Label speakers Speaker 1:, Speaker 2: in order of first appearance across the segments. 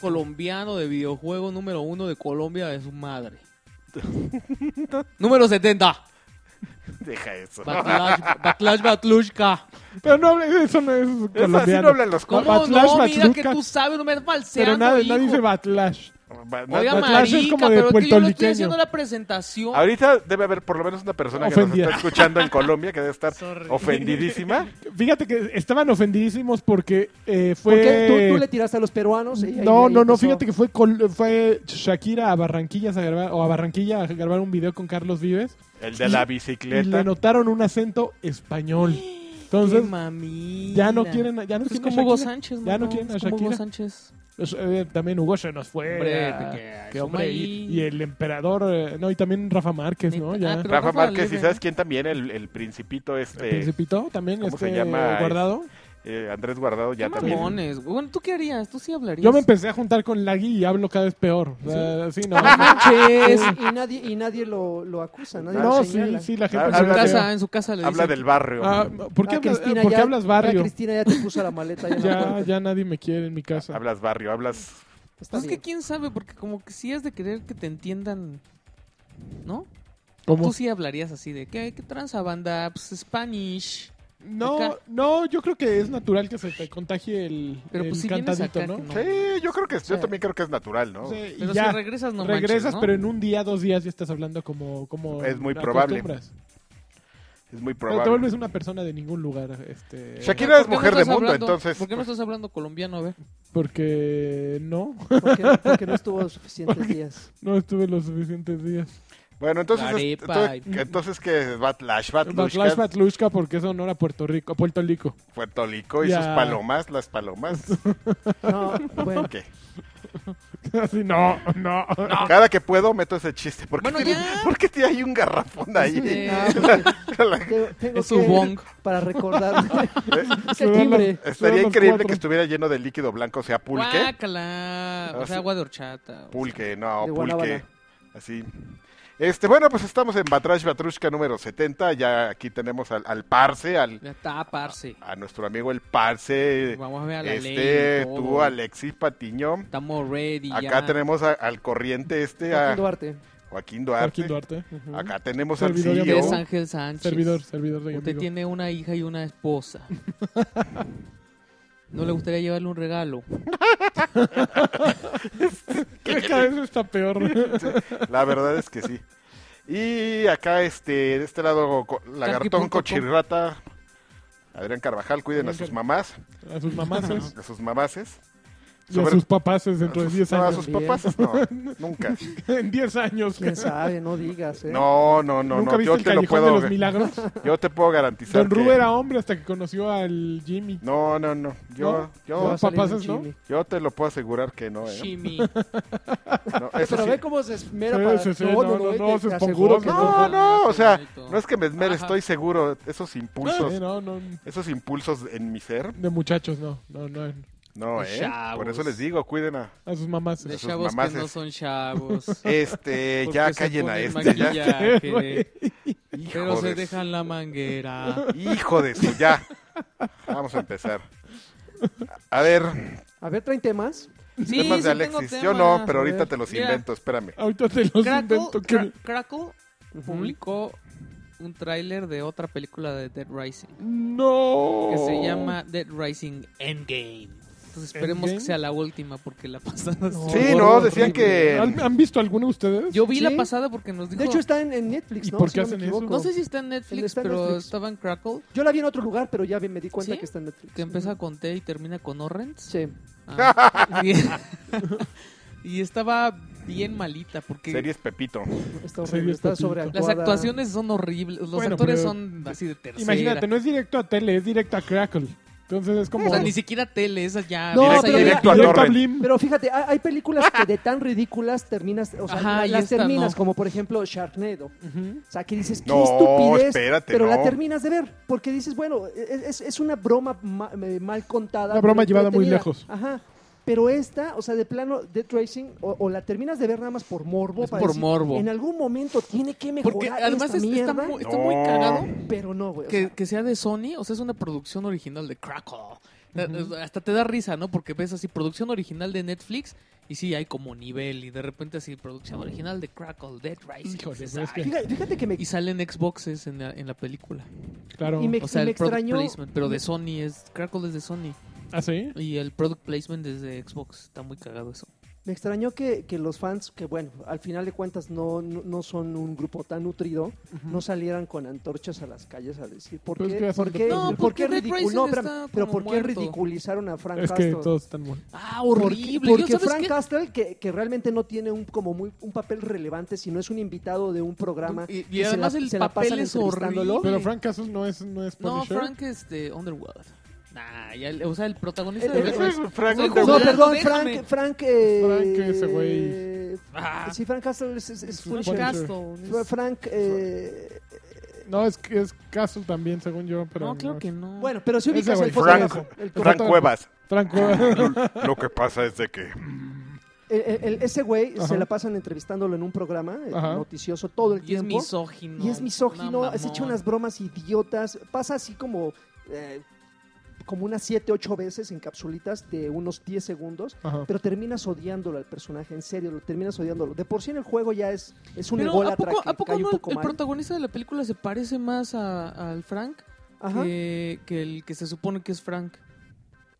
Speaker 1: colombiano de videojuego número uno de Colombia de su madre. número 70.
Speaker 2: Deja eso.
Speaker 1: Backlash, Backlash Batlushka.
Speaker 3: Pero no hable de eso, no es colombiano.
Speaker 2: así no hablan los
Speaker 1: ¿Cómo
Speaker 3: Backlash
Speaker 1: no? Mira que
Speaker 3: Batlushka.
Speaker 1: tú sabes, no me falseando,
Speaker 3: Pero nadie, nadie
Speaker 1: hijo.
Speaker 3: dice Batlash.
Speaker 2: colombianos.
Speaker 1: Oiga,
Speaker 3: Backlash es
Speaker 1: marica,
Speaker 3: como de
Speaker 1: pero es que yo le estoy
Speaker 3: puertorriqueño.
Speaker 1: haciendo la presentación.
Speaker 2: Ahorita debe haber por lo menos una persona que nos
Speaker 3: Ofendida.
Speaker 2: está escuchando en Colombia que debe estar
Speaker 4: Sorry.
Speaker 2: ofendidísima.
Speaker 3: Fíjate que estaban ofendidísimos porque eh, fue...
Speaker 5: Porque tú, tú le tiraste a los peruanos. y ahí-
Speaker 3: No,
Speaker 5: ahí
Speaker 3: no, no,
Speaker 5: empezó.
Speaker 3: fíjate que fue, col- fue Shakira a Barranquilla a grabar, o a Barranquilla a grabar un video con Carlos Vives
Speaker 2: El de la
Speaker 3: y
Speaker 2: bicicleta.
Speaker 3: le notaron un acento español. Entonces,
Speaker 1: mami.
Speaker 3: ya no quieren, a- ya no
Speaker 1: Pues Es
Speaker 3: quieren a
Speaker 1: como Hugo
Speaker 3: Shakira.
Speaker 1: Sánchez,
Speaker 3: Ya no
Speaker 1: mano,
Speaker 3: quieren a
Speaker 1: es como Hugo
Speaker 3: Shakira.
Speaker 1: Sánchez.
Speaker 3: Pues, eh, también Hugo se nos fue.
Speaker 1: Hombre,
Speaker 3: ah,
Speaker 1: te quedas,
Speaker 3: que hombre, y,
Speaker 1: ahí.
Speaker 3: y el emperador, eh, no, y también Rafa Márquez, ¿no?
Speaker 1: Neta,
Speaker 3: Ya.
Speaker 1: ah, pero-
Speaker 2: Rafa
Speaker 1: Rafa
Speaker 2: Márquez, ¿y
Speaker 1: Leve.
Speaker 2: sabes quién también? El, el principito este,
Speaker 3: Principito también,
Speaker 2: ¿cómo se
Speaker 3: este,
Speaker 2: llama?
Speaker 3: guardado.
Speaker 2: eh, Andrés Guardado, ya
Speaker 1: Qué
Speaker 2: también.
Speaker 1: mamones. Bueno, ¿tú qué harías? ¿Tú sí hablarías?
Speaker 3: Yo me empecé a juntar con Lagui y hablo cada vez peor. O sea, sí, no.
Speaker 5: No manches, y nadie, y nadie lo, lo acusa, nadie
Speaker 3: No,
Speaker 5: lo
Speaker 3: sí,
Speaker 5: señala.
Speaker 3: sí, la
Speaker 2: Ah,
Speaker 3: gente
Speaker 1: en
Speaker 3: se
Speaker 1: su
Speaker 2: habla
Speaker 3: voltea.
Speaker 2: de-
Speaker 1: casa, en su casa le
Speaker 2: Habla
Speaker 1: dicen.
Speaker 2: del barrio.
Speaker 3: Ah, ¿por, qué
Speaker 5: Ah,
Speaker 3: hablas,
Speaker 5: Cristina
Speaker 3: por qué
Speaker 5: ya-
Speaker 3: hablas
Speaker 5: ah,
Speaker 3: barrio?
Speaker 5: Cristina ya te puso la maleta. Ya, en la
Speaker 3: Ya,
Speaker 5: puerta.
Speaker 3: ya nadie me quiere en mi casa.
Speaker 2: hablas barrio, hablas...
Speaker 5: Está
Speaker 1: Pues es que
Speaker 5: bien.
Speaker 1: quién sabe, porque como que sí es de querer que te entiendan, ¿no?
Speaker 3: ¿Cómo?
Speaker 1: Tú sí hablarías así de, ¿qué, qué tranza banda? Pues Spanish.
Speaker 3: No,
Speaker 1: acá.
Speaker 3: no, yo creo que es natural que se te contagie el,
Speaker 1: Pero pues
Speaker 3: el
Speaker 1: si vienes
Speaker 3: cantadito,
Speaker 1: acá,
Speaker 3: ¿no?
Speaker 1: que no.
Speaker 2: Sí, yo creo que yo
Speaker 5: Sí.
Speaker 2: también creo que es natural, ¿no?
Speaker 3: O sea, y
Speaker 1: Pero
Speaker 3: ya,
Speaker 1: si regresas, no manches,
Speaker 3: regresas,
Speaker 1: ¿no?
Speaker 3: pero en un día, dos días ya estás hablando como... como
Speaker 2: Es muy
Speaker 3: acostumbras.
Speaker 2: probable, Es muy
Speaker 3: Pero te vuelves
Speaker 2: probable.
Speaker 3: una persona de ningún lugar, este...
Speaker 2: Shakira-
Speaker 1: ¿Por
Speaker 2: es
Speaker 1: qué no
Speaker 2: mujer de
Speaker 1: estás
Speaker 2: mundo,
Speaker 1: hablando-
Speaker 2: entonces,
Speaker 1: ¿Por qué no
Speaker 2: pues-
Speaker 1: estás hablando colombiano? A ver.
Speaker 3: Porque no,
Speaker 5: Porque, porque no estuvo suficientes días.
Speaker 3: no estuve los suficientes días.
Speaker 2: Bueno, entonces... es-
Speaker 1: Arepa.
Speaker 2: entonces- entonces, ¿qué? Batlash,
Speaker 3: Backlash
Speaker 2: Batlushka,
Speaker 3: Batlushka porque es honor a Puerto Rico, a Puerto Rico.
Speaker 2: Puerto Rico y
Speaker 3: Ya.
Speaker 2: sus palomas, las palomas.
Speaker 5: No, bueno,
Speaker 2: ¿Qué?
Speaker 3: Así, no, no.
Speaker 2: Cada que puedo meto ese chiste. ¿Por qué,
Speaker 1: Bueno,
Speaker 2: tiene-
Speaker 1: ya.
Speaker 2: por qué tiene ahí un garrafón ahí?
Speaker 1: Este,
Speaker 5: ah, porque tengo- tengo
Speaker 1: Es su
Speaker 5: que-
Speaker 1: bong.
Speaker 5: Para recordar. Es el
Speaker 3: Sudar
Speaker 5: timbre.
Speaker 2: Estaría
Speaker 3: Son los
Speaker 2: increíble
Speaker 3: cuatro.
Speaker 2: que estuviera lleno de líquido blanco, o sea, pulque.
Speaker 1: Guácala.
Speaker 2: Ah,
Speaker 1: O sea,
Speaker 2: sí.
Speaker 1: agua de horchata. o
Speaker 2: Pulque, no,
Speaker 5: De
Speaker 2: pulque.
Speaker 5: Guanábana.
Speaker 2: Así. Este, bueno, pues estamos en Batrash Batrushka número 70. Ya aquí tenemos al, al Parse, al,
Speaker 1: sea, Ya está, parce.
Speaker 2: a nuestro amigo el Parse.
Speaker 1: Vamos a ver a la ley.
Speaker 2: Este,
Speaker 1: y todo.
Speaker 2: tú, Alexis Patiño.
Speaker 1: Estamos ready.
Speaker 2: Acá
Speaker 1: ya.
Speaker 2: tenemos a- al corriente este,
Speaker 5: Joaquín
Speaker 2: a
Speaker 5: Duarte.
Speaker 2: Joaquín Duarte.
Speaker 3: Joaquín Duarte. ujú.
Speaker 2: Acá tenemos al E
Speaker 3: Servidor y
Speaker 2: CEO.
Speaker 1: Usted es Ángel Sánchez.
Speaker 3: Servidor, servidor de
Speaker 1: Usted
Speaker 3: amigo.
Speaker 1: tiene una hija y una esposa. ¿No le gustaría llevarle un regalo?
Speaker 3: Cada vez está peor.
Speaker 2: La verdad es que sí. Y acá, este, de este lado, co- Lagartón
Speaker 1: Tanqui.com.
Speaker 2: Cochirrata. Adrián Carvajal, cuiden a
Speaker 3: Adrián
Speaker 2: sus mamás,
Speaker 3: A sus mamás
Speaker 2: a sus mamaces.
Speaker 3: y a
Speaker 2: Sobre-
Speaker 3: sus papás dentro de
Speaker 2: sus-
Speaker 3: 10
Speaker 2: no, a
Speaker 3: años.
Speaker 2: sus papás, no, nunca.
Speaker 3: en 10 años.
Speaker 5: Quién sabe, no digas. ¿eh?
Speaker 2: No, no, no,
Speaker 3: ¿Nunca
Speaker 2: no.
Speaker 3: viste
Speaker 2: Yo
Speaker 3: el
Speaker 2: te lo
Speaker 3: Callejón de los
Speaker 2: puedo,
Speaker 3: Milagros?
Speaker 2: yo te puedo garantizar.
Speaker 3: Don
Speaker 2: que-
Speaker 3: Rube era hombre hasta que conoció al Jimmy.
Speaker 2: No, no, no. Yo,
Speaker 3: ¿No?
Speaker 5: No
Speaker 2: yo,
Speaker 5: va a salir
Speaker 3: papás
Speaker 5: un
Speaker 3: es, ¿no?
Speaker 5: chimi.
Speaker 2: yo te lo puedo asegurar que no. ¿eh?
Speaker 1: Jimmy.
Speaker 2: No, eso
Speaker 5: Pero
Speaker 2: sí.
Speaker 5: ve cómo se esmera
Speaker 3: Sí,
Speaker 5: para...
Speaker 3: sí, sí,
Speaker 5: no, no, no,
Speaker 3: no,
Speaker 5: eh,
Speaker 3: no,
Speaker 5: te-
Speaker 3: se
Speaker 5: te aseguro que
Speaker 3: esponjó,
Speaker 2: No,
Speaker 5: no.
Speaker 2: no, o sea,
Speaker 1: Bonito.
Speaker 2: no es que me esmere,
Speaker 1: Ajá.
Speaker 2: estoy seguro. Esos
Speaker 3: Sí,
Speaker 2: impulsos,
Speaker 3: no, no,
Speaker 2: esos impulsos en mi ser,
Speaker 3: de muchachos, no, no, no.
Speaker 2: no,
Speaker 1: Los
Speaker 2: ¿eh?
Speaker 1: chavos.
Speaker 2: Por eso les digo, cuiden a,
Speaker 3: A sus mamás.
Speaker 1: De
Speaker 2: sus
Speaker 1: chavos
Speaker 2: mamás
Speaker 1: que no
Speaker 2: es-
Speaker 1: son chavos.
Speaker 2: Este,
Speaker 1: Porque
Speaker 2: ya
Speaker 1: se
Speaker 2: callen a
Speaker 1: ponen
Speaker 2: este, ya.
Speaker 1: maquillaje, Pero
Speaker 2: Hijo
Speaker 1: se
Speaker 2: de,
Speaker 1: dejan la manguera.
Speaker 2: su- hijo de su, ya. Vamos a empezar. A ver,
Speaker 5: A ver, 30 más.
Speaker 1: Sí,
Speaker 2: temas de
Speaker 1: sí tengo
Speaker 2: Alexis. Yo
Speaker 1: temas.
Speaker 2: no, pero
Speaker 5: a
Speaker 2: ahorita
Speaker 5: ver.
Speaker 2: te los
Speaker 1: Mira.
Speaker 2: invento, espérame.
Speaker 3: Ahorita te los
Speaker 1: Crackle,
Speaker 3: invento. que-
Speaker 1: Cra- Crackle publicó un tráiler de otra película de Dead Rising.
Speaker 3: No.
Speaker 1: Que
Speaker 2: Oh.
Speaker 1: se llama Dead Rising Endgame. Entonces esperemos
Speaker 3: ¿Endgame?
Speaker 1: que sea la última porque la pasada... estuvo
Speaker 2: Sí,
Speaker 3: Oh,
Speaker 2: no, decían
Speaker 3: horrible.
Speaker 2: que-
Speaker 3: ¿Han, han visto alguna de ustedes?
Speaker 1: Yo vi la
Speaker 5: Sí.
Speaker 1: pasada porque nos dijo...
Speaker 5: De hecho, está en, en Netflix,
Speaker 3: ¿Y
Speaker 5: ¿no?
Speaker 3: por
Speaker 5: Si
Speaker 3: qué
Speaker 5: no me
Speaker 3: hacen eso?
Speaker 5: equivoco.
Speaker 1: No sé si está en Netflix,
Speaker 5: Está en
Speaker 1: pero
Speaker 5: Netflix.
Speaker 1: estaba en Crackle,
Speaker 5: Yo la vi en otro lugar, pero ya me di cuenta
Speaker 1: ¿Sí?
Speaker 5: que está en Netflix.
Speaker 1: que empieza con T y termina con Orange.
Speaker 5: Sí.
Speaker 1: Ah. y, y estaba bien malita porque
Speaker 2: Series Pepito.
Speaker 5: Está horrible,
Speaker 3: está
Speaker 5: está sobreactuada.
Speaker 1: las actuaciones son horribles, los
Speaker 3: Bueno,
Speaker 1: actores
Speaker 3: pero-
Speaker 1: son así de tercera.
Speaker 3: Imagínate, no es directo a tele, es directo a Crackle. Entonces es como.
Speaker 1: O sea, ni siquiera tele, esas ya...
Speaker 5: No,
Speaker 1: esa
Speaker 2: directo,
Speaker 5: pero
Speaker 1: ya-
Speaker 2: directo a
Speaker 3: directo a
Speaker 2: Torrent.
Speaker 3: Blim.
Speaker 5: Pero fíjate, hay, hay películas que de tan ridículas terminas, o sea,
Speaker 1: Ajá,
Speaker 5: la-
Speaker 1: y
Speaker 5: las
Speaker 1: esta
Speaker 5: terminas,
Speaker 1: no.
Speaker 5: como por ejemplo Sharknado. O sea, que dices, qué
Speaker 2: No,
Speaker 5: estupidez,
Speaker 2: espérate,
Speaker 5: pero
Speaker 2: no.
Speaker 5: la terminas de ver, porque dices, bueno, es, es una broma ma- eh, mal contada.
Speaker 3: Una broma
Speaker 5: pero
Speaker 3: llevada muy
Speaker 5: entretenida.
Speaker 3: lejos.
Speaker 5: Ajá. Pero esta, o sea, de plano, Death Racing, o, o la terminas de ver nada más por morbo.
Speaker 1: Es por morbo.
Speaker 5: En algún momento tiene que mejorar
Speaker 1: Porque además
Speaker 5: esta
Speaker 1: es- está,
Speaker 5: mierda,
Speaker 1: muy, está muy
Speaker 2: No.
Speaker 1: cagado
Speaker 5: pero no, güey. o
Speaker 1: que,
Speaker 5: sea,
Speaker 1: que sea de Sony, o sea, es una producción original de Crackle. O sea, Hasta te da risa, ¿no? Porque ves así, producción original de Netflix Y sí, hay como nivel y de repente así producción original de Crackle, Dead Rising.
Speaker 3: Híjole,
Speaker 1: dices,
Speaker 3: pero es
Speaker 1: "Ay".
Speaker 3: que-
Speaker 5: Fíjate, fíjate que me,
Speaker 1: Y salen Xboxes en la, en la película.
Speaker 3: Claro.
Speaker 5: y me,
Speaker 1: O sea,
Speaker 5: me
Speaker 1: el product
Speaker 5: extrañó.
Speaker 1: placement, pero de Sony es Crackle es de Sony
Speaker 3: ¿Ah, sí?
Speaker 1: y el product placement es de Xbox. Está muy cagado eso.
Speaker 5: Me extrañó que, que los fans, que bueno, al final de cuentas no, no, no son un grupo tan nutrido, no salieran con antorchas a las calles a decir, ¿por
Speaker 3: Pero es
Speaker 5: qué?
Speaker 3: que ya son
Speaker 5: ¿Por qué?
Speaker 3: de- No,
Speaker 5: ¿por
Speaker 1: porque
Speaker 5: qué
Speaker 1: Red
Speaker 5: ridicu-
Speaker 1: Rising
Speaker 5: no,
Speaker 1: está
Speaker 5: espérame, pero
Speaker 1: como
Speaker 5: ¿por qué
Speaker 1: muerto.
Speaker 5: ridiculizaron a Frank
Speaker 3: Es que
Speaker 5: Castle?
Speaker 3: todos están muertos.
Speaker 1: Ah,
Speaker 5: Porque-
Speaker 1: horrible. Yo,
Speaker 5: Porque,
Speaker 1: ¿sabes
Speaker 5: Frank
Speaker 1: qué?
Speaker 5: Castle, que, que realmente no tiene un como muy un papel relevante, si no es un invitado de un programa.
Speaker 1: Y- y
Speaker 5: que se la-
Speaker 1: además el
Speaker 5: se la
Speaker 1: papel
Speaker 5: pasan
Speaker 1: es
Speaker 5: entrevistándolo.
Speaker 1: horrible.
Speaker 3: Pero Frank Castle no es, no es
Speaker 1: No,
Speaker 3: Punisher.
Speaker 1: Frank es de Underworld. Nah, ya, el- o sea, el protagonista
Speaker 5: El-
Speaker 1: de
Speaker 5: el-
Speaker 1: Red
Speaker 5: el-
Speaker 1: Rising-
Speaker 2: Frank
Speaker 1: soy
Speaker 2: Underworld.
Speaker 5: No,
Speaker 1: jugando,
Speaker 5: perdón,
Speaker 1: déjame.
Speaker 5: Frank, Frank, eh,
Speaker 3: Pues Frank, ese güey.
Speaker 1: Ah.
Speaker 5: Sí, Frank Castle es, es- es
Speaker 3: Es un
Speaker 5: Punisher.
Speaker 1: Frank
Speaker 3: Punisher.
Speaker 1: Castle. es-
Speaker 5: Frank, eh,
Speaker 3: No, es, es Castle también, según yo. Pero
Speaker 1: No, claro que no.
Speaker 5: bueno, pero si
Speaker 3: Ese
Speaker 5: ubicas
Speaker 3: güey,
Speaker 5: el
Speaker 2: Frank-
Speaker 5: fotógrafo, el-
Speaker 2: Frank Cuevas.
Speaker 3: Franco.
Speaker 1: Ah.
Speaker 2: Lo, lo que pasa es de que
Speaker 5: el- el- el- ese güey
Speaker 3: Ajá.
Speaker 5: se la pasan entrevistándolo en un programa eh,
Speaker 3: Ajá.
Speaker 5: noticioso todo el
Speaker 1: y es
Speaker 5: tiempo.
Speaker 1: misógino.
Speaker 5: y es misógino,
Speaker 1: una
Speaker 5: has hecho
Speaker 1: mamón.
Speaker 5: unas bromas idiotas, pasa así como, eh, como unas 7, 8 veces en capsulitas de unos 10 segundos.
Speaker 3: Ajá.
Speaker 5: Pero terminas odiándolo al personaje, en serio, lo terminas odiándolo. De por sí en el juego ya es, es un
Speaker 1: Pero ¿a
Speaker 5: ególatra
Speaker 1: poco,
Speaker 5: que
Speaker 1: ¿a poco
Speaker 5: cae
Speaker 1: no
Speaker 5: un
Speaker 1: el-
Speaker 5: poco
Speaker 1: el
Speaker 5: mal.
Speaker 1: protagonista de la película se parece más a- al Frank
Speaker 5: Ajá.
Speaker 1: que, que el que se supone que es Frank?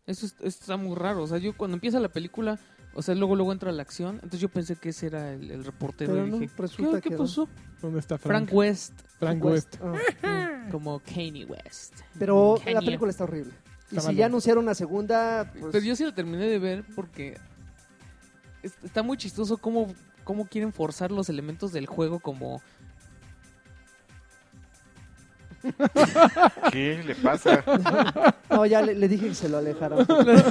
Speaker 1: Eso es- está muy raro. O sea, yo cuando empieza la película, o sea, luego luego entra la acción. Entonces yo pensé que ese era el, el reportero.
Speaker 5: Pero
Speaker 1: y
Speaker 5: no,
Speaker 1: dije,
Speaker 5: resulta
Speaker 1: ¿qué, qué
Speaker 5: que no.
Speaker 1: pasó?
Speaker 3: ¿Dónde está Frank?
Speaker 1: Frank West,
Speaker 3: Frank West.
Speaker 5: West. Ah.
Speaker 1: como Kanye West.
Speaker 5: Pero
Speaker 1: Genio.
Speaker 5: la película está horrible. Y
Speaker 3: Está
Speaker 5: si
Speaker 3: mal.
Speaker 5: ya anunciaron una segunda, pues,
Speaker 1: Pero yo sí la terminé de ver porque es- está muy chistoso cómo, cómo quieren forzar los elementos del juego como...
Speaker 2: ¿qué le pasa?
Speaker 5: no, ya le, le dije que se lo alejara.
Speaker 3: Ah,
Speaker 5: No se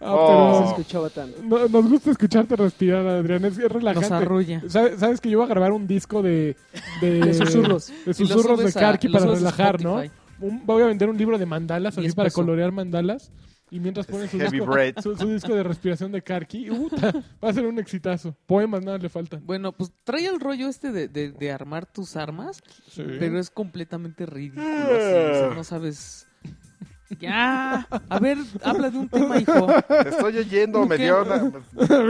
Speaker 2: Oh.
Speaker 5: escuchaba tanto.
Speaker 3: pero no- nos gusta escucharte respirar, Adrián. Es, es
Speaker 1: Nos
Speaker 3: relajante.
Speaker 1: arrulla.
Speaker 3: ¿Sabes, sabes que yo iba a grabar un disco de... De,
Speaker 5: De susurros.
Speaker 3: De
Speaker 1: Y lo
Speaker 3: susurros de
Speaker 1: subes a-
Speaker 3: Karki
Speaker 1: lo
Speaker 3: para
Speaker 1: subes a
Speaker 3: relajar, ¿no?
Speaker 1: Spotify.
Speaker 3: Un- voy a vender un libro de mandalas, así
Speaker 1: Diez
Speaker 3: para
Speaker 1: pesos.
Speaker 3: colorear mandalas. Y mientras ponen su
Speaker 2: Heavy
Speaker 3: disco,
Speaker 2: Bread.
Speaker 3: su, su disco de respiración de Karki, puta, va a ser un exitazo. Poemas nada le faltan.
Speaker 1: Bueno, pues trae el rollo este de, de- de armar tus armas, pero es completamente ridículo. así, o sea, no sabes... Ya, a ver, habla de un tema, hijo.
Speaker 2: Te estoy oyendo, me
Speaker 1: ¿Qué?
Speaker 2: dio una- Estoy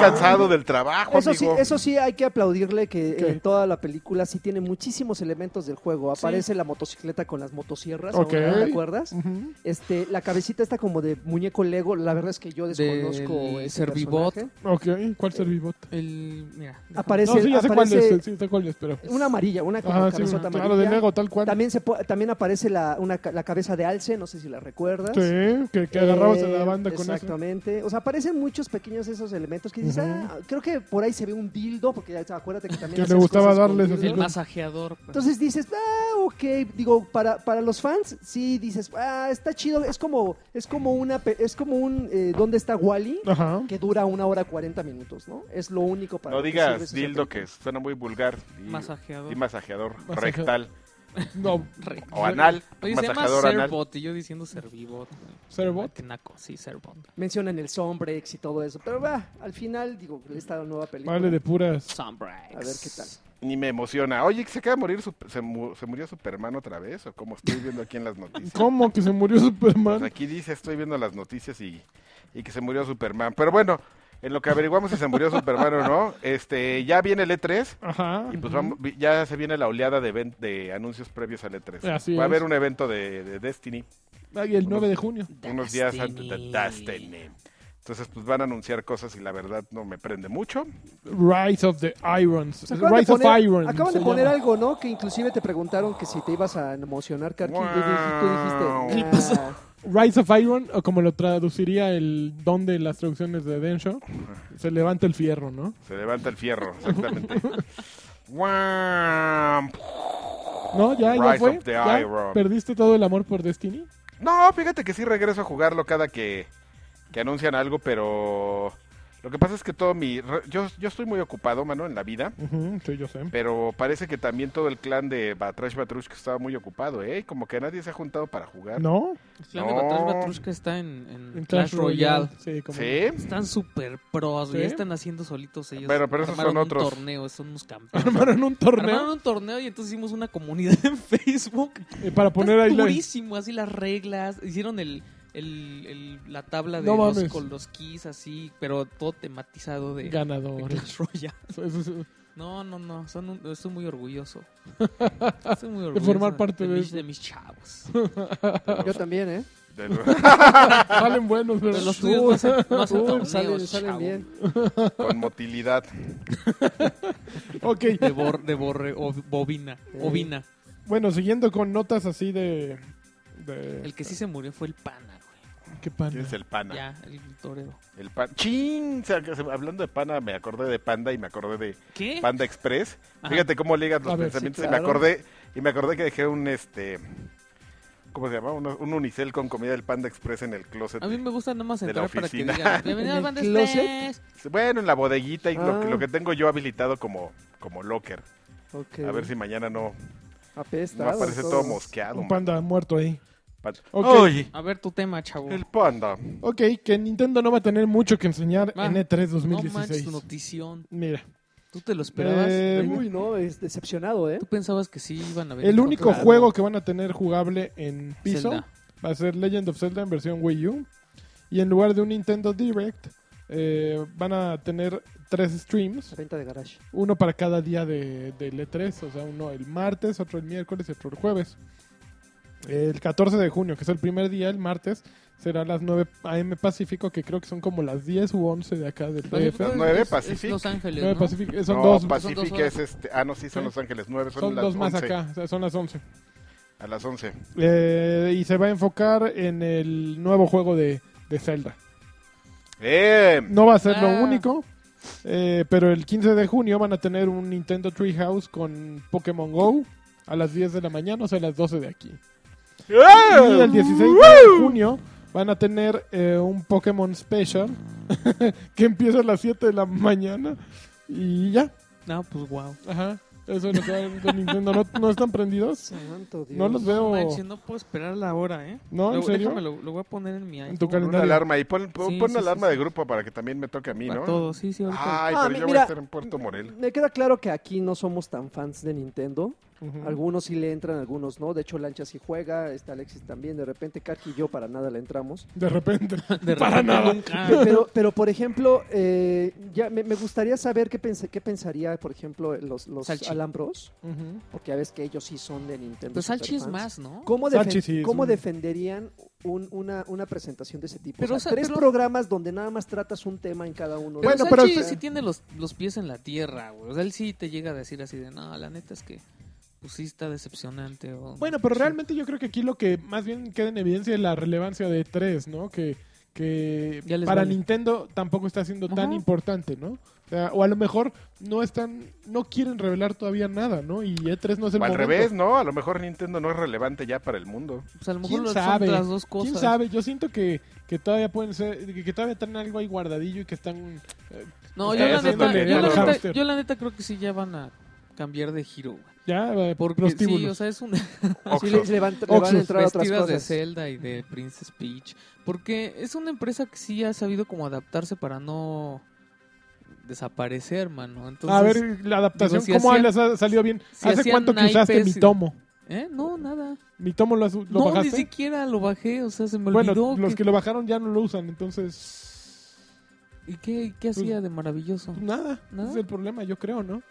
Speaker 2: cansado del trabajo,
Speaker 5: Eso sí,
Speaker 2: amigo.
Speaker 5: eso sí, hay que aplaudirle que
Speaker 3: ¿Qué?
Speaker 5: en toda la película sí tiene muchísimos elementos del juego. Aparece la motocicleta con las motosierras,
Speaker 3: Ok.
Speaker 5: ahora, ¿te acuerdas?
Speaker 3: Ujú.
Speaker 5: Este, la cabecita está como de muñeco Lego. La verdad es que yo desconozco
Speaker 1: Del
Speaker 5: ese
Speaker 1: Servibot.
Speaker 5: personaje.
Speaker 3: Ok, ¿cuál servibot?
Speaker 1: El, mira, déjame-
Speaker 5: Aparece,
Speaker 3: No, sí, ya sé cuál
Speaker 5: aparece
Speaker 3: es, sí, sé cuál es, pero...
Speaker 5: una amarilla, una con
Speaker 3: Ah, sí,
Speaker 5: cabezota
Speaker 3: claro,
Speaker 5: amarilla.
Speaker 3: de Lego, tal cual.
Speaker 5: También, se po- también aparece la, una ca- la cabeza de Alce, no sé si la recuerdas.
Speaker 3: Sí, que, que agarrabas a
Speaker 5: Eh,
Speaker 3: la banda con eso.
Speaker 5: Exactamente. O sea, aparecen muchos pequeños esos elementos que dices,
Speaker 3: Ujú.
Speaker 5: ah, creo que por ahí se ve un dildo, porque ya acuérdate que también.
Speaker 3: Que le
Speaker 5: hacías
Speaker 3: gustaba
Speaker 5: cosas con
Speaker 3: darles así
Speaker 1: el
Speaker 5: dildos.
Speaker 3: los-
Speaker 1: masajeador. pues.
Speaker 5: Entonces dices, ah, ok. Digo, para, para los fans, sí dices, ah, está chido. Es como, es como una, pe- es como un, eh, ¿dónde está Wally?
Speaker 3: Ajá.
Speaker 5: Que dura una hora cuarenta minutos, ¿no? Es lo único para.
Speaker 2: No
Speaker 5: lo que sirve
Speaker 2: digas
Speaker 5: esa
Speaker 2: dildo
Speaker 5: película.
Speaker 2: que suena muy vulgar. Y,
Speaker 1: Masajeador.
Speaker 2: y masajeador,
Speaker 3: Masajeador.
Speaker 2: rectal
Speaker 3: No,
Speaker 1: Re-
Speaker 2: o anal.
Speaker 1: Oye, se llama
Speaker 2: masajeador anal.
Speaker 1: Serbot y yo diciendo Servibot.
Speaker 3: Serbot.
Speaker 1: Qué naco, sí, Serbot.
Speaker 5: Mencionan el Sombrex y todo eso. Pero va, al final, digo, esta nueva película.
Speaker 3: Vale de puras.
Speaker 1: Sunbreaks.
Speaker 5: A ver qué tal.
Speaker 2: Ni me emociona. Oye, ¿se acaba de morir? su- se, mu- se murió Superman otra vez? ¿O cómo estoy viendo aquí en las noticias?
Speaker 3: ¿Cómo que se murió
Speaker 2: Pues
Speaker 3: Superman?
Speaker 2: aquí dice, estoy viendo las noticias y, y que se murió Superman. Pero bueno, en lo que averiguamos si se murió Superman o no, este, ya viene el E3
Speaker 3: Ajá.
Speaker 2: y pues vamos- vi- ya se viene la oleada de, event- de anuncios previos al E3.
Speaker 3: Así
Speaker 2: Va a
Speaker 3: es.
Speaker 2: haber un evento de, de Destiny
Speaker 3: Ay, el 9 de junio.
Speaker 2: unos días antes de Destiny. Entonces, pues van a anunciar cosas y la verdad no me prende mucho.
Speaker 3: Rise of the Irons.
Speaker 5: Se Pues acaban de
Speaker 3: Rise of
Speaker 5: poner-
Speaker 3: Irons.
Speaker 5: Acaban de
Speaker 3: se
Speaker 5: poner
Speaker 3: llama.
Speaker 5: algo, ¿no? Que inclusive te preguntaron que si te ibas a emocionar, Karki. y tú dij-
Speaker 2: Wow.
Speaker 5: Tú dijiste. "Ah,
Speaker 1: ¿Qué pasó?
Speaker 5: "Nah".
Speaker 3: Rise of Iron, o como lo traduciría el don de las traducciones de Densho, se levanta el fierro, ¿no?
Speaker 2: Se levanta el fierro, exactamente. ¡Guam!
Speaker 3: No, ya, ya
Speaker 2: Rise
Speaker 3: fue.
Speaker 2: of the
Speaker 3: ¿Ya?
Speaker 2: Iron.
Speaker 3: ¿Perdiste todo el amor por Destiny?
Speaker 2: No, fíjate que sí regreso a jugarlo cada que, que anuncian algo, pero lo que pasa es que todo mi... re- Yo, yo estoy muy ocupado, mano, en la vida,
Speaker 3: Ujú, sí, yo sé.
Speaker 2: pero parece que también todo el clan de Batrash Batrushka estaba muy ocupado, ¿eh? Como que nadie se ha juntado para jugar.
Speaker 3: ¿No?
Speaker 1: El clan de
Speaker 2: No.
Speaker 1: Batrash Batrushka está en, en
Speaker 3: En
Speaker 1: Clash Royale.
Speaker 3: Sí, como...
Speaker 2: ¿Sí?
Speaker 1: Están súper pros, güey,
Speaker 3: ¿Sí?
Speaker 1: están haciendo solitos ellos.
Speaker 2: Bueno, pero esos
Speaker 1: Armaron
Speaker 2: son
Speaker 1: un
Speaker 2: otros.
Speaker 1: torneo, son unos campeones.
Speaker 3: Armaron un torneo
Speaker 1: Armaron un torneo y entonces hicimos una comunidad en Facebook.
Speaker 3: eh, para poner ahí la...
Speaker 1: durísimo, así las reglas. Hicieron el, el- el- la tabla de
Speaker 3: No
Speaker 1: los,
Speaker 3: mames.
Speaker 1: con los keys así, pero todo tematizado de, de
Speaker 3: Ganador.
Speaker 1: Clash Royale.
Speaker 3: Eso- eso- eso-
Speaker 1: No, no, no, son un- estoy muy orgulloso. Estoy muy orgulloso.
Speaker 3: formar parte de
Speaker 1: mis,
Speaker 3: eso.
Speaker 1: de mis chavos.
Speaker 5: Yo también, ¿eh?
Speaker 2: De los-
Speaker 3: Salen buenos, pero
Speaker 1: Pero los tuyos no hacen, no hacen
Speaker 5: Uh,
Speaker 1: torneos,
Speaker 5: salen, salen
Speaker 1: chavo.
Speaker 5: bien.
Speaker 2: con motilidad.
Speaker 3: Ok,
Speaker 1: De, bor, de borre, o- bobina.
Speaker 5: Eh.
Speaker 1: Bobina.
Speaker 3: bueno, siguiendo con notas así de. de-
Speaker 1: El que sí se murió fue el pana, güey.
Speaker 3: ¿Qué pan?
Speaker 2: ¿Quién es el pana?
Speaker 1: Ya, el torero.
Speaker 2: El pan. ¡Chin! O sea, que se- hablando de pana, me acordé de panda y me acordé de
Speaker 1: ¿Qué?
Speaker 2: Panda Express.
Speaker 1: Ajá.
Speaker 2: Fíjate cómo ligas los
Speaker 3: A ver, sí,
Speaker 2: pensamientos. y,
Speaker 5: claro.
Speaker 2: me acordé, y me acordé que dejé un este. ¿Cómo se llama? Un, un unicel con comida del Panda Express en el closet.
Speaker 1: A mí me gusta nada más
Speaker 2: De la
Speaker 1: entrar para que
Speaker 2: oficina.
Speaker 1: digan. Bienvenido al
Speaker 5: ¿En el
Speaker 1: Band
Speaker 5: closet?
Speaker 1: Express".
Speaker 2: Bueno, en la bodeguita y lo,
Speaker 5: Ah.
Speaker 2: lo que tengo yo habilitado como, como locker.
Speaker 5: Ok.
Speaker 2: A ver si mañana no, no
Speaker 5: Apestado
Speaker 2: aparece todo
Speaker 5: todo.
Speaker 2: mosqueado.
Speaker 3: Un panda muerto ahí.
Speaker 2: man.
Speaker 3: Ok.
Speaker 2: Oye,
Speaker 1: A ver tu tema, chavo.
Speaker 2: el panda.
Speaker 3: Ok, que Nintendo no va a tener mucho que enseñar
Speaker 1: Va.
Speaker 3: en E
Speaker 1: Ah,
Speaker 3: E3
Speaker 1: No manches
Speaker 3: 2016.
Speaker 1: tu notición.
Speaker 3: Mira,
Speaker 1: ¿Tú te lo esperabas?
Speaker 3: Eh,
Speaker 5: Uy, no, es decepcionado, ¿eh?
Speaker 1: ¿Tú pensabas que sí iban a ver?
Speaker 3: el único
Speaker 1: control?
Speaker 3: juego que van a tener jugable en piso
Speaker 1: Zelda.
Speaker 3: va a ser Legend of Zelda en versión Wii U. Y en lugar de un Nintendo Direct, eh, van a tener tres streams.
Speaker 5: Renta de garage.
Speaker 3: Uno para cada día de, del E3, o sea, uno el martes, otro el miércoles y otro el jueves. El 14 de junio, que es el primer día, el martes, será a las 9 a.m. Pacífico, que creo que son como las 10 u 11 de acá del DF.
Speaker 1: Pacífico
Speaker 2: nueve,
Speaker 1: es- es
Speaker 2: Pacific.
Speaker 1: Los Ángeles,
Speaker 3: 9
Speaker 1: pues, ¿no?
Speaker 3: Pacífico, son
Speaker 2: no, pues,
Speaker 3: dos,
Speaker 1: son dos
Speaker 2: Pacifica
Speaker 1: horas.
Speaker 2: es este. Ah, no, sí, son
Speaker 3: Sí.
Speaker 2: Los Ángeles 9, son,
Speaker 3: son
Speaker 2: las
Speaker 3: dos más
Speaker 2: 11,
Speaker 3: acá, o sea, son las 11.
Speaker 2: A las 11.
Speaker 3: Eh, y se va a enfocar en el nuevo juego de, de Zelda.
Speaker 2: ¡Eh!
Speaker 3: No va a ser
Speaker 1: Ah.
Speaker 3: lo único, eh, pero el 15 de junio van a tener un Nintendo Treehouse con Pokémon Go a las 10 de la mañana, o sea, a las 12 de aquí. Y el 16 de junio van a tener eh, un Pokémon Special que empieza a las 7 de la mañana y ya.
Speaker 1: No, pues wow.
Speaker 3: Ajá. Eso es lo que va a haber de Nintendo. ¿No, no están prendidos?
Speaker 5: Santo Dios.
Speaker 3: No los
Speaker 1: No
Speaker 3: veo
Speaker 1: manches, no puedo esperar la hora, ¿eh?
Speaker 3: No, ¿en
Speaker 1: Lo-
Speaker 3: serio?
Speaker 1: Déjame, lo, lo voy a poner en mi iPhone.
Speaker 3: tu
Speaker 2: Pon una
Speaker 3: calendario.
Speaker 2: alarma y pon, pon-
Speaker 1: Sí,
Speaker 2: pon
Speaker 1: sí,
Speaker 2: una
Speaker 1: sí,
Speaker 2: alarma
Speaker 1: sí.
Speaker 2: de grupo para que también me toque a mí,
Speaker 1: Para
Speaker 2: ¿no?
Speaker 1: todos, sí, sí, ahorita.
Speaker 2: Ay,
Speaker 5: Ah,
Speaker 2: pero
Speaker 5: mi-
Speaker 2: yo voy
Speaker 5: mira.
Speaker 2: a estar en Puerto Morel.
Speaker 5: Me queda claro que aquí no somos tan fans de Nintendo.
Speaker 3: Ujú.
Speaker 1: Mm.
Speaker 5: Algunos sí le entran, algunos no. De hecho, Lancha sí juega, está Alexis también. De repente, Kaki y yo para nada le entramos.
Speaker 3: De repente.
Speaker 1: De repente
Speaker 3: Para nada.
Speaker 1: nunca.
Speaker 5: Pe- Pero, pero por ejemplo, eh, ya me, me gustaría saber qué, pensé, qué pensaría, por ejemplo, los, los
Speaker 1: Salchi.
Speaker 5: Alambros.
Speaker 3: Ujú.
Speaker 5: Porque a veces que ellos sí son de Nintendo.
Speaker 1: Pues Salchi es más,
Speaker 5: superfans.
Speaker 1: ¿no?
Speaker 5: ¿Cómo,
Speaker 3: Salchi
Speaker 5: defen-
Speaker 3: sí es
Speaker 5: cómo
Speaker 3: un-
Speaker 5: defenderían un- una, una presentación de ese tipo?
Speaker 1: Pero,
Speaker 5: o
Speaker 1: o
Speaker 5: sea,
Speaker 1: sea,
Speaker 5: tres
Speaker 1: pero-
Speaker 5: programas donde nada más tratas un tema en cada uno. de
Speaker 1: Pero
Speaker 3: Bueno,
Speaker 5: ellos.
Speaker 1: Salchi
Speaker 3: pero
Speaker 1: sí,
Speaker 3: usted-
Speaker 1: tiene los, los pies en la tierra, güey. O sea, él sí te llega a decir así de, no, la neta es que pues sí está decepcionante. O...
Speaker 3: Bueno, pero realmente yo creo que aquí lo que más bien queda en evidencia es la relevancia de tres, ¿no? Que, que
Speaker 1: Ya les
Speaker 3: para
Speaker 1: vale.
Speaker 3: Nintendo tampoco está siendo tan
Speaker 1: Ajá.
Speaker 3: importante, ¿no? O, sea, o a lo mejor no están, no quieren revelar todavía nada, ¿no? Y E3 no es el
Speaker 2: O al
Speaker 3: momento.
Speaker 2: revés, ¿no? A lo mejor Nintendo no es relevante ya para el mundo.
Speaker 1: Pues a lo mejor
Speaker 3: ¿Quién
Speaker 1: lo-
Speaker 3: sabe?
Speaker 1: son las dos cosas.
Speaker 3: ¿Quién sabe? Yo siento que, que todavía pueden ser, que, que todavía tienen algo ahí guardadillo y que están... eh,
Speaker 1: No, yo
Speaker 2: Eso
Speaker 1: la,
Speaker 2: es
Speaker 1: neta,
Speaker 2: lo que
Speaker 1: yo, la
Speaker 2: digo.
Speaker 1: neta, yo la neta creo que sí ya van a cambiar de giro, güey.
Speaker 3: ya, eh,
Speaker 1: Porque
Speaker 3: los
Speaker 1: sí,
Speaker 3: tíbulos.
Speaker 1: o sea, es una
Speaker 2: Oxxo.
Speaker 5: Sí, le, le van, le van
Speaker 3: Oxxos,
Speaker 5: a entrar otras
Speaker 1: vestidas de
Speaker 5: cosas.
Speaker 1: Zelda y de Princess Peach. Porque es una empresa que sí ha sabido como adaptarse para no desaparecer, mano. Entonces,
Speaker 3: a ver, la adaptación,
Speaker 1: digo, si
Speaker 3: ¿cómo
Speaker 1: hacían-
Speaker 3: les ha salido bien?
Speaker 1: si
Speaker 3: ¿Hace
Speaker 1: hacían
Speaker 3: cuánto que usaste mi
Speaker 1: naipes y-
Speaker 3: tomo?
Speaker 1: ¿eh? No, nada.
Speaker 3: ¿Mi tomo lo, has- lo
Speaker 1: no,
Speaker 3: bajaste?
Speaker 1: ni siquiera lo bajé, o sea, se me
Speaker 3: Bueno,
Speaker 1: olvidó.
Speaker 3: los
Speaker 1: que-
Speaker 3: que lo bajaron ya no lo usan, entonces
Speaker 1: ¿Y qué, qué hacía de maravilloso?
Speaker 3: pues, nada,
Speaker 1: ¿Nada?
Speaker 3: ese es el problema, yo creo, ¿no?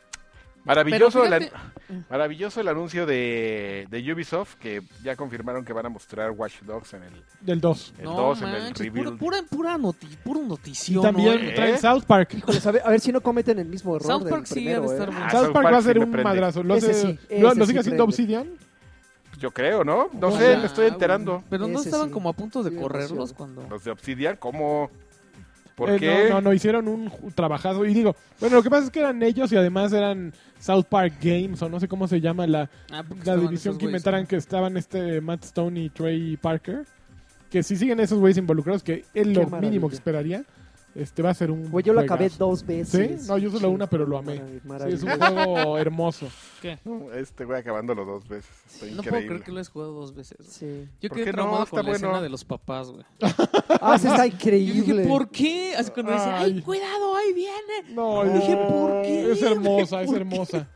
Speaker 2: Maravilloso,
Speaker 1: Pero
Speaker 2: el,
Speaker 1: fíjate-
Speaker 2: an- maravilloso el anuncio de, de Ubisoft que ya confirmaron que van a mostrar Watch Dogs en el,
Speaker 3: Del 2.
Speaker 2: el
Speaker 1: No
Speaker 2: 2, en el
Speaker 1: manches, pura,
Speaker 2: reveal.
Speaker 1: pura, pura, noti puro
Speaker 3: Y
Speaker 1: notición.
Speaker 3: también
Speaker 1: ¿no?
Speaker 2: ¿eh?
Speaker 3: traen South Park.
Speaker 5: Híjoles, Pues, a, ver, a ver si no cometen el mismo error
Speaker 1: South
Speaker 5: del
Speaker 1: Park sí ha
Speaker 5: primero,
Speaker 1: de estar
Speaker 5: ¿eh?
Speaker 1: bueno.
Speaker 2: Ah,
Speaker 3: South
Speaker 2: South
Speaker 3: Park
Speaker 2: Park
Speaker 3: va a ser
Speaker 2: sí me
Speaker 3: un
Speaker 2: prende.
Speaker 3: madrazo. Lo,
Speaker 5: Ese
Speaker 3: hace-
Speaker 5: sí,
Speaker 3: lo,
Speaker 5: ese
Speaker 3: lo
Speaker 5: sí
Speaker 3: sigue haciendo
Speaker 5: prende.
Speaker 3: Obsidian.
Speaker 2: Yo creo, ¿no? No
Speaker 5: Ojalá,
Speaker 2: sé, me estoy
Speaker 1: güey.
Speaker 2: enterando.
Speaker 1: Pero no
Speaker 5: Ah, Ese
Speaker 1: estaban
Speaker 5: sí.
Speaker 1: como a punto de
Speaker 5: Sí,
Speaker 1: correrlos
Speaker 5: demasiado.
Speaker 1: cuando...
Speaker 2: Los de Obsidian, ¿cómo? ¿Por
Speaker 3: Eh,
Speaker 2: qué?
Speaker 3: No, no, no, hicieron un ju- trabajazo. Y digo, bueno, lo que pasa es que eran ellos y además eran South Park Games o no sé cómo se llama la,
Speaker 1: Ah, porque
Speaker 3: la
Speaker 1: estaban
Speaker 3: división
Speaker 1: esos
Speaker 3: que
Speaker 1: güeyes,
Speaker 3: inventaran que estaban este Matt Stone y Trey Parker. Que si siguen esos güeyes involucrados, que es lo mínimo
Speaker 5: maravilla.
Speaker 3: que esperaría, este va a ser un.
Speaker 5: Güey, yo lo
Speaker 3: juegazo.
Speaker 5: acabé dos veces.
Speaker 3: ¿Sí? No, yo solo una, pero lo amé.
Speaker 5: Marav-
Speaker 3: Sí, es
Speaker 5: Maravilloso.
Speaker 3: un juego hermoso.
Speaker 1: ¿Qué?
Speaker 2: No, Este güey acabándolo dos veces. Está
Speaker 1: No
Speaker 2: increíble.
Speaker 1: puedo creer que lo has jugado dos veces. güey.
Speaker 5: Sí.
Speaker 1: Yo
Speaker 2: ¿Por
Speaker 1: quedé
Speaker 2: qué no?
Speaker 1: traumado con
Speaker 2: Está
Speaker 1: la
Speaker 2: bueno.
Speaker 1: escena de los papás, güey.
Speaker 5: Ah, sí, está
Speaker 1: Yo dije,
Speaker 5: increíble.
Speaker 1: ¿por qué? Así cuando dice,
Speaker 3: Ay.
Speaker 1: ay, cuidado, ahí viene.
Speaker 3: No,
Speaker 1: Yo dije,
Speaker 3: no,
Speaker 1: "¿Por qué,
Speaker 3: Es hermosa,
Speaker 1: güey?
Speaker 3: es
Speaker 1: ¿Por qué?".
Speaker 3: hermosa.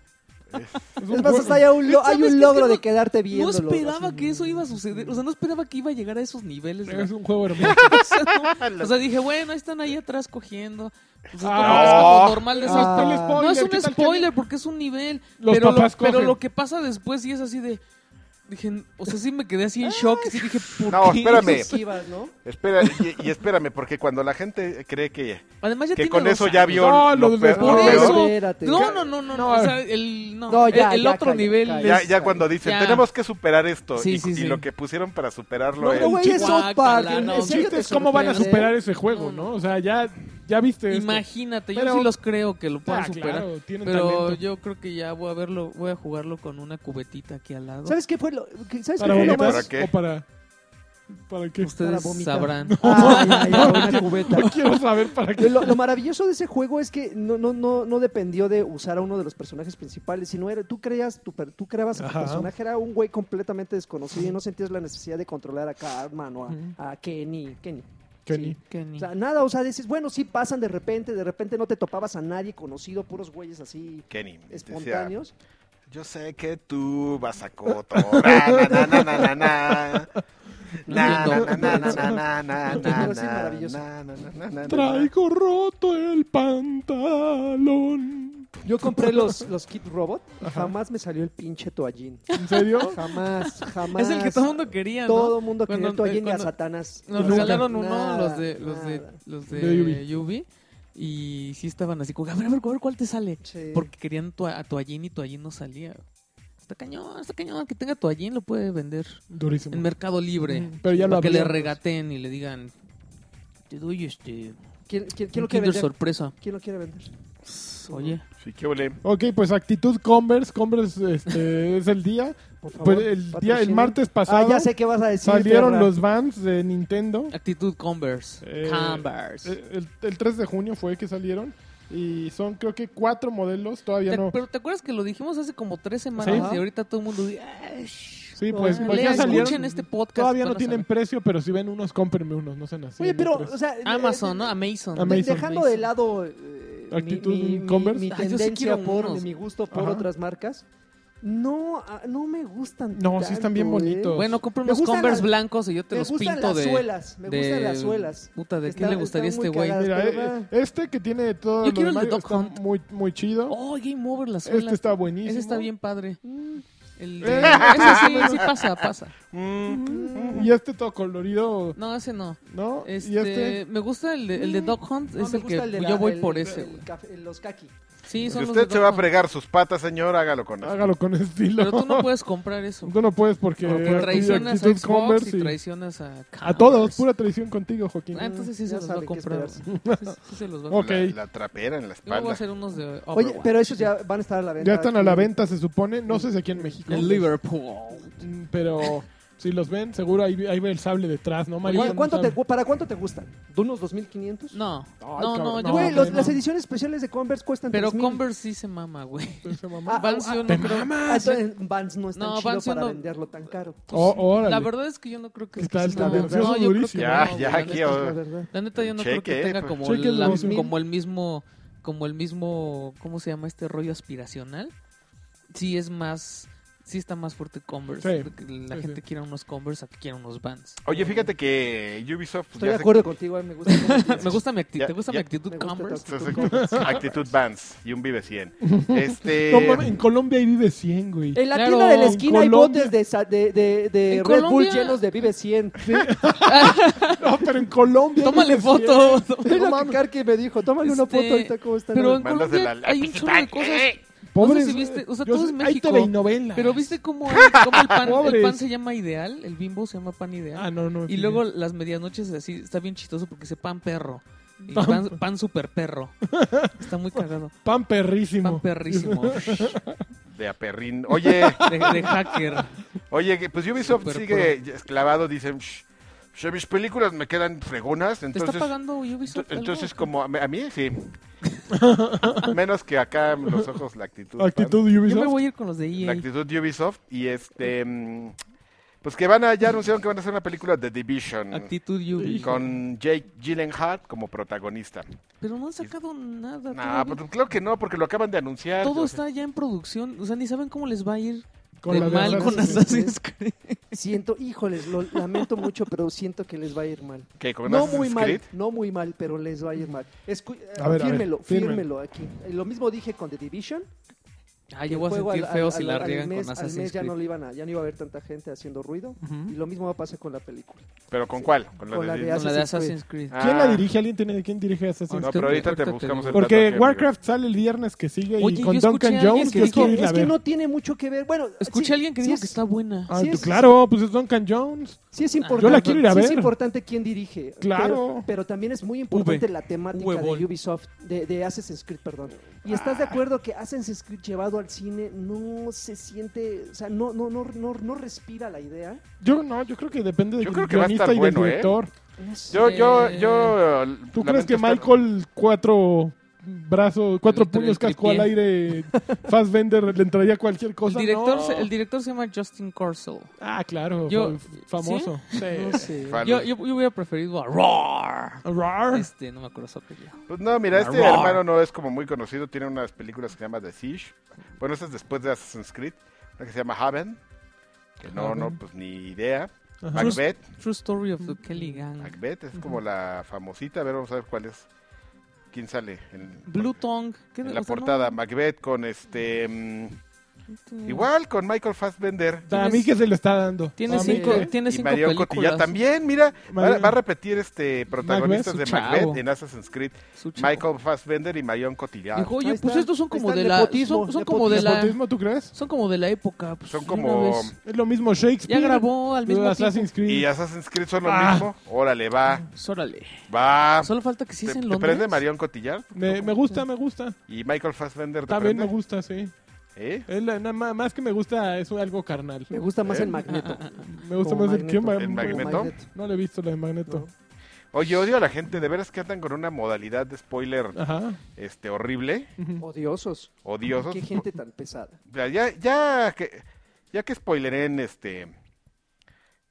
Speaker 3: Es un
Speaker 5: Es más,
Speaker 3: juego-
Speaker 5: hasta hay un, lo- hay
Speaker 1: ¿Sabes qué?
Speaker 5: un
Speaker 1: Es
Speaker 5: logro
Speaker 1: que
Speaker 5: de
Speaker 1: no-
Speaker 5: quedarte
Speaker 1: No
Speaker 5: viéndolo.
Speaker 1: esperaba
Speaker 5: así.
Speaker 1: que eso iba a suceder. O sea, no esperaba que iba a llegar a esos niveles. güey.
Speaker 3: es un juego hermoso.
Speaker 1: O sea, no. O sea, dije, bueno, ahí están ahí atrás cogiendo. Pues, es como-
Speaker 3: Ah.
Speaker 1: es como normal de esos
Speaker 5: Ah.
Speaker 3: Ponle spoiler,
Speaker 1: No es
Speaker 3: ¿qué
Speaker 1: un
Speaker 3: tal que-
Speaker 1: spoiler porque es un nivel.
Speaker 3: Los
Speaker 1: pero,
Speaker 3: papás
Speaker 1: lo, pero
Speaker 3: cogen.
Speaker 1: lo que pasa después sí es así de. Dije, o sea, sí me quedé así en
Speaker 3: Ah.
Speaker 1: shock. Sí dije, ¿por
Speaker 2: No,
Speaker 1: qué?
Speaker 2: espérame.
Speaker 1: Eso sí.
Speaker 5: Esquivas, ¿no?
Speaker 2: Espera, y, y espérame, porque cuando la gente cree que,
Speaker 1: Además, ya
Speaker 2: que
Speaker 1: tiene
Speaker 2: con
Speaker 1: dos
Speaker 2: eso ya
Speaker 1: años.
Speaker 2: vio
Speaker 3: No,
Speaker 2: lo
Speaker 3: lo
Speaker 2: peor-
Speaker 1: Por
Speaker 2: lo
Speaker 5: No,
Speaker 2: peor,
Speaker 1: eso.
Speaker 5: espérate.
Speaker 1: No, no, no, no, no.
Speaker 3: No,
Speaker 1: O sea, el, no,
Speaker 5: No, ya,
Speaker 1: el, el
Speaker 5: ya,
Speaker 1: otro
Speaker 5: calla,
Speaker 1: nivel.
Speaker 5: calla.
Speaker 1: es-
Speaker 2: Ya, ya cuando dicen,
Speaker 1: Ya.
Speaker 2: tenemos que superar esto,
Speaker 1: Sí,
Speaker 2: y,
Speaker 1: sí,
Speaker 2: y
Speaker 1: sí.
Speaker 2: lo que pusieron para superarlo
Speaker 5: No,
Speaker 2: es...
Speaker 5: no, güey, es South Park.
Speaker 1: Guácala,
Speaker 5: ¿En
Speaker 1: no.
Speaker 5: serio
Speaker 3: Ah, El chiste
Speaker 5: te
Speaker 3: es cómo van a
Speaker 5: sorprende?
Speaker 3: superar ese
Speaker 1: No,
Speaker 3: juego,
Speaker 1: no.
Speaker 3: ¿no? O sea, ya, ya viste esto.
Speaker 1: Imagínate, yo
Speaker 3: Pero-
Speaker 1: sí los creo que lo puedan
Speaker 3: Ah,
Speaker 1: superar.
Speaker 3: claro, tienen
Speaker 1: pero
Speaker 3: talento.
Speaker 1: yo creo que ya voy a verlo, voy a jugarlo con una cubetita aquí al lado.
Speaker 5: ¿Sabes qué fue lo, que- ¿sabes qué
Speaker 3: ¿Para
Speaker 5: fue lo
Speaker 3: vomitar
Speaker 5: más?
Speaker 2: ¿Para qué?
Speaker 3: o para...? ¿Para qué?
Speaker 5: Para
Speaker 1: Ustedes
Speaker 5: vomitar.
Speaker 1: sabrán.
Speaker 5: Ah, ya, ya, una cubeta.
Speaker 3: No quiero saber para qué.
Speaker 5: Lo, lo maravilloso de ese juego es que no, no, no, no dependió de usar a uno de los personajes principales, sino era, tú creas, tu per- tú creabas a tu
Speaker 3: Ajá.
Speaker 5: personaje, era un güey completamente desconocido y no sentías la necesidad de controlar a Cartman o a, a Kenny, Kenny.
Speaker 3: Kenny.
Speaker 1: Que ni-
Speaker 5: O sea, nada, o sea, dices, bueno, sí pasan de repente, de repente no te topabas a nadie conocido, puros güeyes así
Speaker 2: Kenny, decía,
Speaker 5: espontáneos.
Speaker 2: yo sé que tú vas a Coto. Na, na, na, na, na, na. Na,
Speaker 1: No,
Speaker 2: na, na, na, na, na, na, na,
Speaker 5: Así maravilloso.
Speaker 2: na, na, na, na, na, na.
Speaker 3: Traigo roto el pantalón.
Speaker 5: Yo compré los, los Kid Robot y jamás me salió el pinche toallín.
Speaker 3: ¿En serio?
Speaker 5: Jamás, jamás.
Speaker 1: Es el que todo el mundo quería, ¿no?
Speaker 5: Todo el mundo quería
Speaker 1: Cuando-
Speaker 5: el toallín
Speaker 1: eh,
Speaker 5: y a
Speaker 1: cuando-
Speaker 5: Satanás.
Speaker 1: Nos
Speaker 3: Nunca.
Speaker 1: regalaron uno,
Speaker 5: Nada,
Speaker 1: los de los de
Speaker 5: nada.
Speaker 1: los
Speaker 3: De
Speaker 1: de
Speaker 3: Ubi.
Speaker 1: Yubi y sí estaban así como, a ver, a ver, a ver cuál te sale.
Speaker 5: Sí.
Speaker 1: Porque querían tua- a toallín y toallín no salía. Está cañón, está cañón, que tenga toallín lo puede vender
Speaker 3: Durísimo.
Speaker 1: en Mercado Libre.
Speaker 3: Mm, Pero ya lo
Speaker 1: para que le
Speaker 3: abrimos.
Speaker 1: regateen y le digan, te doy este
Speaker 5: ¿Quién, quién- quién
Speaker 1: un
Speaker 5: lo quiere
Speaker 1: Kinder
Speaker 5: vender?
Speaker 1: sorpresa.
Speaker 5: ¿Quién lo quiere vender?
Speaker 1: Oye,
Speaker 2: Sí, qué ole.
Speaker 3: Ok, pues actitud Converse. Converse este, es el día.
Speaker 5: Por favor,
Speaker 3: Pues el, día, el
Speaker 5: patrocinen.
Speaker 3: martes pasado
Speaker 5: Ah, ya sé qué vas a decir.
Speaker 3: salieron
Speaker 5: perra.
Speaker 3: los Vans de Nintendo.
Speaker 1: actitud Converse.
Speaker 3: Eh,
Speaker 1: Converse.
Speaker 3: Eh, El, el 3 de junio fue que salieron. Y son creo que cuatro modelos. Todavía
Speaker 1: Te-
Speaker 3: no.
Speaker 1: Pero te acuerdas que lo dijimos hace como tres semanas
Speaker 5: Sí.
Speaker 1: y ahorita todo el mundo dice, "Ay, sh-
Speaker 3: Sí, pues,
Speaker 1: lean,
Speaker 3: pues ya
Speaker 1: lean,
Speaker 3: salieron.
Speaker 1: escuchen este podcast.
Speaker 3: Todavía
Speaker 1: van
Speaker 3: no
Speaker 1: a
Speaker 3: tienen
Speaker 1: saber".
Speaker 3: precio, pero si ven unos, cómprenme unos. No sean así.
Speaker 5: Oye, pero,
Speaker 3: no
Speaker 5: o sea. eh,
Speaker 1: Amazon, ¿no?
Speaker 5: eh,
Speaker 1: Amazon.
Speaker 5: de-
Speaker 3: Amazon.
Speaker 5: Dejando de lado eh, mi-
Speaker 3: Actitud
Speaker 5: mi, mi-
Speaker 3: Converse.
Speaker 5: mi
Speaker 1: Ah, yo sí
Speaker 5: tendencia
Speaker 1: quiero
Speaker 5: por
Speaker 1: unos.
Speaker 5: mi gusto por
Speaker 3: Ajá.
Speaker 5: otras marcas, no, ah, no me gustan.
Speaker 3: No, sí están bien
Speaker 5: tanto, ¿eh?
Speaker 3: bonitos.
Speaker 1: Bueno, compra
Speaker 5: Me
Speaker 1: unos
Speaker 5: gustan
Speaker 1: Converse
Speaker 5: las-
Speaker 1: blancos y yo te
Speaker 5: Me
Speaker 1: los
Speaker 5: gustan
Speaker 1: pinto
Speaker 5: las
Speaker 1: de...
Speaker 5: suelas, me
Speaker 1: de-
Speaker 5: gustan las suelas.
Speaker 1: Puta, ¿de qué
Speaker 5: Está-
Speaker 1: le gustaría a
Speaker 5: están
Speaker 1: este güey?
Speaker 5: muy cagadas.
Speaker 3: Mira,
Speaker 5: pero
Speaker 3: eh,
Speaker 5: va.
Speaker 3: este que tiene todo
Speaker 1: Yo
Speaker 3: lo
Speaker 1: quiero
Speaker 3: de
Speaker 1: el de
Speaker 3: Mario
Speaker 1: Duck
Speaker 3: está
Speaker 1: Hunt.
Speaker 3: muy, muy chido.
Speaker 1: Oh, Game Over, las suelas.
Speaker 3: este está buenísimo.
Speaker 1: Ese está bien padre.
Speaker 5: Mm.
Speaker 1: El
Speaker 3: Eh.
Speaker 1: de... Ese sí, sí pasa, pasa.
Speaker 3: Mm, Y este todo colorido,
Speaker 1: No, ese no.
Speaker 3: ¿no?
Speaker 1: Este,
Speaker 3: Y este...
Speaker 1: Me gusta el de, el de Dog Hunt,
Speaker 5: Mm. No,
Speaker 1: es
Speaker 5: me
Speaker 1: el que
Speaker 5: gusta el de la-
Speaker 1: yo voy
Speaker 5: el-
Speaker 1: por ese.
Speaker 5: el
Speaker 1: güey.
Speaker 5: café- los kaki.
Speaker 1: Sí,
Speaker 2: Si
Speaker 1: son los
Speaker 2: usted
Speaker 1: de
Speaker 2: se
Speaker 1: Duck
Speaker 2: va a
Speaker 1: Hunt.
Speaker 2: fregar sus patas, señor, hágalo con eso.
Speaker 3: Hágalo con estilo.
Speaker 1: Pero tú no puedes comprar eso.
Speaker 3: Tú no puedes porque...
Speaker 1: Porque
Speaker 3: acudió
Speaker 1: pues traicionas a
Speaker 3: Actitud
Speaker 1: Xbox
Speaker 3: Converse
Speaker 1: y
Speaker 3: y-
Speaker 1: traicionas a...
Speaker 3: A todos,
Speaker 1: Converse.
Speaker 3: pura traición contigo, Joaquín.
Speaker 1: Ah, entonces sí
Speaker 5: Ya
Speaker 1: se los va
Speaker 5: sabe
Speaker 1: a
Speaker 5: qué
Speaker 1: comprar. Sí,
Speaker 5: esperarse.
Speaker 1: sí se los va a
Speaker 3: Ok.
Speaker 1: comprar.
Speaker 2: La, la trapera en la
Speaker 1: Yo voy a
Speaker 2: espalda.
Speaker 1: hacer unos de Overwatch.
Speaker 5: Oye, pero esos ya van a estar a la venta.
Speaker 3: ya están a
Speaker 5: aquí.
Speaker 3: la venta, se supone. No sé si aquí en México.
Speaker 1: En Liverpool.
Speaker 3: Mm, Pero si los ven, seguro ahí, ahí ve el sable detrás, ¿no, Mario?
Speaker 5: ¿Cuál- cuánto
Speaker 3: No
Speaker 5: te, ¿Para cuánto te gustan? ¿De unos 2.500?
Speaker 1: No,
Speaker 3: Ay,
Speaker 1: no, no,
Speaker 3: cabrón,
Speaker 1: yo
Speaker 5: Güey,
Speaker 1: creo
Speaker 5: los-
Speaker 1: que
Speaker 5: las
Speaker 1: no.
Speaker 5: ediciones especiales de Converse cuestan
Speaker 1: Pero
Speaker 5: 3,000.
Speaker 1: Converse sí se mama, güey.
Speaker 3: sabe. Ese mamá.
Speaker 5: Ah,
Speaker 1: Vans yo
Speaker 5: ah,
Speaker 1: no creo.
Speaker 5: ah, entonces Vans no es tan
Speaker 1: No,
Speaker 5: chido
Speaker 1: Vans pues, yo
Speaker 5: para
Speaker 1: no-
Speaker 5: venderlo tan caro.
Speaker 3: Oh, órale.
Speaker 1: La verdad es que yo no creo que
Speaker 3: ¿Qué tal?
Speaker 1: No,
Speaker 5: Tendencioso
Speaker 1: no, yo creo que
Speaker 3: durísimo.
Speaker 1: no,
Speaker 2: Ya,
Speaker 1: güey,
Speaker 2: ya,
Speaker 1: la
Speaker 2: aquí
Speaker 1: neta-
Speaker 2: ahora.
Speaker 5: La verdad.
Speaker 1: La neta yo no creo
Speaker 2: Cheque,
Speaker 1: que tenga
Speaker 2: pues.
Speaker 1: como,
Speaker 3: Cheque el
Speaker 1: la-
Speaker 3: negocio.
Speaker 1: como el mismo como el mismo ¿cómo se llama este rollo aspiracional? Sí es más sí está más fuerte Converse.
Speaker 3: Sí,
Speaker 1: que La
Speaker 3: sí,
Speaker 1: gente
Speaker 3: sí.
Speaker 1: quiera unos Converse a que quiera unos Vans.
Speaker 2: Oye, fíjate que Ubisoft pues,
Speaker 5: Estoy
Speaker 2: ya
Speaker 5: de
Speaker 2: se-
Speaker 5: acuerdo contigo, eh, me gusta. cómo piensas.
Speaker 1: Me gusta mi actitud,
Speaker 2: Ya,
Speaker 1: ¿te gusta mi
Speaker 2: ya.
Speaker 1: actitud
Speaker 5: Me gusta tu
Speaker 1: Converse?
Speaker 5: actitud.
Speaker 2: Actitud Vans y un Vive 100. Este,
Speaker 3: No mames, en Colombia ahí vive 100, güey.
Speaker 5: En la
Speaker 1: Claro,
Speaker 5: tienda de la
Speaker 1: en
Speaker 5: esquina hay
Speaker 3: Colombia-
Speaker 5: botes de, sa- de, de, de
Speaker 1: En
Speaker 5: Red Bull
Speaker 1: Colombia-
Speaker 5: llenos de Vive 100.
Speaker 3: No, pero en Colombia.
Speaker 1: Tómale
Speaker 3: vive 100.
Speaker 1: foto.
Speaker 5: Es lo que Karki me dijo. Tómale una
Speaker 1: Este,
Speaker 5: foto ahorita cómo están.
Speaker 1: Pero en
Speaker 2: Mándasela
Speaker 1: Colombia
Speaker 2: al- al
Speaker 1: hay un chorro de
Speaker 2: Pizpac.
Speaker 1: cosas.
Speaker 3: Pobres.
Speaker 1: si viste, o sea,
Speaker 3: yo
Speaker 1: todo es
Speaker 3: sé-
Speaker 1: México.
Speaker 3: Hay telenovelas.
Speaker 1: Pero viste cómo, hay- cómo el, pan, el pan
Speaker 3: Pobres.
Speaker 1: se llama ideal, el bimbo se llama pan ideal.
Speaker 3: Ah, no, no.
Speaker 1: Y
Speaker 3: sí.
Speaker 1: luego las medianoches así, está bien chistoso porque dice pan perro. Y
Speaker 3: Pan-
Speaker 1: pan, pan super perro. Está muy cagado.
Speaker 3: Pan perrísimo.
Speaker 1: Pan perrísimo. De,
Speaker 2: De aperrín. Oye,
Speaker 1: de hacker.
Speaker 2: oye, que, pues Ubisoft
Speaker 1: Super
Speaker 2: sigue esclavado, dicen, "Shh, shh, mis películas me quedan fregonas,
Speaker 1: ¿Te está
Speaker 2: entonces...
Speaker 1: pagando Ubisoft? algo?
Speaker 2: Entonces, como a, a mí, sí. Menos que acá los ojos, la actitud.
Speaker 3: Actitud
Speaker 1: Yo me
Speaker 3: Ubisoft.
Speaker 5: E
Speaker 1: voy a ir con los de
Speaker 2: Vans. La
Speaker 1: EA.
Speaker 2: actitud Ubisoft. Y este. mm, Pues que van a, ya anunciaron que van a hacer una película de Division.
Speaker 1: Actitud UV.
Speaker 2: Con Jake Gyllenhaal como protagonista.
Speaker 1: Pero no han sacado nada.
Speaker 2: No,
Speaker 1: todavía.
Speaker 2: pues claro que no, porque lo acaban de anunciar.
Speaker 1: Todo
Speaker 2: O sea,
Speaker 1: está ya en producción. O sea, ni saben cómo les va a ir
Speaker 3: Con
Speaker 1: de
Speaker 3: la de
Speaker 1: mal
Speaker 3: Assassin's
Speaker 1: con Assassin's Creed.
Speaker 5: Siento, híjoles, lo lamento mucho, pero siento que les va a ir mal.
Speaker 2: ¿qué, con
Speaker 5: No
Speaker 2: Assassin's
Speaker 5: muy
Speaker 2: Creed?
Speaker 5: mal, no muy mal, pero les va a ir mal. Escu- eh,
Speaker 3: A ver, a ver,
Speaker 5: fírmelo,
Speaker 3: firmen.
Speaker 5: fírmelo aquí. Eh, Lo mismo dije con The Division.
Speaker 1: Ah,
Speaker 5: que
Speaker 1: yo voy a
Speaker 5: el juego
Speaker 1: sentir
Speaker 5: al-
Speaker 1: feo
Speaker 5: al-
Speaker 1: si
Speaker 5: al-
Speaker 1: la
Speaker 5: al
Speaker 1: riegan
Speaker 5: mes-
Speaker 1: con Assassin's
Speaker 5: Al mes ya
Speaker 1: Creed.
Speaker 5: no, le iban a, ya no iba a haber tanta gente haciendo ruido. Y lo mismo va a pasar con la película.
Speaker 2: ¿Pero con cuál? Con la
Speaker 5: Con
Speaker 2: de,
Speaker 5: la de
Speaker 2: Disney?
Speaker 1: Con la de
Speaker 5: Assassin's
Speaker 1: Assassin's Creed.
Speaker 2: Ah,
Speaker 3: ¿Quién la dirige? ¿Alguien tiene quién dirige Assassin's
Speaker 2: No,
Speaker 3: Creed?
Speaker 2: pero ahorita te
Speaker 1: Ahorita te
Speaker 2: buscamos
Speaker 1: digo.
Speaker 2: el dato,
Speaker 3: Porque
Speaker 2: amigo.
Speaker 3: Warcraft sale el viernes que sigue
Speaker 1: Oye,
Speaker 3: y
Speaker 1: yo
Speaker 3: con
Speaker 1: escuché
Speaker 3: Duncan
Speaker 1: a alguien
Speaker 3: Jones
Speaker 1: que
Speaker 3: yo
Speaker 5: Es que,
Speaker 3: quiero irla
Speaker 5: es
Speaker 3: a
Speaker 5: que
Speaker 3: ver.
Speaker 5: no tiene mucho que ver. Bueno,
Speaker 1: Escuché
Speaker 5: sí-
Speaker 1: a alguien que
Speaker 5: sí
Speaker 1: dijo
Speaker 5: es-
Speaker 1: que está buena.
Speaker 3: Ah,
Speaker 5: Sí,
Speaker 3: tú-
Speaker 5: es-
Speaker 3: claro, pues es Duncan Jones.
Speaker 5: Sí
Speaker 1: Ah.
Speaker 5: es
Speaker 3: Yo
Speaker 5: importante.
Speaker 3: la quiero ir a
Speaker 5: sí es
Speaker 3: ver.
Speaker 5: importante quién dirige.
Speaker 3: Claro.
Speaker 5: Pero, pero también es muy importante
Speaker 1: V.
Speaker 5: la temática
Speaker 1: Huevón.
Speaker 5: de Ubisoft, de, de Assassin's Creed, perdón. ¿Y estás de acuerdo que Assassin's Creed llevado al cine no se siente, o sea, no, no, no, no, no respira la idea?
Speaker 3: Yo no, yo creo que depende del
Speaker 2: Yo creo que va a
Speaker 3: guionista
Speaker 2: estar
Speaker 3: y
Speaker 2: bueno,
Speaker 3: del
Speaker 2: ¿eh?
Speaker 3: director.
Speaker 5: No sé.
Speaker 2: Yo, yo,
Speaker 1: Eh,
Speaker 2: yo.
Speaker 3: ¿Tú
Speaker 2: lamento
Speaker 3: crees que
Speaker 2: estar-
Speaker 3: Michael cuatro brazos, cuatro
Speaker 1: El- el
Speaker 3: puños cascó al
Speaker 1: tripié.
Speaker 3: aire, Fassbender le entraría cualquier
Speaker 1: El
Speaker 3: cosa?
Speaker 1: director,
Speaker 3: No.
Speaker 1: se, el director se llama Justin Corsell.
Speaker 3: Ah, claro,
Speaker 1: Yo-
Speaker 3: fue famoso.
Speaker 1: No sé.
Speaker 2: Fan.
Speaker 1: Yo, yo, yo hubiera preferido a Roar.
Speaker 3: Rar.
Speaker 1: Este, no me acuerdo su apellido.
Speaker 2: Pues no, mira, este
Speaker 3: Roar.
Speaker 2: hermano no es como muy conocido. Tiene unas películas que se llama The Siege. Bueno, esta es después de Assassin's Creed. Una que se llama Haven. Que no,
Speaker 3: Haven.
Speaker 2: no, pues ni idea.
Speaker 3: Ajá.
Speaker 2: Macbeth.
Speaker 1: True Story of the Kelly Gang.
Speaker 2: Macbeth es como la famosita. A ver, vamos a ver cuál es. ¿Quién sale? En,
Speaker 1: Blue Tongue. ¿Qué-
Speaker 2: en
Speaker 1: o
Speaker 2: la
Speaker 1: sea, no-
Speaker 2: portada. Macbeth con este. mm,
Speaker 1: no tiene-
Speaker 2: Igual con Michael Fassbender.
Speaker 3: A mí que se lo está dando.
Speaker 1: Tiene
Speaker 3: A mí
Speaker 1: cinco,
Speaker 3: que-
Speaker 1: tiene
Speaker 2: y
Speaker 1: cinco
Speaker 2: Marion
Speaker 1: películas.
Speaker 2: Cotillard también, mira, va,
Speaker 3: Marion-
Speaker 2: va a repetir este protagonistas
Speaker 1: Macbeth,
Speaker 2: de
Speaker 1: su
Speaker 2: Macbeth
Speaker 1: chavo.
Speaker 2: en Assassin's Creed,
Speaker 1: Su chavo.
Speaker 2: Michael Fassbender y Marion Cotillard.
Speaker 1: Dijo, oye,
Speaker 5: Ahí
Speaker 1: pues
Speaker 5: está,
Speaker 1: estos son
Speaker 5: ahí
Speaker 1: como
Speaker 5: está
Speaker 1: de
Speaker 5: el
Speaker 1: la...
Speaker 5: nepotismo,
Speaker 1: Son, son como de la...
Speaker 3: ¿Nepotismo, tú crees?
Speaker 1: Son como de la época. pues,
Speaker 2: Son
Speaker 1: de una
Speaker 2: como-
Speaker 1: vez.
Speaker 3: Es lo mismo
Speaker 1: Ya
Speaker 3: Shakespeare.
Speaker 1: grabó al mismo tiempo.
Speaker 3: Assassin's Creed.
Speaker 2: Y Assassin's Creed son lo
Speaker 3: Ah.
Speaker 2: mismo. Órale, va,
Speaker 1: Pues, Órale.
Speaker 2: va.
Speaker 1: Solo falta que sí
Speaker 2: Ah, ¿Te,
Speaker 1: es en
Speaker 2: te
Speaker 1: Londres.
Speaker 2: prende Marion Cotillard?
Speaker 3: Me, me gusta, me gusta.
Speaker 2: ¿Y Michael Fassbender te
Speaker 3: También me
Speaker 2: prende?
Speaker 3: gusta, sí.
Speaker 2: ¿Eh?
Speaker 3: Es la- na- ma- más que me gusta es algo carnal.
Speaker 5: Me gusta más
Speaker 2: Eh.
Speaker 5: el Magneto.
Speaker 3: Me gusta
Speaker 5: Como
Speaker 3: más el
Speaker 5: Magneto.
Speaker 3: que
Speaker 2: El Magneto.
Speaker 3: No le he visto la de Magneto.
Speaker 2: Oye, odio a la gente, de veras que andan con una modalidad de spoiler
Speaker 3: Ajá.
Speaker 2: este horrible,
Speaker 5: No, Odiosos.
Speaker 2: odiosos.
Speaker 5: Qué gente tan pesada.
Speaker 2: Ya, ya, ya que, ya que spoileren este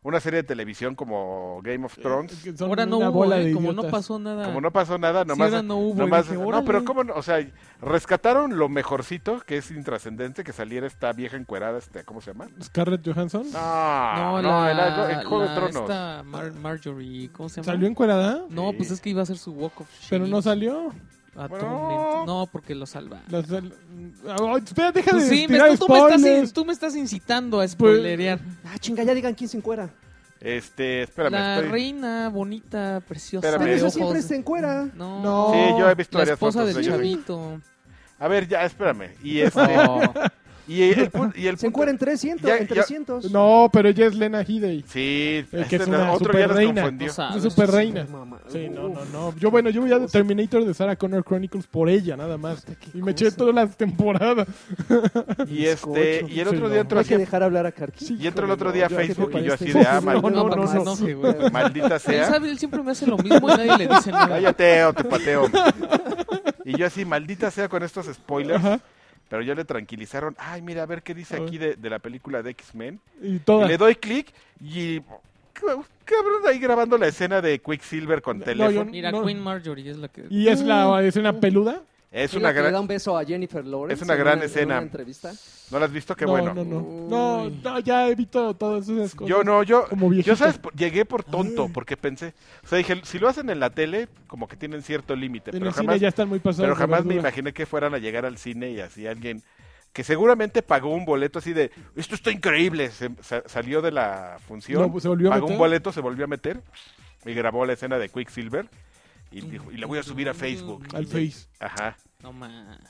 Speaker 2: una serie de televisión como Game of Thrones.
Speaker 3: Que son
Speaker 1: Ahora no
Speaker 3: una
Speaker 1: hubo,
Speaker 3: bola
Speaker 1: eh,
Speaker 3: de
Speaker 1: como no
Speaker 3: idiotas.
Speaker 1: pasó nada.
Speaker 2: Como no pasó nada, nomás.
Speaker 1: Ah. ahora no hubo,
Speaker 2: nomás-
Speaker 1: dije,
Speaker 2: no,
Speaker 1: órale.
Speaker 2: pero cómo, no? o sea, rescataron lo mejorcito, que es intrascendente, que saliera esta vieja encuerada, este, ¿cómo se llama?
Speaker 3: Scarlett Johansson.
Speaker 1: Ah,
Speaker 2: No, no,
Speaker 1: la-
Speaker 2: era el Juego
Speaker 1: la-
Speaker 2: de Tronos.
Speaker 1: Esta Mar- Marjorie, ¿cómo se llama?
Speaker 3: ¿Salió encuerada?
Speaker 1: No,
Speaker 2: Sí.
Speaker 1: pues es que iba a hacer su walk of shame.
Speaker 3: Pero no salió.
Speaker 1: A
Speaker 2: Bueno.
Speaker 1: Torment. No, porque lo salva.
Speaker 3: La sal- Ay, espera, deja
Speaker 1: Pues
Speaker 3: de
Speaker 1: sí, me-
Speaker 3: tirar
Speaker 1: tú, tú me estás, in-
Speaker 3: spoilers. Pues,
Speaker 1: tú me estás incitando a spoilerear.
Speaker 5: Ah, chinga, ya digan quién se encuera.
Speaker 2: Este, espérame,
Speaker 1: la
Speaker 2: estoy-
Speaker 1: reina bonita, preciosa.
Speaker 2: Espérame.
Speaker 5: Pero
Speaker 1: de
Speaker 5: eso
Speaker 1: ojos.
Speaker 5: siempre se encuera.
Speaker 1: No,
Speaker 3: No.
Speaker 2: Sí, yo he visto
Speaker 1: la
Speaker 2: varias
Speaker 1: esposa
Speaker 2: fotos
Speaker 1: del
Speaker 2: ellos.
Speaker 1: chavito.
Speaker 2: A ver, ya, espérame. Y este,
Speaker 1: Oh.
Speaker 2: y el, pu- y el punto-
Speaker 5: Se encuera en 300,
Speaker 2: Ya-
Speaker 5: en
Speaker 2: ya-
Speaker 5: 300.
Speaker 3: No, pero ella es Lena Headey.
Speaker 2: Sí,
Speaker 3: que
Speaker 2: este,
Speaker 3: es una
Speaker 2: otro ya nos
Speaker 3: superreina.
Speaker 2: confundió.
Speaker 1: O sea,
Speaker 3: Es
Speaker 1: ver,
Speaker 3: super reina.
Speaker 5: Mamá.
Speaker 3: Sí, no, no,
Speaker 5: Uf.
Speaker 3: no. Yo, bueno, yo voy a Terminator de Sarah Connor Chronicles por ella, nada más.
Speaker 5: qué
Speaker 3: Y me eché
Speaker 5: cosa.
Speaker 3: todas las temporadas.
Speaker 2: y este,
Speaker 5: bizcocho.
Speaker 2: y el
Speaker 3: Sí,
Speaker 2: otro
Speaker 3: no.
Speaker 2: día entró
Speaker 5: Hay que
Speaker 2: aquí,
Speaker 5: dejar hablar a Karki.
Speaker 3: Sí,
Speaker 2: y entró el otro
Speaker 3: híjole,
Speaker 2: día a
Speaker 3: no, ya que
Speaker 2: Facebook y yo
Speaker 3: parezca-
Speaker 2: así de, ah,
Speaker 3: No,
Speaker 2: maldita,
Speaker 3: no,
Speaker 1: para
Speaker 3: no,
Speaker 1: que se
Speaker 3: no.
Speaker 1: enoje, güey.
Speaker 2: maldita
Speaker 1: Él
Speaker 2: sea.
Speaker 1: sabe, él siempre me hace lo mismo y nadie le dice nada.
Speaker 2: Cállate o te pateo. Y yo así, maldita sea con estos spoilers.
Speaker 3: Ajá.
Speaker 2: Pero ya le tranquilizaron. Ay, mira, a ver qué dice
Speaker 3: A ver. Oh.
Speaker 2: aquí de, de la película de X-Men.
Speaker 3: Y
Speaker 2: Y
Speaker 3: todas.
Speaker 2: Le doy clic y. Cabrón, ahí grabando la escena de Quicksilver con
Speaker 3: No,
Speaker 2: teléfono.
Speaker 3: yo-
Speaker 1: Mira,
Speaker 3: No.
Speaker 1: Queen Marjorie es la que...
Speaker 3: Y es
Speaker 2: Mm.
Speaker 3: la escena peluda.
Speaker 2: Es
Speaker 5: Sí,
Speaker 2: una
Speaker 5: la que le da
Speaker 2: gran.
Speaker 5: un beso a Jennifer Lawrence.
Speaker 2: es una
Speaker 5: en
Speaker 2: gran
Speaker 5: en
Speaker 2: escena.
Speaker 5: una entrevista.
Speaker 2: ¿No la has visto? Qué
Speaker 3: no,
Speaker 2: bueno.
Speaker 3: No, no, no. no, ya evito todas esas cosas.
Speaker 2: Yo no, yo.
Speaker 3: Como viejito.
Speaker 2: Yo, ¿sabes? Por- Llegué por tonto porque pensé. O sea, dije, si lo hacen en la tele, como que tienen cierto límite.
Speaker 3: En
Speaker 2: Pero
Speaker 3: el cine
Speaker 2: jamás,
Speaker 3: ya están muy pasadas.
Speaker 2: pero
Speaker 3: de
Speaker 2: jamás me
Speaker 3: verdura.
Speaker 2: imaginé que fueran a llegar al cine y así alguien. Que seguramente pagó un boleto así de. Esto está increíble. Se- sa- salió de la función.
Speaker 3: No, se volvió a
Speaker 2: pagó
Speaker 3: meter.
Speaker 2: un boleto, se volvió a meter. Y grabó la escena de Quicksilver. Y dijo, y la voy a subir a Facebook.
Speaker 3: Al Face.
Speaker 2: Ajá.
Speaker 1: No, ma.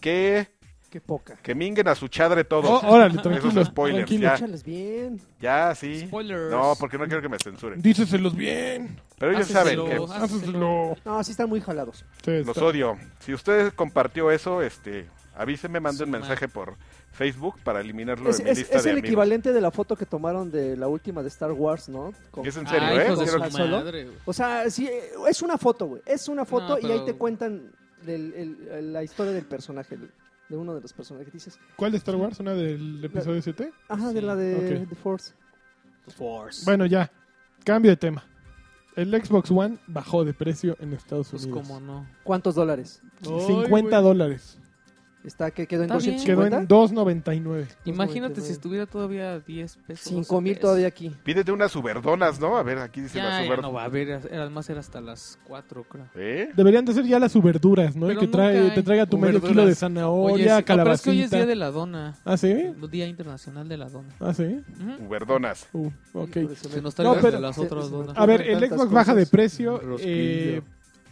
Speaker 2: Que,
Speaker 5: Qué poca.
Speaker 2: que minguen a su chadre todos.
Speaker 3: Oh, órale,
Speaker 2: Esos
Speaker 3: tranquilos.
Speaker 2: spoilers,
Speaker 3: tranquilos.
Speaker 2: ya,
Speaker 5: Échales bien.
Speaker 2: ya, sí.
Speaker 1: Spoilers.
Speaker 2: No, porque no quiero que me censuren.
Speaker 3: Díceselos bien.
Speaker 2: Pero ellos
Speaker 1: Háceselo.
Speaker 2: saben que
Speaker 3: Háceselo.
Speaker 5: No, sí están muy jalados.
Speaker 3: Sí,
Speaker 2: los
Speaker 3: está.
Speaker 2: odio. Si usted compartió eso, este, avíseme, mande un
Speaker 1: Su
Speaker 2: mensaje por Facebook para eliminarlo
Speaker 5: Es,
Speaker 2: de mi
Speaker 5: es-
Speaker 2: lista
Speaker 5: es
Speaker 2: de
Speaker 5: el
Speaker 2: amigos.
Speaker 5: equivalente de la foto que tomaron de la última de Star Wars, ¿no? Con-
Speaker 2: Es en
Speaker 1: Ah,
Speaker 2: serio, ¿eh?
Speaker 1: hijos de
Speaker 2: Quiero-
Speaker 5: ¿Han
Speaker 1: su
Speaker 5: Solo?
Speaker 1: madre, güey.
Speaker 5: O sea, sí, eh, es una foto, güey. Es una foto
Speaker 1: No,
Speaker 5: y ahí te
Speaker 1: pero-
Speaker 5: cuentan del- el- el- la historia del personaje, el- de uno de los personajes. Dices,
Speaker 3: ¿Cuál de Star Wars? ¿Una del episodio 7?
Speaker 5: ajá, de
Speaker 1: Sí,
Speaker 5: la de
Speaker 3: ok.
Speaker 5: The Force. Force.
Speaker 3: Bueno, ya. Cambio de tema. El Xbox One bajó de precio en Estados
Speaker 1: Pues
Speaker 3: Unidos.
Speaker 1: como no.
Speaker 5: ¿Cuántos dólares?
Speaker 1: Ay,
Speaker 3: 50
Speaker 1: güey.
Speaker 3: dólares.
Speaker 5: Está que quedó en
Speaker 1: Está bien.
Speaker 3: Quedó
Speaker 5: 250.
Speaker 3: en 2.99.
Speaker 1: Imagínate si
Speaker 5: 2.99.
Speaker 1: estuviera todavía a 10 pesos.
Speaker 5: 5 mil
Speaker 1: pesos.
Speaker 5: todavía aquí.
Speaker 2: Pídete unas uberdonas, ¿no? A ver, aquí dice
Speaker 1: Ya,
Speaker 2: las
Speaker 1: ya
Speaker 2: uber...
Speaker 1: no va a haber. era- Además era hasta las 4, creo.
Speaker 2: ¿Eh?
Speaker 3: Deberían de ser ya las verduras, ¿no? Y
Speaker 1: Pero
Speaker 3: que trae,
Speaker 1: nunca
Speaker 3: te
Speaker 1: hay
Speaker 3: traiga tu medio
Speaker 1: verduras.
Speaker 3: kilo de
Speaker 5: Oh,
Speaker 1: Oye,
Speaker 3: zanahoria,
Speaker 1: sí, no, pero es
Speaker 3: calabacita.
Speaker 1: que hoy es Día de la Dona.
Speaker 3: ¿Ah, sí?
Speaker 1: Día Internacional de la Dona.
Speaker 3: ¿Ah, sí?
Speaker 1: Ujú.
Speaker 2: Uberdonas.
Speaker 3: Uh, ok.
Speaker 5: Híjole, se
Speaker 1: Se
Speaker 5: me-
Speaker 1: nos
Speaker 3: No,
Speaker 1: trae
Speaker 3: pero-
Speaker 1: las
Speaker 5: se-
Speaker 1: otras
Speaker 5: se me-
Speaker 1: donas.
Speaker 3: A ver, el
Speaker 5: tantas
Speaker 3: Xbox baja de
Speaker 5: cosas.
Speaker 3: precio.
Speaker 1: Rosquillo.
Speaker 3: eh,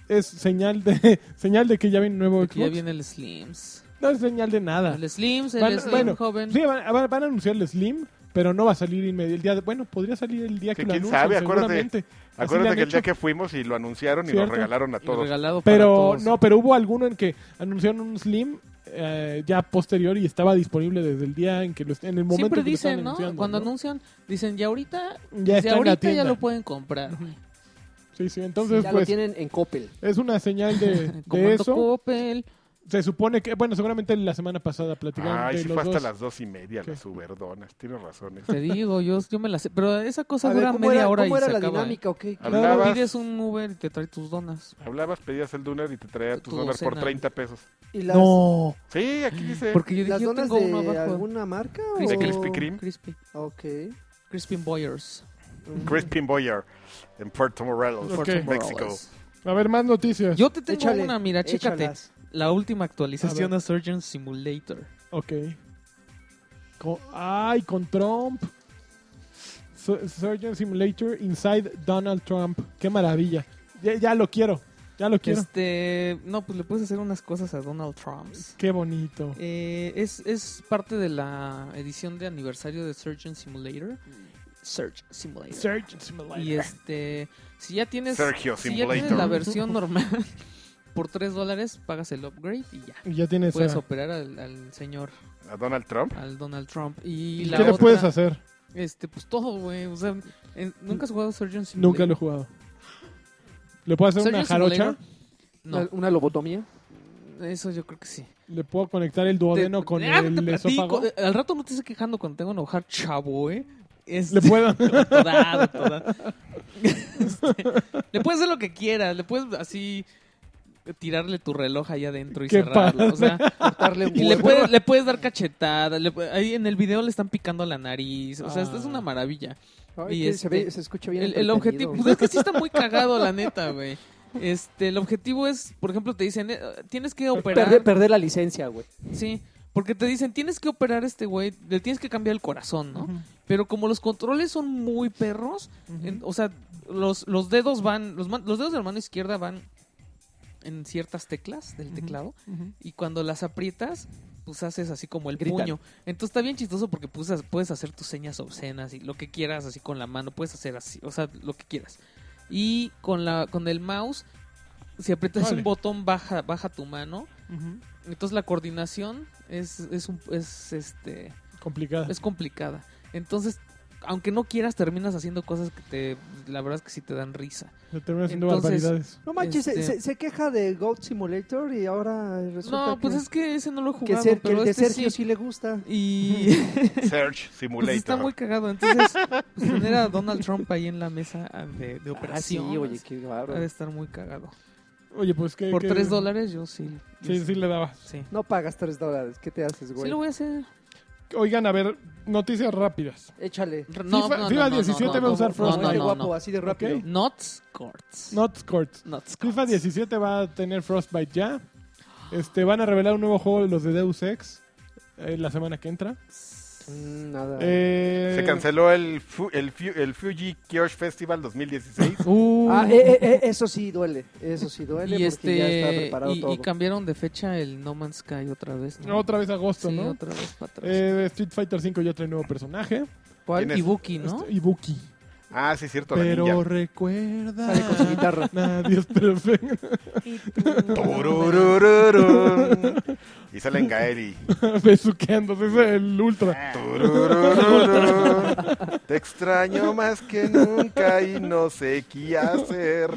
Speaker 3: es señal de señal de que ya viene un nuevo
Speaker 1: Porque ya
Speaker 3: Xbox.
Speaker 1: viene el Slims.
Speaker 3: No es señal de nada.
Speaker 1: El Slims, el
Speaker 3: Ah. Van-
Speaker 1: Slim
Speaker 3: bueno,
Speaker 1: joven.
Speaker 3: Sí, van, van- van a anunciar el Slim, pero no va a salir inmediatamente. día de- bueno, podría salir el día
Speaker 2: Que
Speaker 3: que, lo
Speaker 2: quién
Speaker 3: anuncien,
Speaker 2: sabe, acuérdate.
Speaker 3: seguramente. Así le
Speaker 2: Acuérdate
Speaker 3: han
Speaker 2: que el
Speaker 3: hecho.
Speaker 2: día que fuimos y lo anunciaron y
Speaker 3: Cierto.
Speaker 2: lo regalaron a
Speaker 1: Y
Speaker 2: todos.
Speaker 1: regalado para
Speaker 3: Pero
Speaker 1: todos.
Speaker 3: no, pero hubo alguno en que anunciaron un Slim eh, ya posterior y estaba disponible desde el día en que lo est- en el momento
Speaker 1: Siempre
Speaker 3: que lo estaban
Speaker 1: dicen, ¿no?
Speaker 3: anunciando,
Speaker 1: Cuando
Speaker 3: ¿no?
Speaker 1: anuncian, dicen ya ahorita,
Speaker 3: ya
Speaker 1: si
Speaker 3: está en la
Speaker 1: ahorita
Speaker 3: tienda.
Speaker 1: ya lo pueden comprar. güey.
Speaker 3: Sí, sí, entonces
Speaker 5: ya lo
Speaker 3: pues
Speaker 5: tienen en Coppel.
Speaker 3: es una señal de, de
Speaker 1: Comando
Speaker 3: eso.
Speaker 1: Coppel.
Speaker 3: Se supone que bueno, seguramente la semana pasada platicaron
Speaker 2: Ay,
Speaker 3: de
Speaker 2: sí
Speaker 3: los
Speaker 2: fue hasta
Speaker 3: dos.
Speaker 2: las dos y media
Speaker 3: Sí.
Speaker 2: las uberdonas. Tienes razón. ¿eh?
Speaker 1: Te digo, yo, yo me la sé. Pero esa cosa
Speaker 5: A ver,
Speaker 1: dura
Speaker 5: ¿cómo
Speaker 1: media
Speaker 5: era,
Speaker 1: hora
Speaker 5: cómo
Speaker 1: y
Speaker 5: era
Speaker 1: se
Speaker 5: la
Speaker 1: acaba. ¿eh?
Speaker 5: dinámica? ¿ok? ¿Qué-
Speaker 1: Luego
Speaker 2: Hablabas,
Speaker 1: pides un Uber y te trae tus donas.
Speaker 2: hablabas, pedías el dólar y te traía
Speaker 1: Tu-
Speaker 2: tus
Speaker 1: tu
Speaker 2: dólares por
Speaker 1: docena.
Speaker 2: 30 pesos.
Speaker 5: ¿Y las,
Speaker 3: No.
Speaker 2: Sí, aquí dice.
Speaker 1: Porque yo
Speaker 5: las
Speaker 1: dije, yo
Speaker 5: donas
Speaker 1: tengo uno
Speaker 5: de
Speaker 1: abajo.
Speaker 5: alguna marca?
Speaker 1: Crispy.
Speaker 5: o-
Speaker 2: De Krispy Kreme.
Speaker 1: Crispy.
Speaker 5: Ok.
Speaker 1: Crispy Boyers.
Speaker 2: Crispin Boyer en Puerto Morelos,
Speaker 3: Ok.
Speaker 2: México.
Speaker 3: A ver, más noticias.
Speaker 1: Yo te tengo
Speaker 5: Échale,
Speaker 1: una, mira, chécate.
Speaker 5: échalas.
Speaker 1: La última
Speaker 3: A
Speaker 1: actualización
Speaker 3: ver.
Speaker 1: a Surgeon Simulator.
Speaker 3: Ok. Co- Ay, con Trump. Su- Surgeon Simulator Inside Donald Trump. Qué maravilla. Ya, ya lo quiero. Ya lo quiero.
Speaker 1: Este, no, pues le puedes hacer unas cosas a Donald Trump.
Speaker 3: Qué bonito.
Speaker 1: Eh, es, es parte de la edición de aniversario de Surgeon Simulator. Surge Simulator.
Speaker 3: Surgeon Simulator.
Speaker 1: eh, Y este, si ya tienes,
Speaker 2: Sergio
Speaker 1: si ya tienes
Speaker 2: Simulator.
Speaker 1: la versión normal, por 3 dólares pagas el upgrade y ya.
Speaker 3: Y Ya tienes.
Speaker 1: Puedes
Speaker 3: a-
Speaker 1: operar al, al señor,
Speaker 2: A Donald Trump.
Speaker 1: al Donald Trump. ¿Y,
Speaker 3: ¿Qué
Speaker 1: la
Speaker 3: le
Speaker 1: otra,
Speaker 3: puedes hacer?
Speaker 1: Este, pues todo, güey. O sea, en- ¿nunca has jugado Surgeon Simulator?
Speaker 3: Nunca lo he jugado. ¿Le puedo hacer
Speaker 1: Surgeon
Speaker 3: una jarocha?
Speaker 1: Simulator. No,
Speaker 5: Una- ¿Una lobotomía?
Speaker 1: eso yo creo que sí.
Speaker 3: ¿Le puedo conectar el duodeno
Speaker 1: Te-
Speaker 3: con
Speaker 1: ah, te
Speaker 3: el
Speaker 1: platico.
Speaker 3: esófago?
Speaker 1: Eh, Al rato no te estés quejando cuando tengo enojar, chavo, ¿eh? Es
Speaker 3: ¿Le puedo?
Speaker 1: doctorado, toda. Este, le puedes hacer lo que quieras, le puedes así tirarle tu reloj allá adentro y
Speaker 3: Qué
Speaker 1: cerrarlo. O sea,
Speaker 5: Cortarle un
Speaker 1: y le
Speaker 5: huevo.
Speaker 1: puedes, le puedes dar cachetada. le pu- ahí en el video le están picando la nariz. O sea, esto es
Speaker 3: Ah.
Speaker 1: una maravilla.
Speaker 5: Ay,
Speaker 1: y
Speaker 5: que se,
Speaker 1: este-
Speaker 5: ve- se escucha bien
Speaker 1: El, el
Speaker 5: entretenido.
Speaker 1: objetivo. pues es que sí está muy cagado, la neta, güey. Este, el objetivo es, por ejemplo, te dicen, eh, tienes que operar.
Speaker 5: Perder, perder la licencia, güey.
Speaker 1: Sí, porque te dicen, tienes que operar a este güey, le tienes que cambiar el corazón, ¿no? Pero como los controles son muy perros, en- o sea, los, los dedos van, los, man- los dedos de la mano izquierda van en ciertas teclas del teclado y cuando las aprietas, pues haces así como el
Speaker 5: Gritan.
Speaker 1: puño. Entonces está bien chistoso porque pues, as- puedes hacer tus señas obscenas y lo que quieras así con la mano, puedes hacer así, o sea, lo que quieras. Y con, la, con el mouse, si aprietas
Speaker 3: Órale.
Speaker 1: un botón, baja, baja tu mano. Entonces la coordinación es, es, un- es, este,
Speaker 3: Complicada.
Speaker 1: es complicada. Entonces, aunque no quieras, terminas haciendo cosas que te, la verdad es que sí te dan risa.
Speaker 3: Se termina haciendo
Speaker 1: Entonces-
Speaker 3: barbaridades.
Speaker 5: No manches, se-
Speaker 1: Este-
Speaker 5: se, se queja de Goat Simulator y ahora resulta
Speaker 1: No, pues
Speaker 5: que,
Speaker 1: es que ese no lo he
Speaker 5: que
Speaker 1: jugado,
Speaker 5: Ser- que
Speaker 1: pero
Speaker 5: el de
Speaker 1: este
Speaker 5: Sergio sí.
Speaker 1: sí.
Speaker 5: le gusta.
Speaker 1: Y
Speaker 2: Search Simulator.
Speaker 1: pues, está muy cagado. Entonces, pues, tener a Donald Trump ahí en la mesa ah, de, de operación.
Speaker 5: Ah, sí, oye, qué
Speaker 1: ha de
Speaker 5: bárbaro.
Speaker 1: estar muy cagado.
Speaker 3: Oye, pues que.
Speaker 1: Por
Speaker 3: que-
Speaker 1: 3 dólares yo sí. yo
Speaker 3: Sí, sí, le dabas.
Speaker 1: Sí.
Speaker 5: No pagas 3 dólares, ¿qué te haces,
Speaker 1: Sí
Speaker 5: güey?
Speaker 1: lo voy a hacer.
Speaker 3: Ocupan, a ver, noticias rápidas.
Speaker 5: Échale.
Speaker 1: No, no,
Speaker 3: FIFA
Speaker 1: no, no,
Speaker 3: 17
Speaker 1: no, no,
Speaker 3: va a usar
Speaker 1: no,
Speaker 3: Frostbite.
Speaker 1: No,
Speaker 5: Este
Speaker 1: no,
Speaker 5: guapo,
Speaker 1: no.
Speaker 5: así de rápido.
Speaker 3: Ok.
Speaker 1: Not courts.
Speaker 3: Not Court.
Speaker 1: Not courts.
Speaker 3: FIFA 17 va a tener Frostbite ya. Este, van a revelar un nuevo juego de los de Deus Ex eh, la semana que entra.
Speaker 5: Mm, nada.
Speaker 3: Eh,
Speaker 2: Se canceló el, Fu- el, Fu- el Fuji Kiosk Festival 2016.
Speaker 1: Uh.
Speaker 5: Ah, eh, eh, eh, eso sí duele, eso sí duele
Speaker 1: y
Speaker 5: porque
Speaker 1: este
Speaker 5: ya está preparado
Speaker 1: y,
Speaker 5: todo.
Speaker 1: y cambiaron de fecha el No Man's Sky otra vez ¿no?
Speaker 3: Otra vez agosto,
Speaker 1: eh. sí,
Speaker 3: ¿no?
Speaker 1: otra vez para atrás
Speaker 3: Eh, Street Fighter 5 ya trae nuevo personaje.
Speaker 1: ¿Cuál?
Speaker 2: ¿Quién es?
Speaker 1: y Buki ¿no?
Speaker 3: Este, Ibuki.
Speaker 2: Ah, sí, cierto, la
Speaker 3: Pero
Speaker 2: ninja.
Speaker 3: recuerda.
Speaker 5: Sale con su guitarra.
Speaker 3: Nadie es perfecto.
Speaker 2: Turururururun. Y salen Gaeri.
Speaker 3: Besuqueándose. ese Es el ultra.
Speaker 2: Ah, Turururururun. Te extraño más que nunca y no sé qué hacer.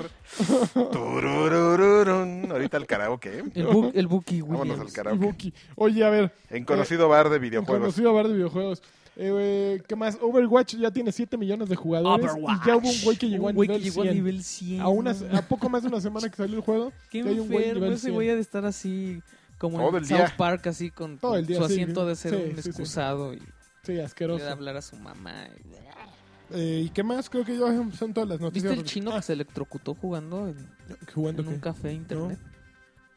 Speaker 2: Tururururun. Ahorita el karaoke. ¿eh?
Speaker 1: el, Bu- el Buki Williams
Speaker 2: Vámonos al karaoke.
Speaker 3: Ibuki. Oye, a ver.
Speaker 2: En conocido bar de
Speaker 3: un
Speaker 2: videojuegos.
Speaker 3: Conocido bar de videojuegos. Eh, ¿Qué más? Overwatch ya tiene 7 millones de jugadores. Y ya hubo un güey que llegó, a,
Speaker 1: Un güey
Speaker 3: nivel
Speaker 1: que llegó
Speaker 3: 100.
Speaker 1: a nivel 100.
Speaker 3: A, una-
Speaker 1: no
Speaker 3: a poco más de una semana que salió el juego,
Speaker 1: Qué
Speaker 3: ya hay un güey
Speaker 1: enfermo
Speaker 3: nivel
Speaker 1: ese
Speaker 3: 100.
Speaker 1: güey ha de estar así como
Speaker 2: Todo
Speaker 1: en
Speaker 2: el
Speaker 1: South
Speaker 2: día.
Speaker 1: Park, así con
Speaker 3: Todo el día,
Speaker 1: su
Speaker 3: sí,
Speaker 1: asiento de ser
Speaker 3: sí,
Speaker 1: un
Speaker 3: sí, sí.
Speaker 1: excusado
Speaker 3: sí,
Speaker 1: y de
Speaker 3: asqueroso.
Speaker 1: hablar a su mamá.
Speaker 3: Eh, ¿Y qué más? Creo que ya son todas las
Speaker 1: ¿Viste
Speaker 3: noticias.
Speaker 1: el chino que se electrocutó jugando en,
Speaker 3: jugando
Speaker 1: en un
Speaker 3: ah. qué?
Speaker 1: café internet?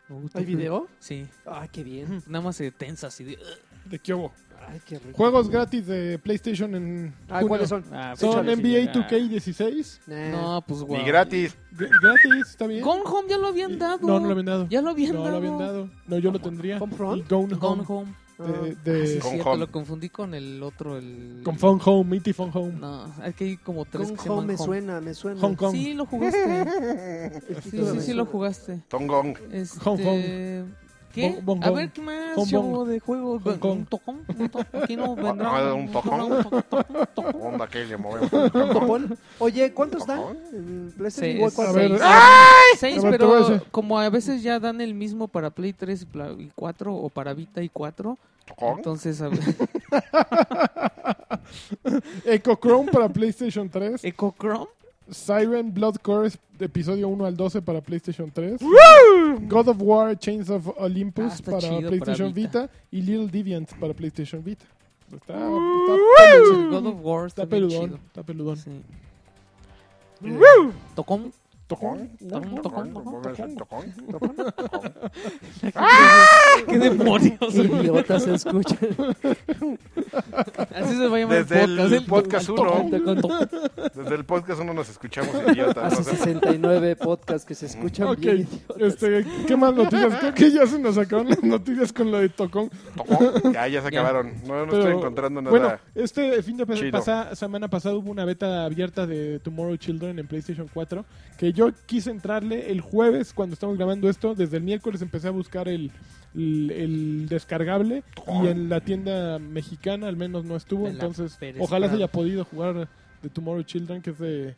Speaker 1: Uy,
Speaker 5: ¿Hay video?
Speaker 1: Sí.
Speaker 5: Ah, qué bien.
Speaker 1: Nada más se tensa así de...
Speaker 3: ¿De qué hubo?
Speaker 5: Ay, qué rico.
Speaker 3: Juegos gratis de PlayStation en
Speaker 5: Ah,
Speaker 3: junio.
Speaker 5: ¿cuáles son?
Speaker 1: Ah,
Speaker 3: Son
Speaker 5: Échale,
Speaker 3: NBA
Speaker 1: señora.
Speaker 3: 2K16.
Speaker 5: Nah.
Speaker 1: No, pues guau.
Speaker 2: Ni gratis.
Speaker 3: Gr- Gratis, está bien.
Speaker 1: Gone Home ya lo habían dado.
Speaker 3: No, no lo habían dado.
Speaker 1: Ya lo habían
Speaker 3: No
Speaker 1: dado.
Speaker 3: lo habían dado. No, yo lo tendría.
Speaker 5: ¿Home Front?
Speaker 3: Y Gone
Speaker 1: Gone
Speaker 3: Home.
Speaker 1: Home.
Speaker 5: Ah,
Speaker 3: De,
Speaker 1: Ah, sí,
Speaker 3: de-
Speaker 1: es
Speaker 2: Gone
Speaker 1: cierto,
Speaker 2: Home.
Speaker 1: lo confundí con el otro, el...
Speaker 3: con Phone Home, Mitty Phone Home.
Speaker 1: No, aquí hay como tres
Speaker 5: Gone
Speaker 1: que se
Speaker 5: Home
Speaker 1: llaman
Speaker 5: me
Speaker 1: Home.
Speaker 5: suena, me suena.
Speaker 3: Hong Kong.
Speaker 1: Sí, lo jugaste.
Speaker 5: El
Speaker 1: Sí,
Speaker 5: título
Speaker 1: sí,
Speaker 5: me
Speaker 1: sí, lo
Speaker 5: suena.
Speaker 1: jugaste.
Speaker 2: Tongong.
Speaker 1: Este...
Speaker 3: Hong Kong.
Speaker 1: ¿Qué?
Speaker 3: Hong- Hong
Speaker 1: A
Speaker 3: Kong.
Speaker 1: ver, ¿qué más
Speaker 3: Hong
Speaker 1: yo
Speaker 3: Kong.
Speaker 1: de juego?
Speaker 3: Hong Kong.
Speaker 1: ¿Un tocón? ¿Un tocón? Aquí no vendrá.
Speaker 2: Ah, un tocón. Onda que le movemos.
Speaker 5: Japón. Oye, ¿cuántos dan?
Speaker 2: Japón.
Speaker 5: En PlayStation
Speaker 1: Seis.
Speaker 5: igual, ¿cuántos?
Speaker 3: A ver,
Speaker 1: Seis. Seis,
Speaker 3: A ver, te voy a
Speaker 1: pero
Speaker 3: decir.
Speaker 1: como a veces ya dan el mismo para Play 3 y Pla- y 4 o para Vita y 4,
Speaker 2: Tocón.
Speaker 1: entonces a ver,
Speaker 3: Echo Chrome para PlayStation 3.
Speaker 1: Echo Chrome,
Speaker 3: Siren Blood Course de episodio 1 al 12 para PlayStation 3. God of War Chains of
Speaker 1: Ah,
Speaker 3: Olympus
Speaker 1: está
Speaker 3: para
Speaker 1: chido para
Speaker 3: PlayStation
Speaker 1: Vita.
Speaker 3: Vita. y Little Deviant para PlayStation Vita. Está, está
Speaker 1: el
Speaker 3: peludón.
Speaker 1: God of War está,
Speaker 3: Está
Speaker 1: bien
Speaker 3: peludón.
Speaker 1: chido.
Speaker 3: Está peludón.
Speaker 1: Sí.
Speaker 3: Eh,
Speaker 1: Tocón,
Speaker 2: Tocón.
Speaker 1: tocón, tocón, tocón.
Speaker 2: Tocón. Tocón.
Speaker 1: ¡Qué demonios!
Speaker 5: Qué idiota se escucha.
Speaker 1: Así se va a llamar
Speaker 2: Desde
Speaker 1: el
Speaker 2: el
Speaker 1: podcast.
Speaker 2: podcast
Speaker 1: tocón,
Speaker 2: uno.
Speaker 1: tocón, tocón.
Speaker 2: Desde el podcast uno nos escuchamos idiotas.
Speaker 5: Hace
Speaker 2: no sé.
Speaker 5: 69 podcasts que se escuchan
Speaker 3: Ok,
Speaker 5: bien idiotas.
Speaker 3: este, ¿qué más noticias? Creo que ya se nos acabaron las noticias con lo de Tocón.
Speaker 2: Tocón. Ya, ya se
Speaker 1: Ya.
Speaker 2: acabaron. No, no
Speaker 3: pero-
Speaker 2: estoy encontrando nada.
Speaker 3: Bueno, este fin de
Speaker 2: Chido.
Speaker 3: pasada, semana pasada hubo una beta abierta de Tomorrow Children en PlayStation 4 que yo quise entrarle el jueves cuando estamos grabando esto. Desde el miércoles empecé a buscar el, el- el descargable y en la tienda mexicana al menos no estuvo.
Speaker 1: Me la
Speaker 3: Entonces,
Speaker 1: Pérez
Speaker 3: ojalá se
Speaker 1: Prado.
Speaker 3: haya podido jugar de Tomorrow Children que es de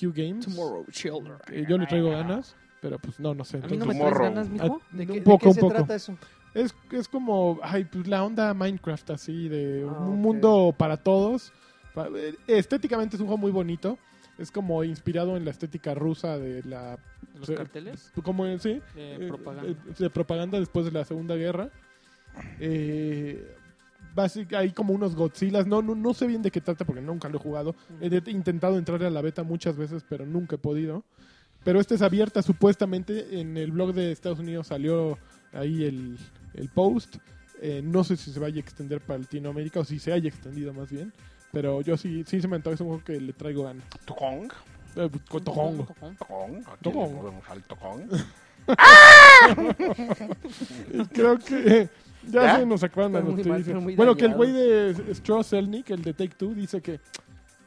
Speaker 3: Q Games.
Speaker 1: Tomorrow, children.
Speaker 3: Eh, yo le traigo ganas, pero pues no, no sé.
Speaker 1: A mí no
Speaker 3: Entonces,
Speaker 1: me traes
Speaker 2: Tomorrow.
Speaker 1: ganas, mijo.
Speaker 3: ah,
Speaker 5: ¿De qué,
Speaker 3: un
Speaker 5: de
Speaker 3: poco,
Speaker 5: qué
Speaker 3: un
Speaker 5: se
Speaker 3: poco.
Speaker 5: trata eso?
Speaker 3: Es, es como ay, pues, la onda Minecraft, así, de
Speaker 5: Ah,
Speaker 3: un
Speaker 5: ok.
Speaker 3: mundo para todos. Pa- eh, Estéticamente es un juego muy bonito. Es como inspirado en la estética rusa de la...
Speaker 1: ¿Los
Speaker 3: se-
Speaker 1: carteles?
Speaker 3: Como en sí.
Speaker 1: De
Speaker 3: eh,
Speaker 1: propaganda.
Speaker 3: eh, de propaganda después de la Segunda Guerra. Eh, basic- hay como unos Godzillas. No, no, no sé bien de qué trata porque nunca lo he jugado. He de- intentado entrar a la beta muchas veces, pero nunca he podido. Pero esta es abierta supuestamente. En el blog de Estados Unidos salió ahí el, el post. Eh, no sé si se vaya a extender para Latinoamérica o si se haya extendido más bien. Pero yo sí, sí se me antoja, es un juego que le traigo ganas.
Speaker 2: Tocón.
Speaker 3: Eh, cotojongo.
Speaker 1: Tocón.
Speaker 2: Tocón. Aquí le
Speaker 3: Tocón.
Speaker 2: movemos al tocón.
Speaker 3: Creo que eh, ya,
Speaker 2: ¿Ya?
Speaker 3: se nos acaban las
Speaker 5: Fue muy mal,
Speaker 3: noticias.
Speaker 5: fue muy
Speaker 3: Bueno, que el
Speaker 5: dañado.
Speaker 3: güey de Straw Selnick, el de Take Two, dice que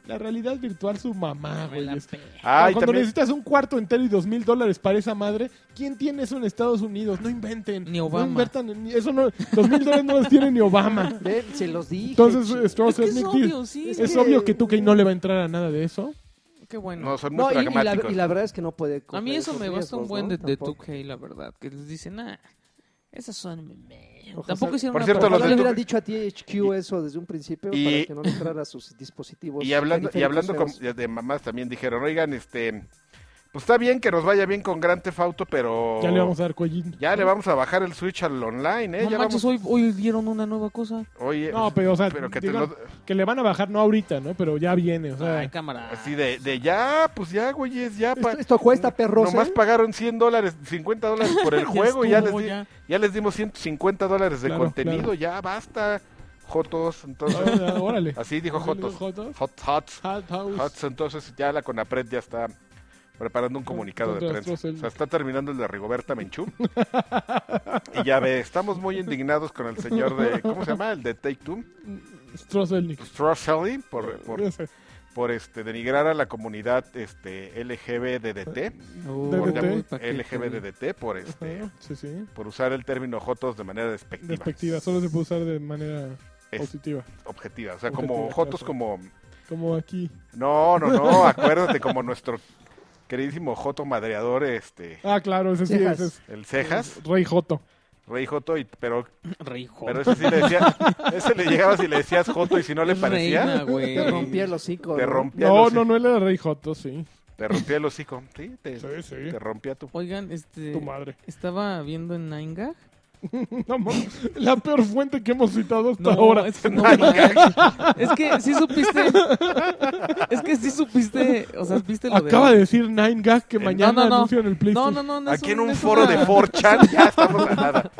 Speaker 3: la realidad virtual su mamá,
Speaker 1: Me
Speaker 3: güey.
Speaker 1: la
Speaker 3: es-
Speaker 1: pe-
Speaker 3: Ah,
Speaker 2: Ay,
Speaker 3: cuando
Speaker 2: también.
Speaker 3: necesitas un cuarto entero y dos mil dólares para esa madre, ¿quién tiene eso en Estados Unidos? No inventen.
Speaker 1: Ni Obama.
Speaker 3: No inventan en- ni- eso no, dos mil dólares no los tiene ni Obama.
Speaker 5: Ve, se los dije.
Speaker 3: Entonces,
Speaker 5: chi-
Speaker 3: Straw
Speaker 1: Es que es
Speaker 3: Selnick
Speaker 1: obvio, sí.
Speaker 3: dice,
Speaker 5: que-
Speaker 3: es obvio que tú que no le va a entrar a nada de eso.
Speaker 1: Qué bueno.
Speaker 2: No, son muy
Speaker 5: no, y, y la,
Speaker 2: pragmáticos.
Speaker 5: y la verdad es que no puede.
Speaker 1: A
Speaker 5: correr
Speaker 1: mí eso
Speaker 5: esos
Speaker 1: me basta un
Speaker 5: riesgos,
Speaker 1: buen
Speaker 5: ¿no?
Speaker 1: de, de
Speaker 5: Tampoco.
Speaker 1: 2K, la verdad. Que les dicen, ah, esas son... meh".
Speaker 5: Ojalá-
Speaker 1: Tampoco hicieron
Speaker 2: Por
Speaker 1: una
Speaker 2: cierto, los
Speaker 5: Ojalá
Speaker 2: de
Speaker 5: le
Speaker 1: propaganda.
Speaker 5: hubieran
Speaker 2: tu-
Speaker 5: dicho a THQ eso desde un principio
Speaker 2: Y-
Speaker 5: para que no le entrara a sus dispositivos.
Speaker 2: Y hablando, y hablando con-
Speaker 5: periféricos feos.
Speaker 2: de mamás también dijeron, oigan, este, pues está bien que nos vaya bien con Grand Theft Auto, pero
Speaker 3: Ya le vamos a dar cuellín.
Speaker 2: ya le vamos a bajar el Switch al online, ¿eh?
Speaker 1: No
Speaker 2: ya
Speaker 1: manches,
Speaker 2: vamos,
Speaker 1: hoy, hoy dieron una nueva cosa.
Speaker 2: oye,
Speaker 3: No, pero o sea,
Speaker 2: pero que te
Speaker 3: digan
Speaker 2: lo-
Speaker 3: que le van a bajar no ahorita, ¿no? Pero ya viene, o sea.
Speaker 1: Ay, cámara.
Speaker 2: así de, de ya, pues ya, güeyes, ya. pa- Mm,
Speaker 5: Esto, esto cuesta, perros.
Speaker 2: Nomás
Speaker 5: ¿eh?
Speaker 2: pagaron 100 dólares, 50 dólares por
Speaker 1: Ya
Speaker 2: el juego y ya les,
Speaker 1: estuvo,
Speaker 2: di-
Speaker 1: ya.
Speaker 2: ya. les dimos 150 dólares de
Speaker 3: Claro,
Speaker 2: contenido,
Speaker 3: claro.
Speaker 2: ya basta, Jotos. Entonces,
Speaker 3: Ah, Órale.
Speaker 2: así dijo Jotos.
Speaker 3: Jotos.
Speaker 2: Hot, hot.
Speaker 3: Hot House.
Speaker 2: Hudson, entonces ya la CONAPRED ya está preparando un comunicado de
Speaker 3: Contra
Speaker 2: prensa. O
Speaker 3: Stroessel.
Speaker 2: sea, está terminando el de Rigoberta Menchú. y ya ve, estamos muy indignados con el señor de, ¿cómo se llama? El de Take Two,
Speaker 3: Strozelnik.
Speaker 2: Strasselli, por, por,
Speaker 3: Ese.
Speaker 2: por este, denigrar a la comunidad este,
Speaker 3: Eh,
Speaker 2: LGBDDT,
Speaker 3: DDT.
Speaker 1: uy, pa' qué,
Speaker 2: LGBDDT, por, este,
Speaker 3: Ajá, Sí, sí.
Speaker 2: por usar el término Jotos de manera despectiva.
Speaker 3: Despectiva. Solo se puede usar de manera
Speaker 2: Es
Speaker 3: positiva.
Speaker 2: objetiva. O sea,
Speaker 3: Objetiva,
Speaker 2: como Jotos
Speaker 3: claro.
Speaker 2: como...
Speaker 3: Como aquí.
Speaker 2: No, no, no, acuérdate, como nuestro queridísimo Joto madreador, este,
Speaker 3: Ah, claro, ese sí.
Speaker 5: Cejas.
Speaker 3: Ese es
Speaker 2: el Cejas.
Speaker 3: Rey Joto.
Speaker 2: Rey Joto, y, pero,
Speaker 1: Rey Joto.
Speaker 2: pero ese sí le decía, ese le llegabas y le decías Joto y si no le parecía,
Speaker 1: Reina, güey.
Speaker 5: Te rompía el hocico.
Speaker 2: te
Speaker 5: ¿no?
Speaker 2: rompía el
Speaker 3: No,
Speaker 2: hocico.
Speaker 3: no, no, él era Rey Joto, sí.
Speaker 2: Te rompía el hocico. Sí, te,
Speaker 3: Sí, sí.
Speaker 2: te rompía tu.
Speaker 1: Oigan, este.
Speaker 3: Tu madre.
Speaker 1: Estaba viendo en Nine Gag.
Speaker 3: No, mames, la peor fuente que hemos citado hasta ahora.
Speaker 1: No, es que no, man. Es que sí supiste. Es que sí supiste. O sea, viste lo
Speaker 3: Acaba de
Speaker 1: de.
Speaker 3: decir Nine Gag que
Speaker 2: No,
Speaker 3: mañana
Speaker 1: no, no.
Speaker 3: anuncian el PlayStation.
Speaker 1: No, no, no. no es
Speaker 2: Aquí en
Speaker 1: un-
Speaker 2: un
Speaker 1: es
Speaker 2: foro
Speaker 1: una-
Speaker 2: de 4chan ya estamos a nada.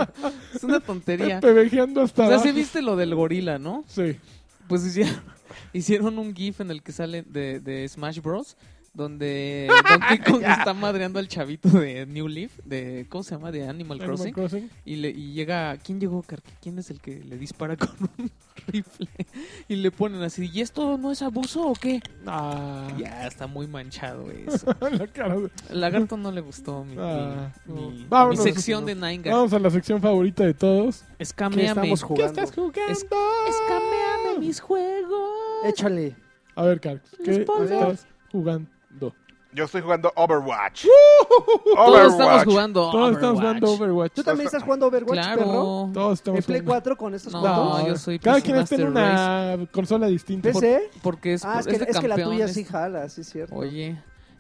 Speaker 1: Es una tontería.
Speaker 3: Pevejeando hasta
Speaker 1: O sea,
Speaker 3: abajo.
Speaker 1: sí viste lo del gorila, ¿no?
Speaker 3: Sí.
Speaker 1: Pues hicieron, hicieron un GIF en el que sale de, de Smash Bros. Donde Donkey Kong está madreando al chavito de New Leaf. De, ¿Cómo se llama? De Animal
Speaker 3: Animal
Speaker 1: Crossing.
Speaker 3: Crossing.
Speaker 1: Y, le, y llega. ¿Quién llegó, Karki? ¿Quién es el que le dispara con un rifle? Y le ponen así. ¿Y esto no es abuso o qué?
Speaker 3: Ah,
Speaker 1: Ya está muy manchado eso.
Speaker 3: la cara de-
Speaker 1: Al Lagarto no le gustó mi, mi-
Speaker 3: Ah,
Speaker 1: mi- mi
Speaker 3: vámonos.
Speaker 1: sección de Nine Gag.
Speaker 3: Vamos a la sección favorita de todos.
Speaker 5: ¿Qué
Speaker 1: Escameame.
Speaker 5: estamos jugando?
Speaker 3: jugando?
Speaker 1: Es- Escameame mis juegos.
Speaker 5: Échale.
Speaker 3: A ver, Carlos, ¿qué
Speaker 1: polvos.
Speaker 3: estás jugando?
Speaker 2: Yo estoy jugando Overwatch.
Speaker 1: Todos estamos jugando.
Speaker 3: Todos estamos
Speaker 1: Overwatch.
Speaker 3: jugando Overwatch.
Speaker 5: ¿Tú también estás jugando Overwatch, perro?
Speaker 1: Claro.
Speaker 3: Todos
Speaker 5: ¿En
Speaker 3: estamos
Speaker 5: Play
Speaker 3: jugando.
Speaker 5: 4 con estos
Speaker 1: No,
Speaker 5: cuantos?
Speaker 1: yo soy
Speaker 3: Cada
Speaker 1: PC
Speaker 3: quien está en
Speaker 1: Master
Speaker 3: una consola distinta.
Speaker 5: ¿PC?
Speaker 1: Porque es,
Speaker 5: Ah, es
Speaker 1: es
Speaker 5: que,
Speaker 1: de
Speaker 5: es que la tuya
Speaker 1: campeones.
Speaker 5: sí jala, sí es cierto.
Speaker 1: Oye,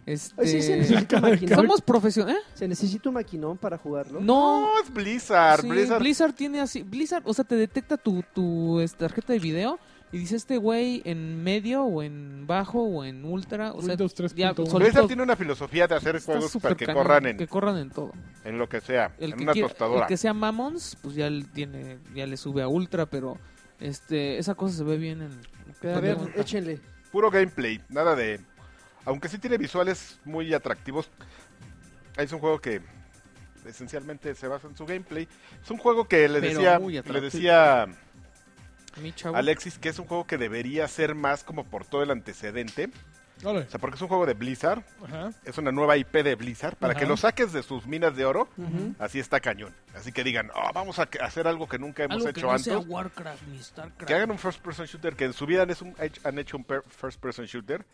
Speaker 5: Ay, sí, se
Speaker 1: este.
Speaker 5: necesita un
Speaker 3: cara de
Speaker 5: maquinón.
Speaker 1: Somos profesionales. ¿eh?
Speaker 5: Se necesita un maquinón para jugarlo.
Speaker 1: No.
Speaker 2: No, es Blizzard.
Speaker 1: sí,
Speaker 2: Ah, Blizzard.
Speaker 1: Blizzard. tiene así. Blizzard, o sea, te detecta tu, tu este, tarjeta de video. Y dice este güey en medio o en bajo o en ultra. O sea,
Speaker 3: Windows
Speaker 1: ya,
Speaker 3: 3.1.
Speaker 1: solito-
Speaker 2: Blizzard tiene una filosofía de hacer
Speaker 1: está
Speaker 2: juegos para
Speaker 1: súper
Speaker 2: que
Speaker 1: cañón,
Speaker 2: corran en,
Speaker 1: que corran en todo.
Speaker 2: en lo que sea,
Speaker 1: El
Speaker 2: en
Speaker 1: que,
Speaker 2: una
Speaker 1: quiera-
Speaker 2: tostadora.
Speaker 1: el que sea Mammons, pues ya le tiene, ya le sube a ultra, pero este, esa cosa se ve bien en.
Speaker 5: Pero a ver,
Speaker 1: Ultra.
Speaker 5: échenle.
Speaker 2: Puro gameplay, nada de... Aunque sí tiene visuales muy atractivos, es un juego que esencialmente se basa en su gameplay. Es un juego que le
Speaker 1: Pero
Speaker 2: decía,
Speaker 1: muy
Speaker 2: le
Speaker 1: atractivo. ¿eh?
Speaker 2: decía
Speaker 1: Mi chavo.
Speaker 2: Alexis que es un juego que debería ser más como por todo el antecedente.
Speaker 3: Órale.
Speaker 2: O sea, porque es un juego de Blizzard,
Speaker 3: Ajá.
Speaker 2: es una nueva IP de Blizzard. Para
Speaker 3: Ajá.
Speaker 2: que lo saques de sus minas de oro,
Speaker 5: Ujú.
Speaker 2: así está cañón. Así que digan, "Ah, vamos a hacer algo que nunca hemos
Speaker 1: Algo
Speaker 2: hecho
Speaker 1: que no
Speaker 2: antes.
Speaker 1: sea Warcraft ni Starcraft.
Speaker 2: que hagan un first person shooter que en su vida han hecho un, han hecho un per- first person shooter,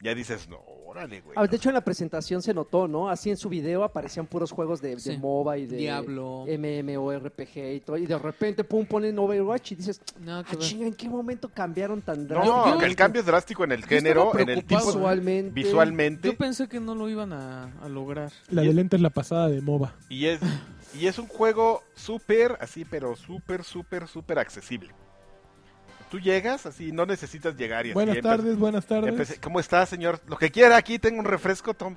Speaker 2: ya dices, no, órale, güey.
Speaker 5: Ah, de hecho, en la presentación se notó, ¿no? Así en su video aparecían puros juegos de, de
Speaker 1: Sí.
Speaker 5: MOBA y de eh,
Speaker 1: Diablo.
Speaker 5: MMORPG y todo. Y de repente, pum, ponen Overwatch y dices,
Speaker 1: No,
Speaker 5: ah,
Speaker 1: que ver.
Speaker 5: chinga, ¿en qué momento cambiaron tan
Speaker 2: No,
Speaker 1: yo-
Speaker 5: drástico?
Speaker 2: que el cambio es drástico en el género, en el tipo,
Speaker 1: preocupado,
Speaker 5: visualmente.
Speaker 2: visualmente,
Speaker 1: Yo pensé que no lo iban a, a lograr.
Speaker 3: La de lente es la pasada de MOBA.
Speaker 2: y es y es un juego súper, así, pero súper, súper, súper accesible. Tú llegas, así, no necesitas llegar y así.
Speaker 3: Buenas
Speaker 2: empe-
Speaker 3: tardes, buenas
Speaker 2: empecé,
Speaker 3: tardes.
Speaker 2: ¿Cómo está, señor? Lo que quiera, aquí tengo un refresco, Tom.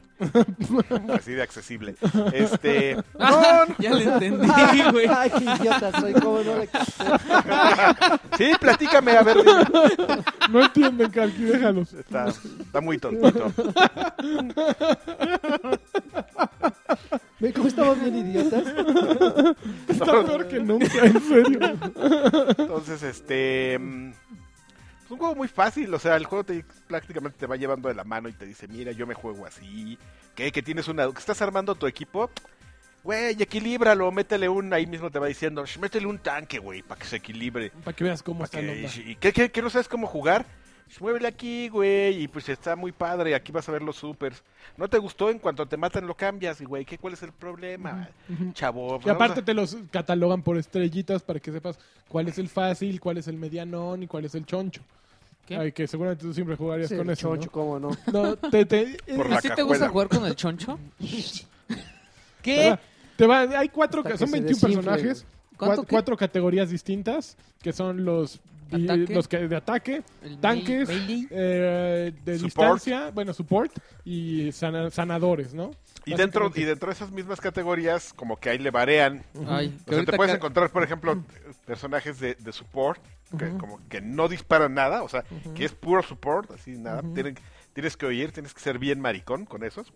Speaker 2: Así de accesible. Este. No, no,
Speaker 1: ya le entendí, güey.
Speaker 5: Ay, qué idiota soy, cómo no la
Speaker 2: sí, platícame, a ver. dime.
Speaker 3: No entienden, Carqui, déjalos.
Speaker 2: Está, está muy tontito.
Speaker 5: Ve cómo estamos bien idiotas.
Speaker 3: Está peor que nunca, en serio.
Speaker 2: Entonces, este. mm, Es un juego muy fácil, o sea, el juego te, prácticamente te va llevando de la mano y te dice, mira, yo me juego así, que que tienes una, que estás armando tu equipo, güey, equilíbralo, métele un, ahí mismo te va diciendo, "Sh, métele un tanque, güey, para que se equilibre,
Speaker 3: Para que veas cómo
Speaker 2: pa'
Speaker 3: está
Speaker 2: que-
Speaker 3: el onda.
Speaker 2: y que, que- que no sabes cómo jugar, "Sh, muévele aquí, güey, y pues está muy padre, aquí vas a ver los supers, no te gustó, en cuanto te matan lo cambias, y güey, ¿qué, cuál es el problema, chavo? pues
Speaker 3: Y aparte te los catalogan por estrellitas para que sepas cuál es el fácil, cuál es el medianón y cuál es el choncho.
Speaker 1: ¿Qué?
Speaker 3: Ay, que seguramente tú siempre jugarías
Speaker 5: Sí,
Speaker 3: con eso.
Speaker 5: chocho, cómo no.
Speaker 3: ¿no? No, te, te- eh,
Speaker 2: Por la
Speaker 1: ¿Así te gusta
Speaker 2: cajuela.
Speaker 1: jugar con el choncho?
Speaker 3: te
Speaker 1: ¿Qué?
Speaker 3: va- te va- hay cuatro,
Speaker 5: Hasta
Speaker 3: ca-
Speaker 5: que
Speaker 3: son
Speaker 5: se
Speaker 3: 21
Speaker 5: desinfle,
Speaker 3: personajes,
Speaker 1: ¿Cuánto
Speaker 3: cua-
Speaker 1: qué?
Speaker 3: cuatro categorías distintas, que son los, vi-
Speaker 1: Ataque.
Speaker 3: los que de ataque,
Speaker 1: El
Speaker 3: tanques,
Speaker 1: me- melee.
Speaker 3: eh, de
Speaker 2: Support.
Speaker 3: distancia, bueno, support y sana- sanadores, ¿no?
Speaker 2: Y dentro,
Speaker 3: Básicamente.
Speaker 2: y dentro de esas mismas categorías, como que ahí le varean.
Speaker 1: Ay, que
Speaker 2: O sea,
Speaker 1: ahorita
Speaker 2: te puedes
Speaker 1: ca-
Speaker 2: encontrar, por ejemplo, personajes de, de support, que como que no disparan nada, o sea, que es puro support, así nada. tienen- tienes que oír, tienes que ser bien maricón con esos.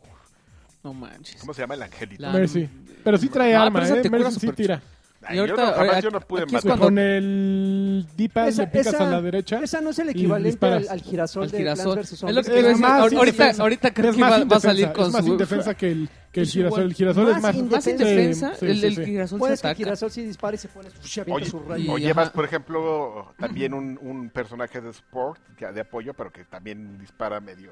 Speaker 1: No manches.
Speaker 2: ¿Cómo se llama el angelito?
Speaker 1: La-
Speaker 3: Mercy. Pero sí trae
Speaker 1: Ah,
Speaker 3: arma,
Speaker 1: pero esa
Speaker 3: ¿eh?
Speaker 1: te cura
Speaker 3: Mercy sí
Speaker 1: super
Speaker 3: tira.
Speaker 2: Ay,
Speaker 1: y
Speaker 2: yo
Speaker 1: ahorita,
Speaker 2: no, jamás
Speaker 1: eh,
Speaker 2: yo no pude
Speaker 1: aquí es
Speaker 2: matar.
Speaker 1: Cuando-
Speaker 3: Con el D-pad
Speaker 5: Esa-
Speaker 3: le picas
Speaker 5: esa-
Speaker 3: a la derecha.
Speaker 5: Esa no es el
Speaker 3: y
Speaker 5: equivalente
Speaker 3: disparas.
Speaker 5: al, al girasol
Speaker 1: El
Speaker 5: de
Speaker 1: girasol.
Speaker 5: Plants vs.
Speaker 1: Es lo que
Speaker 5: Zombies.
Speaker 1: iba a decir.
Speaker 3: más
Speaker 1: Ahor- Ahorita,
Speaker 3: indefensa.
Speaker 1: ahorita creo
Speaker 3: Es
Speaker 1: que
Speaker 3: más
Speaker 1: va, va a
Speaker 3: indefensa,
Speaker 1: salir con
Speaker 3: es más
Speaker 1: su...
Speaker 3: indefensa que el, que el
Speaker 1: Es
Speaker 3: girasol.
Speaker 1: igual.
Speaker 3: El girasol
Speaker 5: Más
Speaker 3: es más...
Speaker 1: Más
Speaker 5: Sí,
Speaker 1: indefensa,
Speaker 3: sí,
Speaker 1: el,
Speaker 3: sí,
Speaker 1: el
Speaker 3: sí.
Speaker 1: girasol se
Speaker 5: Puedes que
Speaker 1: ataca.
Speaker 5: el girasol sí dispara y se pone su, avienta
Speaker 2: Oye,
Speaker 5: su
Speaker 1: y-
Speaker 5: rayo.
Speaker 2: O
Speaker 1: Ajá.
Speaker 2: llevas, por ejemplo, también un, un personaje de support, que- de apoyo, pero que también dispara medio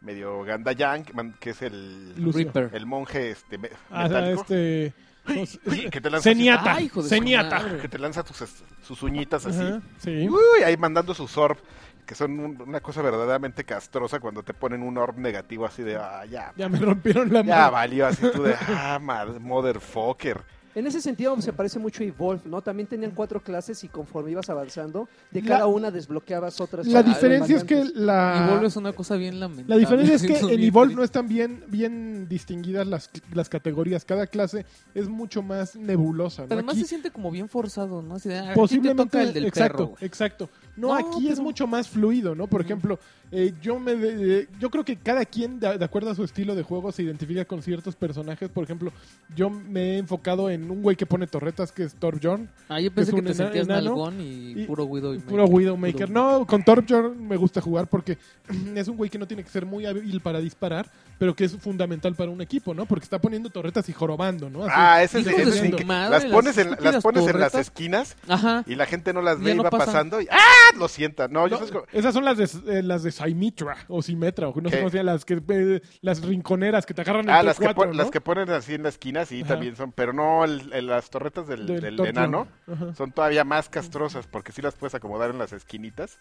Speaker 2: medio Gandayang, man- que es el,
Speaker 3: Lucio.
Speaker 1: Reaper.
Speaker 2: el monje este me-
Speaker 3: Ah,
Speaker 2: metálico.
Speaker 3: este... Los-
Speaker 2: Oye, que te lanza así-
Speaker 3: Ceniata.
Speaker 1: Ah, hijo de su
Speaker 3: Ceniata.
Speaker 1: madre.
Speaker 2: que te lanza tus es- sus uñitas así.
Speaker 3: Ajá, sí.
Speaker 2: Uy, ahí mandando sus orb, que son un- una cosa verdaderamente castrosa cuando te ponen un orb negativo así de, ah, ya,
Speaker 3: Ya me rompieron la
Speaker 2: ya
Speaker 3: mano.
Speaker 2: valió, así tú de, ah, mad- motherfucker.
Speaker 5: En ese sentido se parece mucho a Evolve, ¿no? También tenían cuatro clases y conforme ibas avanzando, de
Speaker 3: La-
Speaker 5: cada una desbloqueabas otras.
Speaker 3: La
Speaker 5: otras
Speaker 3: diferencia es que
Speaker 5: variantes.
Speaker 3: la...
Speaker 1: Evolve es una cosa bien lamentable.
Speaker 3: La diferencia es que
Speaker 1: Siento
Speaker 3: en
Speaker 1: bien
Speaker 3: Evolve no
Speaker 1: triste.
Speaker 3: están bien, bien distinguidas las, las categorías. Cada clase es mucho más nebulosa. ¿no?
Speaker 1: Además
Speaker 3: Aquí
Speaker 1: se siente como bien forzado, ¿no? Así de, "Ah, a ti te
Speaker 3: posiblemente
Speaker 1: toca el del
Speaker 3: exacto,
Speaker 1: perro, güey".
Speaker 3: exacto. No,
Speaker 1: No,
Speaker 3: aquí es
Speaker 1: pero-
Speaker 3: mucho más fluido, ¿no? Por
Speaker 1: Ujú.
Speaker 3: ejemplo, eh, yo me de- eh, yo creo que cada quien de, de acuerdo a su estilo de juego se identifica con ciertos personajes. Por ejemplo, yo me he enfocado en un güey que pone torretas que es Torbjorn,
Speaker 1: Ah, yo pensé
Speaker 3: Es
Speaker 1: que
Speaker 3: un
Speaker 1: te
Speaker 3: ena-
Speaker 1: sentías
Speaker 3: enano
Speaker 1: nalgón y,
Speaker 3: y-
Speaker 1: puro Widowmaker.
Speaker 3: puro Widowmaker. No, con Torbjorn me gusta jugar porque es un güey que no tiene que ser muy hábil para disparar, pero que es fundamental para un equipo, ¿no? Porque está poniendo torretas y jorobando, ¿no? Así.
Speaker 2: Ah, ese es
Speaker 1: Hijos
Speaker 2: ese
Speaker 1: de
Speaker 2: es
Speaker 1: su
Speaker 2: inque-
Speaker 1: madre,
Speaker 2: Las
Speaker 1: las
Speaker 2: pones, en,
Speaker 1: estúpidas
Speaker 2: las, pones en las
Speaker 1: torretas.
Speaker 2: esquinas
Speaker 1: Ajá.
Speaker 2: y la gente no las
Speaker 1: Ya
Speaker 2: ve y
Speaker 1: no
Speaker 2: va
Speaker 1: pasan.
Speaker 2: pasando y ¡ah! Lo sientan. No, yo
Speaker 3: No,
Speaker 2: sabes cómo-
Speaker 3: esas son las de, eh, las de Symmetra o Symmetra, o no sé
Speaker 2: ¿Qué?
Speaker 3: cómo se llaman, las, que, eh, las rinconeras que te agarran
Speaker 2: Ah,
Speaker 3: entre
Speaker 2: las que,
Speaker 3: cuatro,
Speaker 2: pon-
Speaker 3: ¿no?
Speaker 2: las que ponen así en la esquina, sí,
Speaker 3: Ajá.
Speaker 2: también son, pero no el- el- las torretas del,
Speaker 3: Del
Speaker 2: del
Speaker 3: Torchon.
Speaker 2: enano.
Speaker 3: Ajá.
Speaker 2: Son todavía más castrosas porque sí las puedes acomodar en las esquinitas.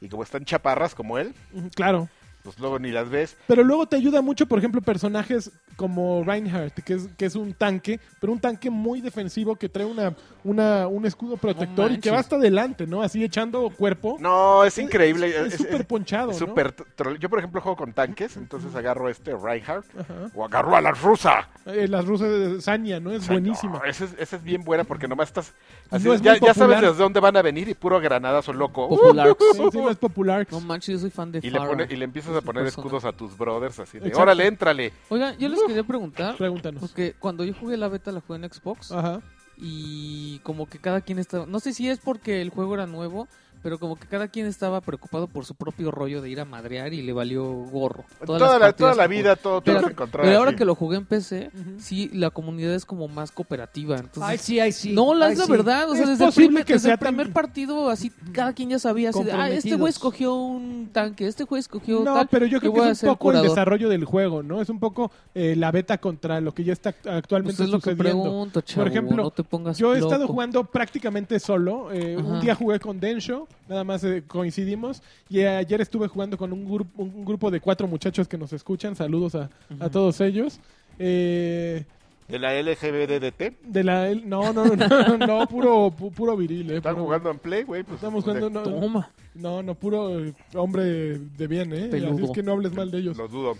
Speaker 2: Y como están chaparras como él,
Speaker 3: Ujú, Claro.
Speaker 2: pues luego ni las ves.
Speaker 3: Pero luego te ayuda mucho, por ejemplo, personajes como Reinhardt, que es, que es un tanque, pero un tanque muy defensivo que trae una, una, un escudo protector y que
Speaker 1: manches.
Speaker 3: va hasta adelante, ¿no? Así echando cuerpo.
Speaker 2: No, es increíble.
Speaker 3: Oh, Es
Speaker 2: es-
Speaker 3: súper ponchado,
Speaker 2: es
Speaker 3: ¿no?
Speaker 2: súper tro- Yo, por ejemplo, juego con tanques, entonces agarro este Reinhardt
Speaker 3: Ajá.
Speaker 2: o agarro a la rusa.
Speaker 3: Eh, las rusas de Sania, ¿no? Es
Speaker 2: O sea,
Speaker 3: buenísima.
Speaker 2: no, esa, es, esa es bien buena porque nomás estás. así,
Speaker 3: No es
Speaker 2: ya,
Speaker 3: muy
Speaker 2: ya sabes
Speaker 3: popular.
Speaker 2: desde dónde van a venir y puro granadazo loco.
Speaker 1: Popular.
Speaker 3: Sí, sí, no es popular.
Speaker 1: No manches, yo soy fan de
Speaker 2: Y le,
Speaker 1: Farah.
Speaker 2: pone- y le empiezas a
Speaker 1: Es un
Speaker 2: poner
Speaker 1: personaje.
Speaker 2: escudos a tus brothers así de,
Speaker 3: Exacto.
Speaker 2: órale, éntrale.
Speaker 1: Oigan, yo les quería preguntar,
Speaker 3: Pregúntanos.
Speaker 1: porque cuando yo jugué la beta la jugué en Xbox
Speaker 3: Ajá.
Speaker 1: y como que cada quien estaba, no sé si es porque el juego era nuevo, pero como que cada quien estaba preocupado por su propio rollo de ir a madrear y le valió gorro.
Speaker 2: Toda,
Speaker 1: Todas las
Speaker 2: la,
Speaker 1: partidas
Speaker 2: toda la
Speaker 1: que
Speaker 2: vida todo te
Speaker 1: Pero-
Speaker 2: vas a encontrar
Speaker 1: Pero ahora
Speaker 2: así.
Speaker 1: que lo jugué en PC,
Speaker 3: Ujú.
Speaker 1: sí, la comunidad es como más cooperativa. Entonces,
Speaker 5: Ay, sí, ay, sí.
Speaker 1: no, la,
Speaker 5: ay,
Speaker 1: es la
Speaker 5: sí.
Speaker 1: verdad. O sea,
Speaker 3: Es
Speaker 1: desde, el
Speaker 3: posible
Speaker 1: primer,
Speaker 3: que
Speaker 1: desde
Speaker 3: sea
Speaker 1: el primer
Speaker 3: tan-
Speaker 1: partido, así, cada quien ya sabía. Así de, ah, este güey
Speaker 5: Comprometidos.
Speaker 1: escogió un tanque, este güey escogió
Speaker 3: No,
Speaker 1: tal.
Speaker 3: pero yo
Speaker 1: y
Speaker 3: creo que
Speaker 1: voy a
Speaker 3: es
Speaker 1: ser
Speaker 3: un poco el
Speaker 1: curador".
Speaker 3: desarrollo del juego, ¿no? Es un poco eh, la beta contra lo que ya está act-
Speaker 1: Pues
Speaker 3: actualmente
Speaker 1: es lo que
Speaker 3: sucediendo.
Speaker 1: pregunto, chavo.
Speaker 3: ejemplo,
Speaker 1: no te pongas
Speaker 3: Yo he estado
Speaker 1: loco.
Speaker 3: jugando prácticamente solo. eh, un
Speaker 1: Ajá.
Speaker 3: día jugué con Densho, nada más eh, coincidimos. Y ayer estuve jugando con un, gru- un grupo de cuatro muchachos que nos escuchan. Saludos a, a todos ellos. Eh,
Speaker 2: De la LGBDT.
Speaker 3: de la no no no no, no, puro pu- puro viril eh,
Speaker 2: Están
Speaker 3: puro-
Speaker 2: jugando en Play, güey. Pues,
Speaker 3: estamos jugando no,
Speaker 1: Toma.
Speaker 3: no no, puro eh, hombre de bien eh así
Speaker 1: Peludo.
Speaker 3: es que no hables mal de ellos
Speaker 2: Los dudo.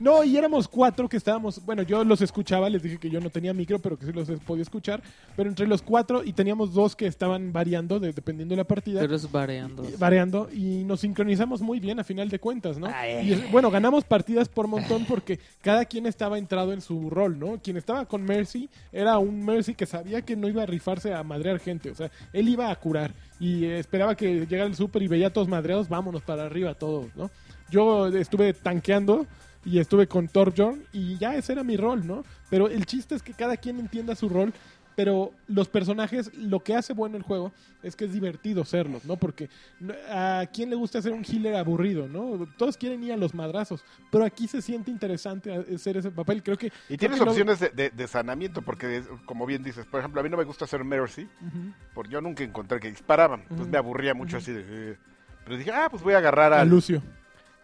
Speaker 3: No, y éramos cuatro que estábamos. Bueno, yo los escuchaba, les dije que yo no tenía micro, pero que sí los podía escuchar. Pero entre los cuatro, y teníamos dos que estaban variando de- dependiendo de la partida.
Speaker 1: Pero es variando.
Speaker 3: eh, Variando y nos sincronizamos muy bien a final de cuentas, ¿no? Y es- bueno, ganamos partidas por montón porque cada quien estaba entrado en su rol, ¿no? Quien estaba con Mercy era un Mercy que sabía que no iba a rifarse a madrear gente, o sea, él iba a curar y eh, esperaba que llegara el super y veía a todos madreados, vámonos para arriba todos, ¿no? Yo estuve tanqueando y estuve con Torbjorn y ya ese era mi rol, ¿no? Pero el chiste es que cada quien entienda su rol, pero los personajes, lo que hace bueno el juego es que es divertido serlos, ¿no? Porque no- a quién le gusta ser un healer aburrido, ¿no? Todos quieren ir a los madrazos, pero aquí se siente interesante hacer ese papel, creo que...
Speaker 2: Y
Speaker 3: creo
Speaker 2: tienes
Speaker 3: que no-
Speaker 2: opciones de, de- de sanamiento, porque es- como bien dices, por ejemplo, a mí no me gusta hacer Mercy,
Speaker 3: Ujú.
Speaker 2: porque yo nunca encontré que disparaban. Entonces
Speaker 3: Ujú.
Speaker 2: me aburría mucho así de... eh. Pero dije, ah, pues voy a agarrar
Speaker 3: A
Speaker 2: al...
Speaker 3: Lucio.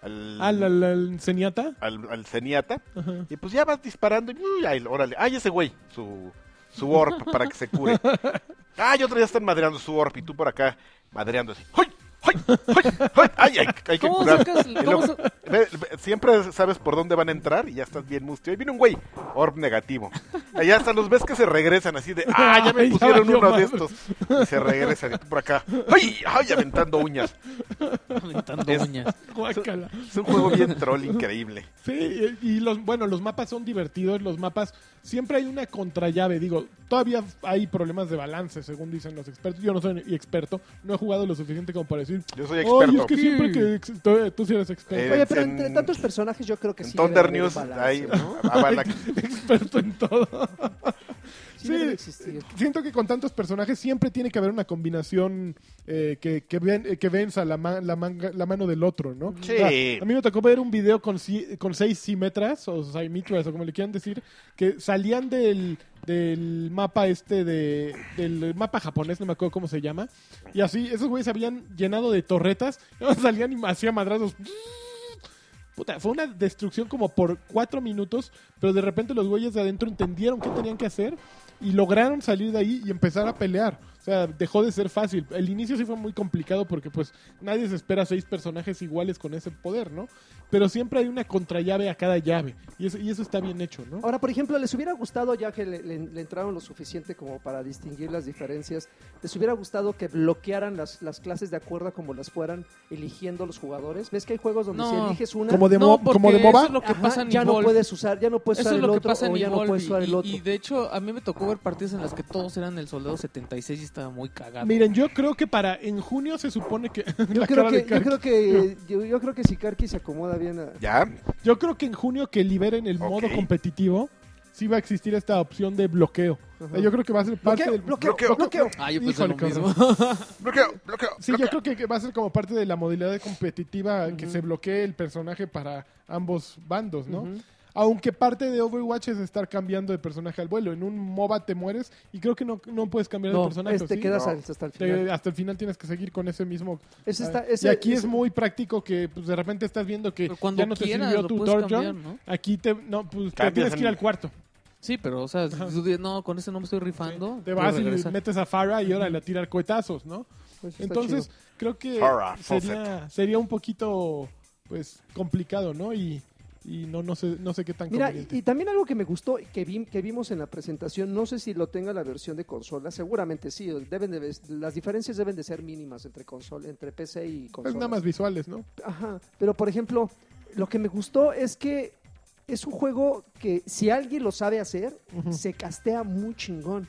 Speaker 2: Al,
Speaker 3: Ah, la, la, la Zenyatta.
Speaker 2: al- al Zenyatta.
Speaker 3: Ajá.
Speaker 2: Y pues ya vas disparando. Y, uy, ay, órale. Ay, ese güey. Su, su orb para que se cure. Ay, otro día están madreando su orb y tú por acá madreando así. ¡Ay! ¡Ay! ¡Ay! ¡Ay! ay, hay- hay que
Speaker 1: ¿Cómo
Speaker 2: curar.
Speaker 1: sacas-
Speaker 2: Y
Speaker 1: cómo
Speaker 2: luego- ve- ve- siempre sabes por dónde van a entrar y ya estás bien mustio. Ahí viene un güey, orb negativo. Allá hasta los ves que se regresan así de, ah, ya me
Speaker 3: Ay, ya
Speaker 2: pusieron
Speaker 3: valió
Speaker 2: uno de
Speaker 3: madre.
Speaker 2: estos. Y se regresan y tú por acá, ay, ay, aventando uñas.
Speaker 1: Aventando
Speaker 2: Es-
Speaker 1: uñas.
Speaker 3: Guácala.
Speaker 2: Es un juego bien troll increíble.
Speaker 3: Sí, y y los, bueno, los mapas son divertidos, los mapas, siempre hay una contrallave, digo, todavía hay problemas de balance, según dicen los expertos, yo no soy experto, no he jugado lo suficiente como para decir,
Speaker 2: Yo soy
Speaker 3: oye,
Speaker 2: experto.
Speaker 3: es que siempre que, ex- tú, tú sí eres experto,
Speaker 2: Eh,
Speaker 5: Oye, pero
Speaker 2: en-
Speaker 5: entre tantos personajes yo creo que
Speaker 2: En
Speaker 5: sí. debe
Speaker 2: Thunder
Speaker 5: haber un
Speaker 2: News,
Speaker 5: balance.
Speaker 2: ahí, ¿no? Avala-
Speaker 3: experto en todo.
Speaker 5: Sí,
Speaker 3: Sí.
Speaker 5: debe de existir.
Speaker 3: Siento que con tantos personajes siempre tiene que haber una combinación eh, que, que, ven- eh, que venza la, ma- la, manga- la mano del otro, ¿no?
Speaker 2: Sí.
Speaker 3: O sea, a mí me tocó ver un video con, si- con seis simetras, o simetras, o como le quieran decir, que salían del, del mapa este, de, del mapa japonés, no me acuerdo cómo se llama, y así, esos güeyes se habían llenado de torretas, y nada más salían y hacían madrazos. Puta, fue una destrucción como por cuatro minutos, pero de repente los güeyes de adentro entendieron qué tenían que hacer y lograron salir de ahí y empezar a pelear. O sea, dejó de ser fácil. El inicio sí fue muy complicado porque pues nadie se espera seis personajes iguales con ese poder, ¿no? Pero siempre hay una contrallave a cada llave y eso, y eso está bien hecho, ¿no?
Speaker 5: Ahora, por ejemplo, les hubiera gustado, ya que le, le- le entraron lo suficiente como para distinguir las diferencias, les hubiera gustado que bloquearan las, las clases de acuerdo a como las fueran eligiendo los jugadores. ¿Ves que hay juegos donde
Speaker 1: No.
Speaker 5: si eliges una,
Speaker 3: Como de,
Speaker 1: No,
Speaker 3: mo-
Speaker 1: porque
Speaker 3: como de MOBA.
Speaker 1: Eso es lo que
Speaker 5: ajá,
Speaker 1: pasa en
Speaker 5: ya no
Speaker 1: Evolve.
Speaker 5: puedes usar, ya no puedes
Speaker 1: Eso
Speaker 5: usar
Speaker 1: es
Speaker 5: el
Speaker 1: lo que
Speaker 5: otro
Speaker 1: pasa en
Speaker 5: o ya no
Speaker 1: Evolve,
Speaker 5: puedes usar el
Speaker 1: y-
Speaker 5: otro.
Speaker 1: Y, de hecho, a mí me tocó ver partidas en las que todos eran el soldado 76 y estaba muy cagado.
Speaker 3: Miren, yo creo que para en junio se supone que...
Speaker 5: Yo
Speaker 3: la
Speaker 5: creo,
Speaker 3: cara de
Speaker 5: que, yo
Speaker 3: Karki.
Speaker 5: creo que eh, yo, yo creo que si Karki se acomoda bien a-
Speaker 2: ¿Ya?
Speaker 3: Yo creo que en junio que liberen el modo
Speaker 2: Ok.
Speaker 3: competitivo, sí va a existir esta opción de bloqueo. O sea,
Speaker 5: Ajá.
Speaker 3: Yo creo que va a ser parte
Speaker 5: Bloqueo,
Speaker 3: del...
Speaker 5: bloqueo,
Speaker 2: bloqueo,
Speaker 5: bloqueo.
Speaker 1: Ah, yo pensé
Speaker 3: Híjole,
Speaker 1: lo mismo.
Speaker 2: Bloqueo, bloqueo.
Speaker 3: Sí, yo creo que que va a ser como parte de la modalidad competitiva que se bloquee el personaje para ambos bandos, ¿no?
Speaker 5: Ujú.
Speaker 3: Aunque parte de Overwatch es estar cambiando de personaje al vuelo. En un MOBA te mueres y creo que no, no puedes cambiar de
Speaker 5: No,
Speaker 3: personaje.
Speaker 5: este,
Speaker 3: ¿sí?
Speaker 5: quedas
Speaker 2: No.
Speaker 5: hasta hasta el
Speaker 3: Te-
Speaker 5: final.
Speaker 3: hasta el final tienes que seguir con ese mismo.
Speaker 5: Ese está-
Speaker 3: Ah,
Speaker 5: ese-
Speaker 3: y aquí es
Speaker 5: ese-
Speaker 3: muy práctico que pues, de repente estás viendo que
Speaker 1: Pero cuando
Speaker 3: ya no te
Speaker 1: quieras
Speaker 3: sirvió
Speaker 1: lo
Speaker 3: tu
Speaker 1: puedes cambiar,
Speaker 3: Torjong.
Speaker 1: ¿no?
Speaker 3: Aquí te, no, pues, te
Speaker 2: Cambias
Speaker 3: tienes que ir
Speaker 2: en-
Speaker 3: al cuarto.
Speaker 1: Sí, pero, o sea,
Speaker 3: Ajá.
Speaker 1: tú dices, no, con ese no me estoy rifando.
Speaker 3: Te
Speaker 1: voy a
Speaker 3: vas y
Speaker 1: regresar.
Speaker 3: metes a Farah y ahora le tirar cohetazos, ¿no?
Speaker 5: Pues está
Speaker 3: Entonces,
Speaker 5: chido.
Speaker 3: creo que
Speaker 2: Farrah
Speaker 3: sería, sería un poquito pues complicado, ¿no? Y, y no, no, sé, no sé qué tan
Speaker 5: Mira, y,
Speaker 3: conveniente.
Speaker 5: y también algo que me gustó, y que, vi- que vimos en la presentación, no sé si lo tenga la versión de consola, seguramente sí, deben de, las diferencias deben de ser mínimas entre consola, entre PC y consola.
Speaker 3: Pues nada más visuales, ¿no?
Speaker 5: Ajá, pero por ejemplo, lo que me gustó es que es un juego que si alguien lo sabe hacer,
Speaker 3: Ujú.
Speaker 5: se castea muy chingón.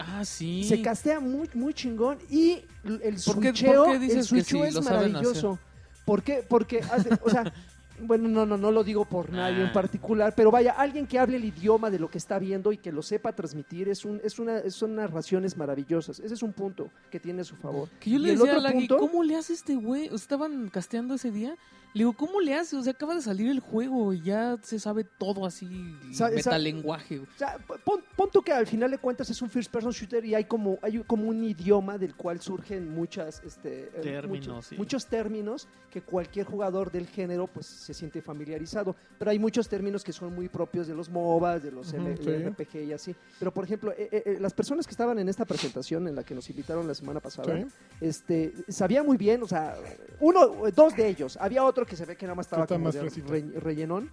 Speaker 1: Ah, sí.
Speaker 5: Se castea muy, muy chingón y el
Speaker 1: ¿Por qué-
Speaker 5: switcheo,
Speaker 1: por qué dices
Speaker 5: el
Speaker 1: que
Speaker 5: switcheo
Speaker 1: sí,
Speaker 5: es
Speaker 1: lo saben
Speaker 5: maravilloso. ¿Por qué? Porque, hace- o sea, bueno, no, no, no lo digo por nadie en
Speaker 1: Ah.
Speaker 5: particular, pero vaya, alguien que hable el idioma de lo que está viendo y que lo sepa transmitir, es un, es una, son narraciones maravillosas. Ese es un punto que tiene a su favor.
Speaker 1: Que yo
Speaker 5: Y
Speaker 1: le
Speaker 5: el
Speaker 1: decía a
Speaker 5: otro
Speaker 1: Lagui,
Speaker 5: punto-
Speaker 1: ¿cómo le hace este güey? Estaban casteando ese día. Le digo, ¿cómo le hace? O sea, acaba de salir el juego y ya se sabe todo así,
Speaker 5: Sa- sa-
Speaker 1: metalenguaje.
Speaker 5: O sea, p- pon, pon tú que al final de cuentas es un first person shooter y hay como, hay como un idioma del cual surgen muchas, este, eh,
Speaker 1: Términos,
Speaker 5: muchos,
Speaker 1: sí.
Speaker 5: muchos términos que cualquier jugador del género pues se siente familiarizado. Pero hay muchos términos que son muy propios de los MOBAs, de los
Speaker 3: Ujú,
Speaker 5: L-
Speaker 3: sí.
Speaker 5: RPG y así. Pero por ejemplo, eh, eh, eh, las personas que estaban en esta presentación en la que nos invitaron la semana pasada,
Speaker 3: Sí.
Speaker 5: este, sabía muy bien, o sea, uno, dos de ellos. Había otro que se ve que nada más estaba
Speaker 3: Que está
Speaker 5: como
Speaker 3: más
Speaker 5: de
Speaker 3: fresita.
Speaker 5: re- rellenón.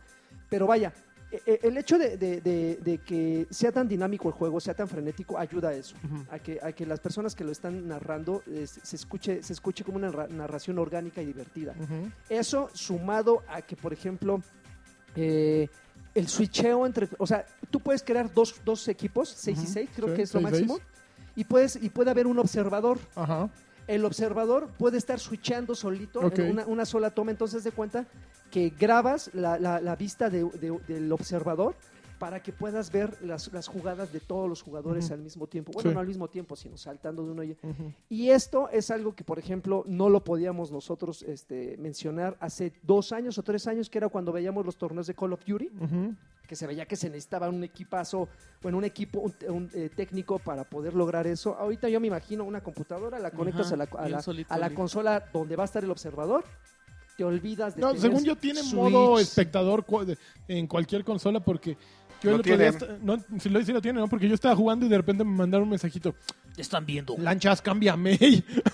Speaker 5: Pero vaya, e- e- el hecho de, de- de- de que sea tan dinámico el juego, sea tan frenético, ayuda a eso.
Speaker 3: Ujú.
Speaker 5: A que, a que las personas que lo están narrando eh, se se escuche, se escuche como una narra- narración orgánica y divertida.
Speaker 3: Ujú.
Speaker 5: Eso sumado a que, por ejemplo, eh, el switcheo entre. O sea, tú puedes crear dos, dos equipos, seis y
Speaker 3: Ujú.
Speaker 5: seis, creo
Speaker 3: Sí,
Speaker 5: que es lo
Speaker 3: seis,
Speaker 5: máximo. Y, puedes, y puede haber un observador
Speaker 3: Ajá.
Speaker 5: el observador puede estar switchando solito en
Speaker 3: Ok.
Speaker 5: una, una sola toma, entonces de cuenta que grabas la, la- la vista de- de- del observador para que puedas ver las, las jugadas de todos los jugadores
Speaker 3: Ujú.
Speaker 5: al mismo tiempo. Bueno,
Speaker 3: Sí.
Speaker 5: no al mismo tiempo, sino saltando de uno y
Speaker 3: Ujú.
Speaker 5: y esto es algo que, por ejemplo, no lo podíamos nosotros este, mencionar hace dos años o tres años, que era cuando veíamos los torneos de Call of Duty
Speaker 3: Ujú.
Speaker 5: que se veía que se necesitaba un equipazo, bueno, un equipo, un, un, eh, técnico para poder lograr eso. Ahorita yo me imagino una computadora, la conectas
Speaker 1: Ajá,
Speaker 5: a la, a
Speaker 1: y
Speaker 5: la-
Speaker 1: un solito
Speaker 5: a la
Speaker 1: ahí.
Speaker 5: consola donde va a estar el observador, te olvidas de...
Speaker 3: No,
Speaker 5: tener
Speaker 3: según yo tiene
Speaker 5: Switch.
Speaker 3: modo espectador cu- de- en cualquier consola porque
Speaker 2: Lo
Speaker 3: yo el otro día
Speaker 2: tiene.
Speaker 3: esta- no, si lo, sí lo tiene, ¿no? Porque yo estaba jugando y de repente me mandaron un mensajito.
Speaker 1: Ya están viendo.
Speaker 3: Lanchas, cámbiame.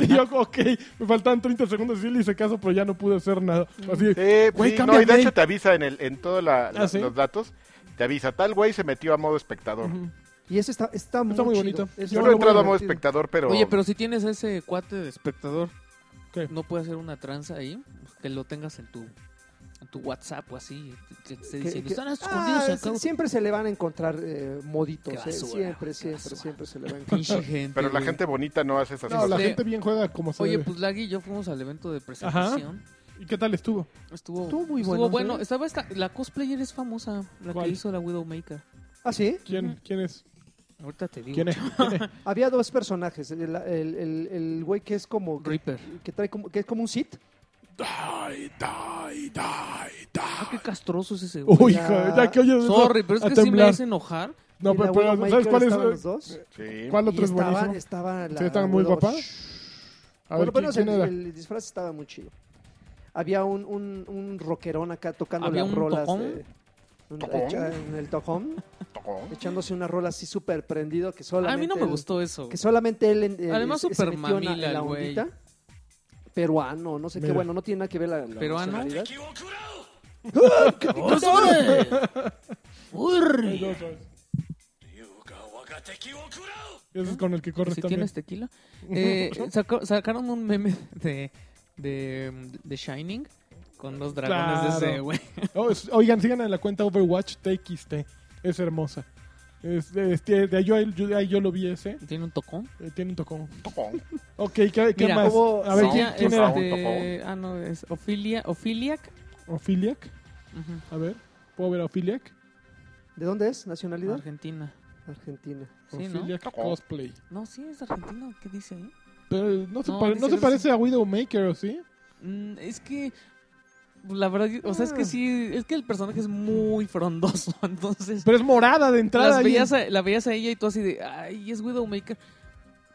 Speaker 3: y yo, ok, me faltaban 30 segundos. Sí le hice caso, pero ya no pude hacer nada. Así,
Speaker 2: Sí,
Speaker 3: güey,
Speaker 2: sí, no,
Speaker 3: cámbiame.
Speaker 2: y de hecho te avisa en, el, en todos
Speaker 3: Ah, ¿sí?
Speaker 2: los datos. Te avisa, tal güey se metió a modo espectador.
Speaker 3: Ujú.
Speaker 5: Y eso está, está, muy,
Speaker 3: Está muy
Speaker 5: chido.
Speaker 3: bonito.
Speaker 5: Eso
Speaker 2: Yo
Speaker 5: está
Speaker 2: no he
Speaker 5: muy
Speaker 2: entrado a modo
Speaker 5: divertido.
Speaker 2: espectador, pero...
Speaker 1: Oye, pero si tienes ese cuate de espectador,
Speaker 3: ¿Qué?
Speaker 1: ¿no puede hacer una tranza ahí? Que lo tengas en tu, en tu WhatsApp o así. Que te esté
Speaker 5: Que-
Speaker 1: diciendo,
Speaker 5: que-
Speaker 1: están
Speaker 5: Ah,
Speaker 1: escondidos acá.
Speaker 5: sí, siempre se le van a encontrar eh, moditos,
Speaker 1: Qué
Speaker 5: eh,
Speaker 1: basura,
Speaker 5: siempre,
Speaker 1: qué
Speaker 5: siempre,
Speaker 1: basura.
Speaker 5: siempre se le van a encontrar.
Speaker 1: Pinche gente.
Speaker 2: pero la
Speaker 1: güey.
Speaker 2: gente bonita no hace esas
Speaker 3: No, la
Speaker 2: cosas.
Speaker 1: Este-
Speaker 3: gente bien juega como se
Speaker 1: Oye,
Speaker 3: debe.
Speaker 1: pues Lagui y yo fuimos al evento de presentación.
Speaker 3: ¿Y qué tal estuvo?
Speaker 1: Estuvo,
Speaker 5: Estuvo muy
Speaker 1: estuvo
Speaker 5: bueno,
Speaker 1: bueno.
Speaker 5: ¿sí?
Speaker 1: Estaba esta, la cosplayer es famosa, la
Speaker 3: ¿Cuál?
Speaker 1: que hizo la Widowmaker.
Speaker 5: ¿Ah, sí?
Speaker 3: ¿Quién, quién es?
Speaker 1: Ahorita te digo.
Speaker 3: ¿Quién es? ¿Quién es?
Speaker 5: Había dos personajes. El el- el- el güey que es como. Que,
Speaker 1: Reaper.
Speaker 5: que trae como, que es como un sit.
Speaker 1: Ah, qué castroso es ese güey.
Speaker 3: Uy, hija, ya que oyes eso,
Speaker 1: Sorry, pero es
Speaker 3: a
Speaker 1: que sí me
Speaker 3: temblar.
Speaker 1: hace enojar.
Speaker 3: No,
Speaker 5: Y
Speaker 3: pero,
Speaker 5: la
Speaker 3: pero,
Speaker 5: abuela
Speaker 3: ¿sabes
Speaker 5: Michael
Speaker 3: cuál es?
Speaker 5: estaban los dos?
Speaker 2: Sí.
Speaker 3: ¿Cuál
Speaker 5: Y
Speaker 3: otro es
Speaker 5: estaban,
Speaker 3: buenísimo?
Speaker 5: estaban la
Speaker 3: ¿Sí estaban muy
Speaker 5: abuela-
Speaker 3: guapa? A
Speaker 5: Por
Speaker 3: ver,
Speaker 5: lo
Speaker 3: ¿quién,
Speaker 5: menos el,
Speaker 3: quién era?
Speaker 5: el disfraz estaba muy chido. Había un, un, un rockerón acá tocando
Speaker 1: ¿Había
Speaker 5: las
Speaker 1: un
Speaker 5: rolas
Speaker 1: tojón?
Speaker 5: de- un-
Speaker 2: ¿Tojón?
Speaker 5: echa- en el tojón,
Speaker 2: Tocó.
Speaker 5: echándose una rola así súper prendido que solamente
Speaker 1: A mí no me
Speaker 5: él-
Speaker 1: gustó eso.
Speaker 5: que solamente él en- él
Speaker 1: Además,
Speaker 5: se- se
Speaker 1: súper
Speaker 5: metió en la- en
Speaker 1: mamila
Speaker 5: la
Speaker 1: el güey.
Speaker 5: ondita. Peruano, no sé qué,
Speaker 3: Mira.
Speaker 5: bueno, no tiene nada que ver la, la
Speaker 1: ¿Peruano?
Speaker 5: nacionalidad.
Speaker 1: ¡Oh, sorry! ¡Urri!
Speaker 3: Ese es con el que corres
Speaker 1: Si
Speaker 3: también.
Speaker 1: tienes tequila. Eh, saca- sacaron un meme de, de, de Shining con los dragones
Speaker 3: Claro.
Speaker 1: de ese, güey.
Speaker 3: Oh, es- oigan, sigan en la cuenta Overwatch TXT. Es hermosa. Es- es- de, de ahí yo, yo- de ahí yo lo vi ese.
Speaker 1: Tiene un tocón.
Speaker 3: Eh, tiene un tocón.
Speaker 2: Tocó.
Speaker 3: Ok, ¿qué, qué
Speaker 1: Mira,
Speaker 3: más?
Speaker 5: hubo-
Speaker 3: A ver,
Speaker 5: sí,
Speaker 3: ¿quién,
Speaker 1: Ella,
Speaker 3: quién
Speaker 2: es-
Speaker 3: era?
Speaker 1: este, Ah, no, es Ophelia, Ophiliac.
Speaker 3: ¿Ophiliac?
Speaker 1: Ujú,
Speaker 3: A ver, ¿puedo ver a Ophiliac?
Speaker 5: ¿De dónde es nacionalidad?
Speaker 1: Argentina.
Speaker 5: Argentina.
Speaker 1: Sí, ¿no?
Speaker 3: Ophiliac
Speaker 2: Oh.
Speaker 3: cosplay.
Speaker 1: No, sí, es Argentina. ¿Qué dice eh? ahí?
Speaker 3: Pero no se,
Speaker 1: No,
Speaker 3: pare-
Speaker 1: dice
Speaker 3: no se
Speaker 1: que-
Speaker 3: parece a Widowmaker, ¿o sí?
Speaker 1: Mm, es que. pues, La verdad, yo- o sea, es que sí. Es que el personaje es muy frondoso. Entonces.
Speaker 3: Pero es morada de entrada.
Speaker 1: Las
Speaker 3: ahí
Speaker 1: veías a- la veías a ella y tú así de. Ay, es Widowmaker.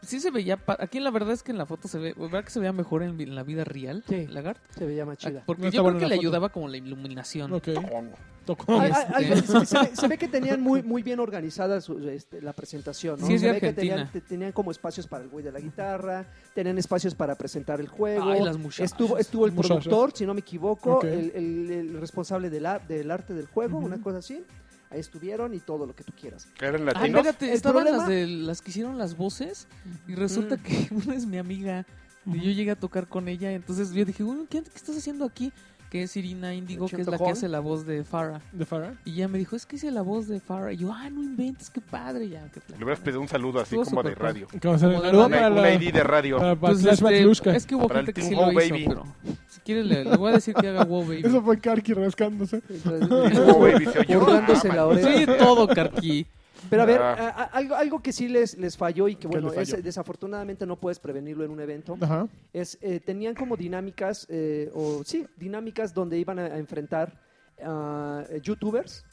Speaker 1: Sí se veía. pa- Aquí la verdad es que en la foto se ve. ¿Verdad que se veía mejor en, vi- en la vida real?
Speaker 5: Sí.
Speaker 1: Lagarde?
Speaker 5: Se veía más chida.
Speaker 1: Ah, Porque
Speaker 3: No está
Speaker 1: yo creo
Speaker 3: buena
Speaker 1: que
Speaker 3: la
Speaker 1: le
Speaker 3: foto.
Speaker 1: ayudaba como la iluminación.
Speaker 3: Ok,
Speaker 2: Tocó.
Speaker 3: tocó.
Speaker 5: Ay, ay, ay,
Speaker 1: Este.
Speaker 5: se, se ve, se ve que tenían muy, muy bien organizada su- este, la presentación, ¿no?
Speaker 1: Sí, es
Speaker 5: se
Speaker 1: de
Speaker 5: ve que
Speaker 1: Argentina.
Speaker 5: tenían, te- tenían como espacios para el güey de la guitarra, tenían espacios para presentar el juego.
Speaker 1: Ay, las muchachas.
Speaker 5: estuvo, estuvo el
Speaker 3: Muchachas.
Speaker 5: productor, si no me equivoco,
Speaker 3: Ok.
Speaker 5: el, el- el responsable del, ar- del arte del juego, una cosa así. Ahí estuvieron y todo lo que tú quieras.
Speaker 2: ¿Eran
Speaker 1: Ay,
Speaker 2: latinos?
Speaker 1: espérate,
Speaker 5: El
Speaker 1: estaban
Speaker 5: problema-
Speaker 1: las, de, las que hicieron las voces y resulta
Speaker 5: Mm.
Speaker 1: que una es mi amiga y yo llegué a tocar con ella. Entonces yo dije, "Uy, ¿qué, qué estás haciendo aquí? Que es Irina Indigo, que es la
Speaker 5: Cheto
Speaker 1: que
Speaker 5: Hall.
Speaker 1: hace la voz de Farah.
Speaker 3: ¿De Farah?
Speaker 1: Y ella me dijo, es que hice la voz de Farah. Y yo, ah, no inventes, qué padre. Ya, qué
Speaker 2: Le hubieras pedido un saludo así
Speaker 1: Estuvo
Speaker 2: como de
Speaker 1: súper cool.
Speaker 2: radio.
Speaker 3: ¿Qué va a ser?
Speaker 1: Como de
Speaker 3: Saludo
Speaker 1: radio.
Speaker 3: para
Speaker 2: Una, una
Speaker 3: la-
Speaker 2: ID de radio.
Speaker 3: para- para
Speaker 1: Pues,
Speaker 3: Slash
Speaker 1: este,
Speaker 3: Batlushka.
Speaker 1: es que hubo
Speaker 2: Para
Speaker 1: gente
Speaker 2: el
Speaker 1: que
Speaker 2: Team
Speaker 1: sí lo
Speaker 2: Go
Speaker 1: hizo,
Speaker 2: Baby.
Speaker 1: pero si quieres le, le voy a decir que haga Wow Baby.
Speaker 3: Eso fue Karki rascándose.
Speaker 5: Entonces,
Speaker 2: Disco Baby se oyó.
Speaker 5: Borrándose
Speaker 2: Ah,
Speaker 5: la
Speaker 2: man.
Speaker 5: oreja.
Speaker 1: Sí, todo, Karki.
Speaker 5: Pero a ver,
Speaker 2: Ah.
Speaker 5: a- a- algo, algo que sí les, les falló y que
Speaker 3: ¿Qué
Speaker 5: bueno,
Speaker 3: les falló?
Speaker 5: es- desafortunadamente no puedes prevenirlo en un evento.
Speaker 3: Ajá.
Speaker 5: es, eh, tenían como dinámicas, eh, o sí, dinámicas donde iban a, a enfrentar a eh, youtubers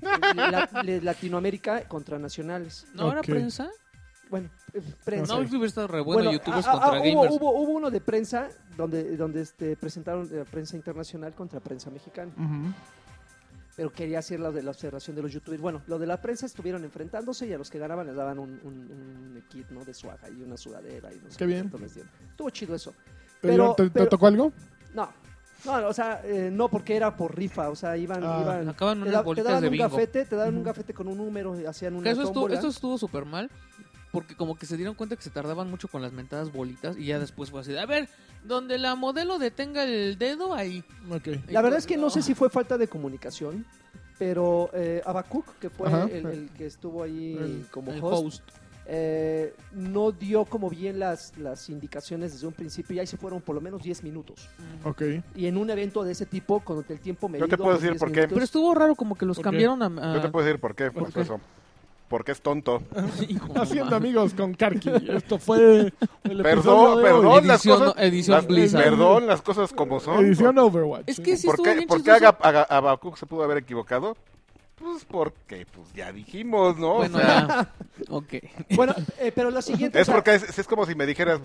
Speaker 5: la- de Latinoamérica contra nacionales.
Speaker 1: ¿No era
Speaker 3: Ok.
Speaker 1: prensa?
Speaker 5: Bueno, eh,
Speaker 1: No,
Speaker 5: prensa.
Speaker 3: sé.
Speaker 1: YouTube está re bueno,
Speaker 5: Bueno,
Speaker 1: youtubers
Speaker 5: ah, ah,
Speaker 1: contra
Speaker 5: ah, hubo,
Speaker 1: gamers.
Speaker 5: hubo- hubo uno de prensa donde, donde este, presentaron eh, prensa internacional contra prensa mexicana,
Speaker 3: Ujú.
Speaker 5: pero quería hacer la de la observación de los youtubers. Bueno, lo de la prensa estuvieron enfrentándose y a los que ganaban les daban un, un- un kit ¿no? de suaja y una sudadera y no sé
Speaker 3: Qué bien.
Speaker 5: tanto les dieron. Estuvo chido eso.
Speaker 3: Pero,
Speaker 5: Pero-
Speaker 3: ¿te, te
Speaker 5: pero-
Speaker 3: tocó algo?
Speaker 5: No, no, o sea, eh, no porque era por rifa, o sea, iban,
Speaker 3: Ah.
Speaker 5: iban
Speaker 1: Acaban
Speaker 5: te,
Speaker 1: unas
Speaker 5: da- te
Speaker 1: bolitas
Speaker 5: daban
Speaker 1: de
Speaker 5: un
Speaker 1: bingo.
Speaker 5: gafete, te daban un gafete con un número, y hacían una
Speaker 1: Que eso estuvo,
Speaker 5: tómbola.
Speaker 1: esto estuvo súper mal. Porque como que se dieron cuenta que se tardaban mucho con las mentadas bolitas. Y ya después fue así. de, A ver, donde la modelo detenga el dedo, ahí.
Speaker 3: Ok.
Speaker 5: La verdad es que no
Speaker 1: No.
Speaker 5: sé si fue falta de comunicación, pero eh, Abacuc, que fue
Speaker 3: Ajá.
Speaker 5: el, el que estuvo ahí
Speaker 3: El-
Speaker 5: como
Speaker 1: el
Speaker 5: host,
Speaker 1: host.
Speaker 5: eh, no dio como bien las, las indicaciones desde un principio y ahí se fueron por lo menos 10 minutos.
Speaker 3: Ok.
Speaker 5: Y en un evento de ese tipo, con el tiempo medido...
Speaker 2: te puedo
Speaker 5: los
Speaker 2: decir
Speaker 5: 10
Speaker 2: por qué.
Speaker 5: minutos-
Speaker 1: Pero estuvo raro como que los
Speaker 3: ¿Por qué?
Speaker 1: cambiaron a... a-
Speaker 2: Yo te puedo decir por qué.
Speaker 1: ¿Por
Speaker 2: pasó
Speaker 1: qué?
Speaker 2: eso. Porque es tonto.
Speaker 1: Hijo, no
Speaker 3: Haciendo
Speaker 1: mames.
Speaker 3: amigos con Karki. Esto fue el episodio
Speaker 2: Perdón,
Speaker 3: de
Speaker 2: perdón.
Speaker 3: hoy.
Speaker 2: las
Speaker 1: Edición,
Speaker 2: cosas-
Speaker 1: edición
Speaker 2: Las-
Speaker 1: Blizzard.
Speaker 2: Perdón, las cosas como son.
Speaker 3: Edición Overwatch.
Speaker 1: Es que sí
Speaker 2: ¿Por
Speaker 1: estuvo
Speaker 2: qué,
Speaker 1: bien
Speaker 2: ¿por qué
Speaker 1: chistoso.
Speaker 2: Aga- Aga- Habacuc se pudo haber equivocado? Pues porque pues ya dijimos, ¿no? O
Speaker 1: Bueno,
Speaker 2: sea,
Speaker 1: ya. Ok.
Speaker 5: Bueno, eh, pero la siguiente... o
Speaker 2: es
Speaker 5: sea,
Speaker 2: porque es, es como si me dijeras,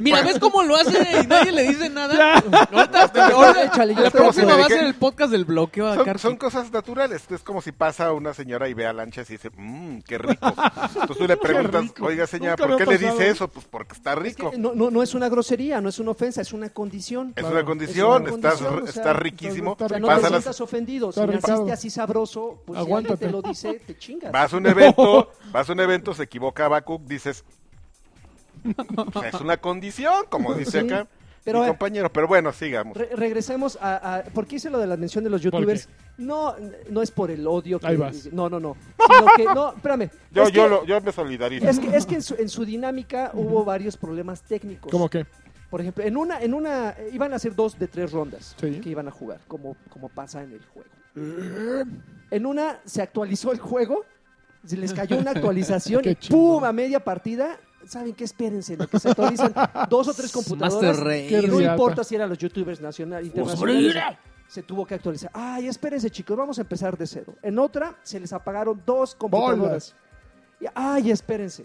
Speaker 1: Mira, ¿ves cómo lo hace y nadie le dice nada? Ahorita, ahora-
Speaker 5: Échale, yo
Speaker 1: la
Speaker 5: te lo
Speaker 1: próxima
Speaker 2: sé.
Speaker 1: va a ser el podcast del bloqueo a
Speaker 2: son,
Speaker 1: Karki.
Speaker 2: son cosas naturales. Es como si pasa una señora y ve a lanchas y dice, mmm, qué rico. Entonces tú le preguntas,
Speaker 3: rico.
Speaker 2: oiga señora,
Speaker 3: Nunca
Speaker 2: ¿por
Speaker 3: me
Speaker 2: qué
Speaker 3: ha
Speaker 2: le
Speaker 3: pasado.
Speaker 2: dice eso? Pues porque está
Speaker 5: Es que
Speaker 2: rico.
Speaker 5: no, no, no es una grosería, no es una ofensa, es una condición.
Speaker 2: Es
Speaker 3: Claro.
Speaker 2: una condición,
Speaker 5: Es una
Speaker 2: estás,
Speaker 5: condición,
Speaker 2: r-
Speaker 5: o sea,
Speaker 2: estás riquísimo.
Speaker 5: O sea, no te
Speaker 2: vas, a las-
Speaker 5: sientas ofendido. Si
Speaker 3: Está
Speaker 5: naciste
Speaker 3: Ricardo.
Speaker 5: así sabroso, pues
Speaker 3: Aguántate.
Speaker 5: si alguien te lo dice, te chingas.
Speaker 2: vas a un evento, vas a un evento, se equivoca Bakuk, dices, "O sea, es una condición, como dice
Speaker 5: Sí,
Speaker 2: acá
Speaker 5: pero a
Speaker 2: mi
Speaker 5: ver.
Speaker 2: compañero. Pero bueno, sigamos.
Speaker 5: Re- regresemos a, a- ¿Por qué hice lo de la mención de los youtubers? No, no es por el odio. Que,
Speaker 3: Ahí vas.
Speaker 5: No, no, no. Sino que- no, espérame.
Speaker 2: Yo,
Speaker 5: es
Speaker 2: yo,
Speaker 5: que,
Speaker 2: lo- yo me solidarizo.
Speaker 5: Es que, es que en, su, en su dinámica hubo varios problemas técnicos.
Speaker 3: ¿Cómo que?
Speaker 5: Por ejemplo, en una, en una eh, iban a ser dos de tres rondas
Speaker 3: Sí.
Speaker 5: que iban a jugar, como, como pasa en el juego. En una se actualizó el juego, se les cayó una actualización
Speaker 3: Qué
Speaker 5: y ¡pum! a media partida. ¿Saben qué? Espérense, en lo que se actualizan dos o tres computadoras.
Speaker 4: Master Race.
Speaker 3: Qué
Speaker 5: No
Speaker 3: riata.
Speaker 5: importa si eran los youtubers nacionales, internacionales. Se tuvo que actualizar. Ay, espérense, chicos, vamos a empezar de cero. En otra se les apagaron dos computadoras. Y, ay, espérense.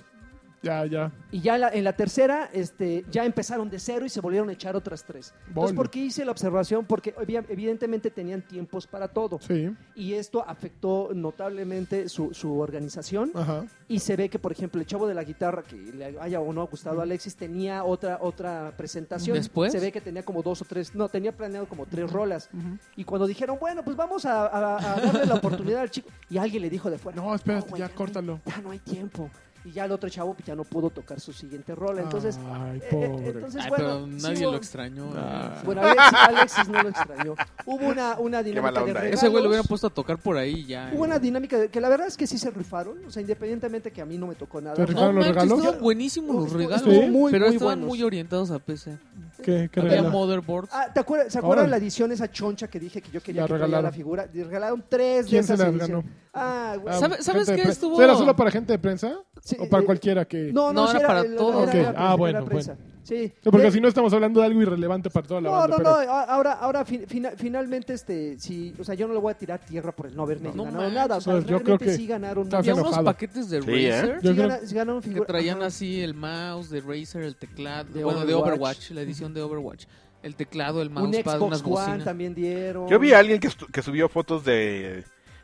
Speaker 3: Ya, ya.
Speaker 5: Y ya en la, en la tercera, este, ya empezaron de cero y se volvieron a echar otras tres. Entonces,
Speaker 3: Bola.
Speaker 5: ¿por qué hice la observación? Porque obvia- evidentemente tenían tiempos para todo.
Speaker 3: Sí.
Speaker 5: Y esto afectó notablemente su, su organización.
Speaker 3: Ajá.
Speaker 5: Y se ve que, por ejemplo, el chavo de la guitarra, que le haya o no gustado a Alexis, tenía otra, otra presentación.
Speaker 1: ¿Después?
Speaker 5: Se ve que tenía como dos o tres, no, tenía planeado como tres rolas.
Speaker 3: Ujú.
Speaker 5: Y cuando dijeron, bueno, pues vamos a, a- a darle la oportunidad al chico, y alguien le dijo de fuera.
Speaker 3: No, espérate,
Speaker 5: güey,
Speaker 3: ya
Speaker 5: no hay-
Speaker 3: córtalo.
Speaker 5: ya no hay tiempo. Y ya el otro chavo pues, ya no pudo tocar su siguiente rola. Entonces,
Speaker 3: Ay,
Speaker 5: eh, eh,
Speaker 3: pobre.
Speaker 5: entonces
Speaker 4: Ay, pero
Speaker 5: bueno, sí
Speaker 4: nadie
Speaker 5: hubo-
Speaker 4: lo extrañó.
Speaker 3: Ah.
Speaker 4: eh.
Speaker 5: bueno, Alexis, Alexis no lo extrañó. Hubo una, una dinámica
Speaker 2: mala
Speaker 5: de
Speaker 2: onda, ¿eh?
Speaker 5: regalos.
Speaker 1: Ese güey lo hubieran puesto a tocar por ahí y ya. eh.
Speaker 5: Hubo una dinámica de- que la verdad es que sí se rifaron. O sea, independientemente que a mí no me tocó nada.
Speaker 3: ¿Te
Speaker 5: o sea,
Speaker 1: No,
Speaker 3: ¿Rifaron los
Speaker 1: manches,
Speaker 3: regalos?
Speaker 1: estaban buenísimos los
Speaker 5: Estuvo-
Speaker 1: regalos.
Speaker 5: estuvo muy,
Speaker 1: pero
Speaker 5: muy
Speaker 1: estaban
Speaker 5: buenos.
Speaker 1: muy orientados a PC.
Speaker 3: ¿Qué, qué
Speaker 1: Había
Speaker 3: regalo?
Speaker 1: motherboards.
Speaker 5: Ah, ¿te acuerdas, ¿Se acuerdan
Speaker 3: Órale.
Speaker 5: la edición esa choncha que dije que yo quería
Speaker 3: La
Speaker 5: que traía la
Speaker 3: regalaron.
Speaker 5: figura? Le regalaron tres de
Speaker 3: ¿Quién se
Speaker 5: esas
Speaker 3: las
Speaker 5: ediciones.
Speaker 3: ganó?
Speaker 5: Ah, güey.
Speaker 3: Ah,
Speaker 1: ¿Sabe- sabes
Speaker 3: gente de
Speaker 1: qué
Speaker 3: pre-
Speaker 1: estuvo?
Speaker 3: ¿Sí ¿Era solo para gente de prensa?
Speaker 5: Sí,
Speaker 3: ¿O para
Speaker 5: eh,
Speaker 3: cualquiera que.?
Speaker 5: No, no,
Speaker 1: No,
Speaker 5: sí
Speaker 1: era para
Speaker 5: el-
Speaker 1: todo.
Speaker 5: era- era
Speaker 3: Ok,
Speaker 5: la
Speaker 3: ah, bueno,
Speaker 5: prensa. Sí.
Speaker 3: No, porque
Speaker 5: De-
Speaker 3: si no estamos hablando de algo irrelevante para toda la
Speaker 5: No,
Speaker 3: banda.
Speaker 5: no, eh. no,
Speaker 3: pero-
Speaker 5: a- ahora, ahora fin- fina- finalmente, este, si, o sea, yo no le voy a tirar tierra por el no haber
Speaker 1: No
Speaker 5: ganado
Speaker 1: manches,
Speaker 5: nada, o sea,
Speaker 3: pues, yo creo
Speaker 5: realmente
Speaker 3: que
Speaker 5: sí ganaron.
Speaker 3: está
Speaker 5: muy
Speaker 1: Había
Speaker 5: bien.
Speaker 3: bien.
Speaker 1: unos
Speaker 3: enojado.
Speaker 1: paquetos de
Speaker 2: Sí, ¿eh?
Speaker 1: Razer
Speaker 3: Yo
Speaker 5: Sí
Speaker 3: creo-
Speaker 5: gana- sí ganaron
Speaker 1: que
Speaker 5: figura-
Speaker 1: traían
Speaker 5: ajá.
Speaker 1: así el mouse de Razer, el teclado,
Speaker 5: De
Speaker 1: bueno, de
Speaker 5: Overwatch.
Speaker 1: Overwatch, la edición de Overwatch, el teclado, el
Speaker 5: Un
Speaker 1: mousepad, unas
Speaker 5: Xbox One
Speaker 1: bocinas.
Speaker 5: también dieron.
Speaker 2: Yo vi a alguien que, estu- que subió fotos de...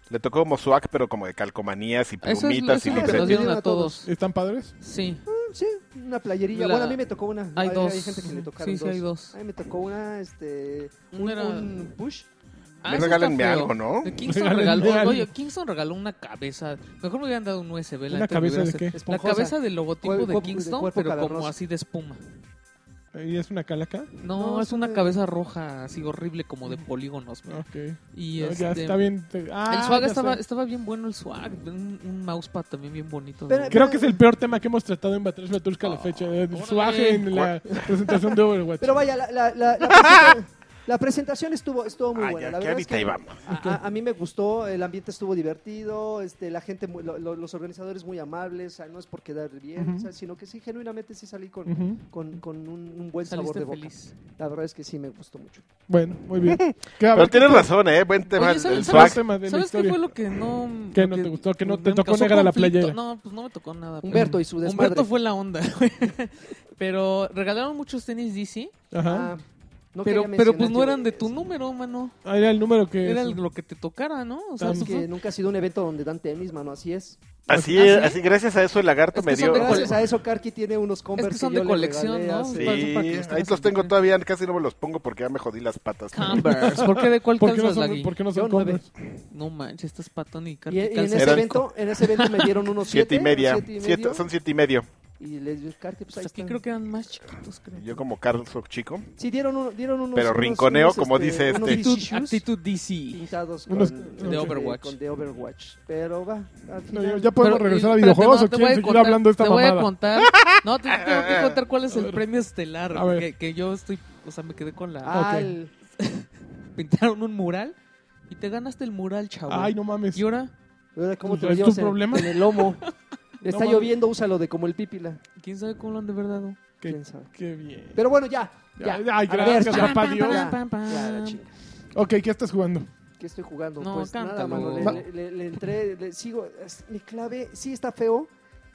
Speaker 2: Le tocó como swag, pero como de calcomanías y
Speaker 1: Eso es lo-
Speaker 2: plumitas
Speaker 1: eso es
Speaker 2: y
Speaker 1: lo que nos
Speaker 5: licencias.
Speaker 2: pixeles.
Speaker 1: dieron a todos.
Speaker 3: ¿Están padres?
Speaker 1: Sí,
Speaker 5: Sí, una playerilla.
Speaker 1: La-
Speaker 5: Bueno, a mí me tocó una.
Speaker 1: hay dos.
Speaker 5: gente que le tocaron
Speaker 1: Sí, sí, hay dos.
Speaker 5: A mí me tocó una, este,
Speaker 1: Uno
Speaker 5: un,
Speaker 1: era-
Speaker 5: un push.
Speaker 1: Ah,
Speaker 2: Me
Speaker 1: eso
Speaker 2: regálenme
Speaker 1: está feo.
Speaker 2: algo, ¿no?
Speaker 1: De Kingston
Speaker 3: Regálenme
Speaker 1: regaló,
Speaker 3: algo.
Speaker 1: oye, Kingston regaló una cabeza. Mejor me hubieran dado un USB. la
Speaker 3: ¿Una
Speaker 1: neta, me
Speaker 3: cabeza
Speaker 1: hubiera
Speaker 3: de qué?
Speaker 1: sacado- La
Speaker 5: Esponjosa.
Speaker 1: cabeza del logotipo
Speaker 5: Cuerpo-
Speaker 1: de
Speaker 5: de
Speaker 1: Kingston,
Speaker 5: cuerpo
Speaker 1: pero como
Speaker 5: cavernoso.
Speaker 1: así de espuma.
Speaker 3: ¿Y es una calaca?
Speaker 1: No,
Speaker 5: No,
Speaker 1: es
Speaker 5: es
Speaker 1: una
Speaker 5: una-
Speaker 1: cabeza roja, así horrible, como de polígonos. man.
Speaker 3: Ok.
Speaker 1: Y
Speaker 3: No, ya
Speaker 1: este,
Speaker 3: está bien. te- Ah,
Speaker 1: el swag
Speaker 3: ya
Speaker 1: estaba,
Speaker 3: sé.
Speaker 1: estaba bien bueno, el swag. Un, un mousepad también bien bonito.
Speaker 5: Pero-
Speaker 1: ¿no?
Speaker 3: Creo que es el peor tema que hemos tratado en Batrash Baturska a la fecha. El
Speaker 1: Ah, órale.
Speaker 3: swag en la presentación de Overwatch.
Speaker 5: Pero vaya, la, la, la, la, presenta- la presentación estuvo, estuvo muy
Speaker 2: Ah,
Speaker 5: buena.
Speaker 2: ya,
Speaker 5: la
Speaker 2: que
Speaker 5: verdad es
Speaker 2: ahorita
Speaker 5: que
Speaker 2: íbamos.
Speaker 5: a- a, a mí me gustó, el ambiente estuvo divertido, este, la gente, muy- lo- lo- los organizadores muy amables, o sea, no es por quedar bien,
Speaker 3: Ujú.
Speaker 5: o sea, sino que sí, genuinamente sí salí con,
Speaker 3: Ujú.
Speaker 5: con, con un, un buen sabor
Speaker 1: Saliste
Speaker 5: de boca.
Speaker 1: feliz.
Speaker 5: La verdad es que sí me gustó mucho.
Speaker 3: Bueno, muy bien. ¿Qué, a
Speaker 2: Pero
Speaker 3: ver,
Speaker 2: tienes razón, ¿eh? Buen tema
Speaker 1: Oye, ¿sabes-
Speaker 2: el
Speaker 1: sabes-
Speaker 2: swag.
Speaker 3: tema de la
Speaker 1: ¿Sabes qué
Speaker 3: historia?
Speaker 1: fue lo que no...
Speaker 3: ¿Qué
Speaker 1: lo
Speaker 3: no te gustó? ¿Que no
Speaker 1: me
Speaker 3: te tocó
Speaker 1: causó
Speaker 3: negra la
Speaker 1: conflicto?
Speaker 3: playera?
Speaker 1: No, pues no me tocó nada. pero-
Speaker 5: Humberto y su desmadre.
Speaker 1: Humberto fue la onda. güey. pero regalaron muchos tenis DC,
Speaker 3: Ajá.
Speaker 5: Ah, no
Speaker 1: pero,
Speaker 5: quería
Speaker 1: pero pues
Speaker 5: mencionar
Speaker 1: no
Speaker 5: que-
Speaker 1: eran de tu número, mano.
Speaker 3: Ah, era el número que.
Speaker 1: Era
Speaker 3: es-
Speaker 1: el- lo que te tocara, ¿no? O sea,
Speaker 5: Es
Speaker 1: pues,
Speaker 5: que nunca ha sido un evento donde dan tenis, mano, así es.
Speaker 2: Así,
Speaker 1: ¿Ah, sí?
Speaker 2: así, gracias a eso el lagarto
Speaker 1: Es que
Speaker 2: me
Speaker 1: son
Speaker 2: dio...
Speaker 1: de
Speaker 5: Gracias a eso Karki tiene unos Converse
Speaker 1: es que son
Speaker 5: yo
Speaker 1: de
Speaker 5: le
Speaker 1: colección,
Speaker 5: regalé
Speaker 1: ¿no?
Speaker 5: hace-
Speaker 2: Sí,
Speaker 1: Para- para que los
Speaker 2: ahí
Speaker 1: tengas
Speaker 2: los
Speaker 1: en
Speaker 2: tengo
Speaker 1: tu-
Speaker 2: todavía, casi no me los pongo porque ya me jodí las patas.
Speaker 1: Converse. ¿Por qué de cuál
Speaker 3: ¿Por qué no
Speaker 1: calzas
Speaker 3: son,
Speaker 1: la
Speaker 3: ¿por qué no
Speaker 5: Yo
Speaker 3: son
Speaker 5: nueve.
Speaker 3: Converse?
Speaker 1: No manches, estás patón y
Speaker 5: Y, y en
Speaker 1: calzas
Speaker 5: ese
Speaker 2: Eran
Speaker 5: evento, en ese evento me dieron unos
Speaker 2: Siete
Speaker 5: siete,
Speaker 2: y media.
Speaker 5: siete y
Speaker 2: Siete-
Speaker 5: medio,
Speaker 2: son siete y medio.
Speaker 5: y les dio Karki, pues ahí
Speaker 1: Pues aquí
Speaker 5: están.
Speaker 1: creo que eran más chiquitos, creo.
Speaker 2: Yo como Carlos chico.
Speaker 5: Sí, dieron, uno- dieron unos.
Speaker 2: Pero
Speaker 5: unos-
Speaker 2: rinconeo,
Speaker 5: unos,
Speaker 2: como dice
Speaker 5: unos
Speaker 2: este.
Speaker 1: actitud,
Speaker 5: tissues
Speaker 1: actitud DC.
Speaker 5: pintados
Speaker 3: Unos-
Speaker 5: con,
Speaker 3: de
Speaker 5: eh,
Speaker 1: Overwatch.
Speaker 5: con de Overwatch. Pero va. al
Speaker 3: No,
Speaker 5: final-
Speaker 3: yo- ya podemos
Speaker 1: Pero,
Speaker 3: regresar a
Speaker 1: espérate,
Speaker 3: videojuegos
Speaker 1: no,
Speaker 3: o
Speaker 1: te voy a
Speaker 3: quieren seguir
Speaker 1: contar-
Speaker 3: hablando de esta
Speaker 1: te Voy a
Speaker 3: mamada.
Speaker 1: contar, no, te te tengo que contar cuál es el premio estelar.
Speaker 3: A ver.
Speaker 1: Que, que yo estoy, o sea, me quedé con la...
Speaker 5: Ah,
Speaker 3: ok.
Speaker 5: el-
Speaker 1: Pintaron un mural y te ganaste el mural, chavo.
Speaker 3: Ay, no mames.
Speaker 1: Y ahora,
Speaker 5: ahora, ¿Cómo te lo
Speaker 3: Pues, ¿Es tu
Speaker 5: llevas en,
Speaker 3: problema?
Speaker 5: en el lomo? Le está
Speaker 3: mames.
Speaker 5: lloviendo, úsalo de como el pípila.
Speaker 1: ¿quién sabe cómo lo han de verdad?
Speaker 3: Qué,
Speaker 5: quién sabe.
Speaker 3: qué bien.
Speaker 5: Pero bueno, ya. ya.
Speaker 3: Ya, ay,
Speaker 5: A la
Speaker 3: gracias,
Speaker 5: verga.
Speaker 3: papá Dios.
Speaker 5: Ya, ya, la chinga.
Speaker 3: Ok, ¿qué estás jugando?
Speaker 5: ¿Qué estoy jugando?
Speaker 1: No,
Speaker 5: pues nada,
Speaker 1: cántalo.
Speaker 5: mano. Le,
Speaker 3: Va.
Speaker 5: le- le- le entré, le sigo. es- Mi clave sí está feo.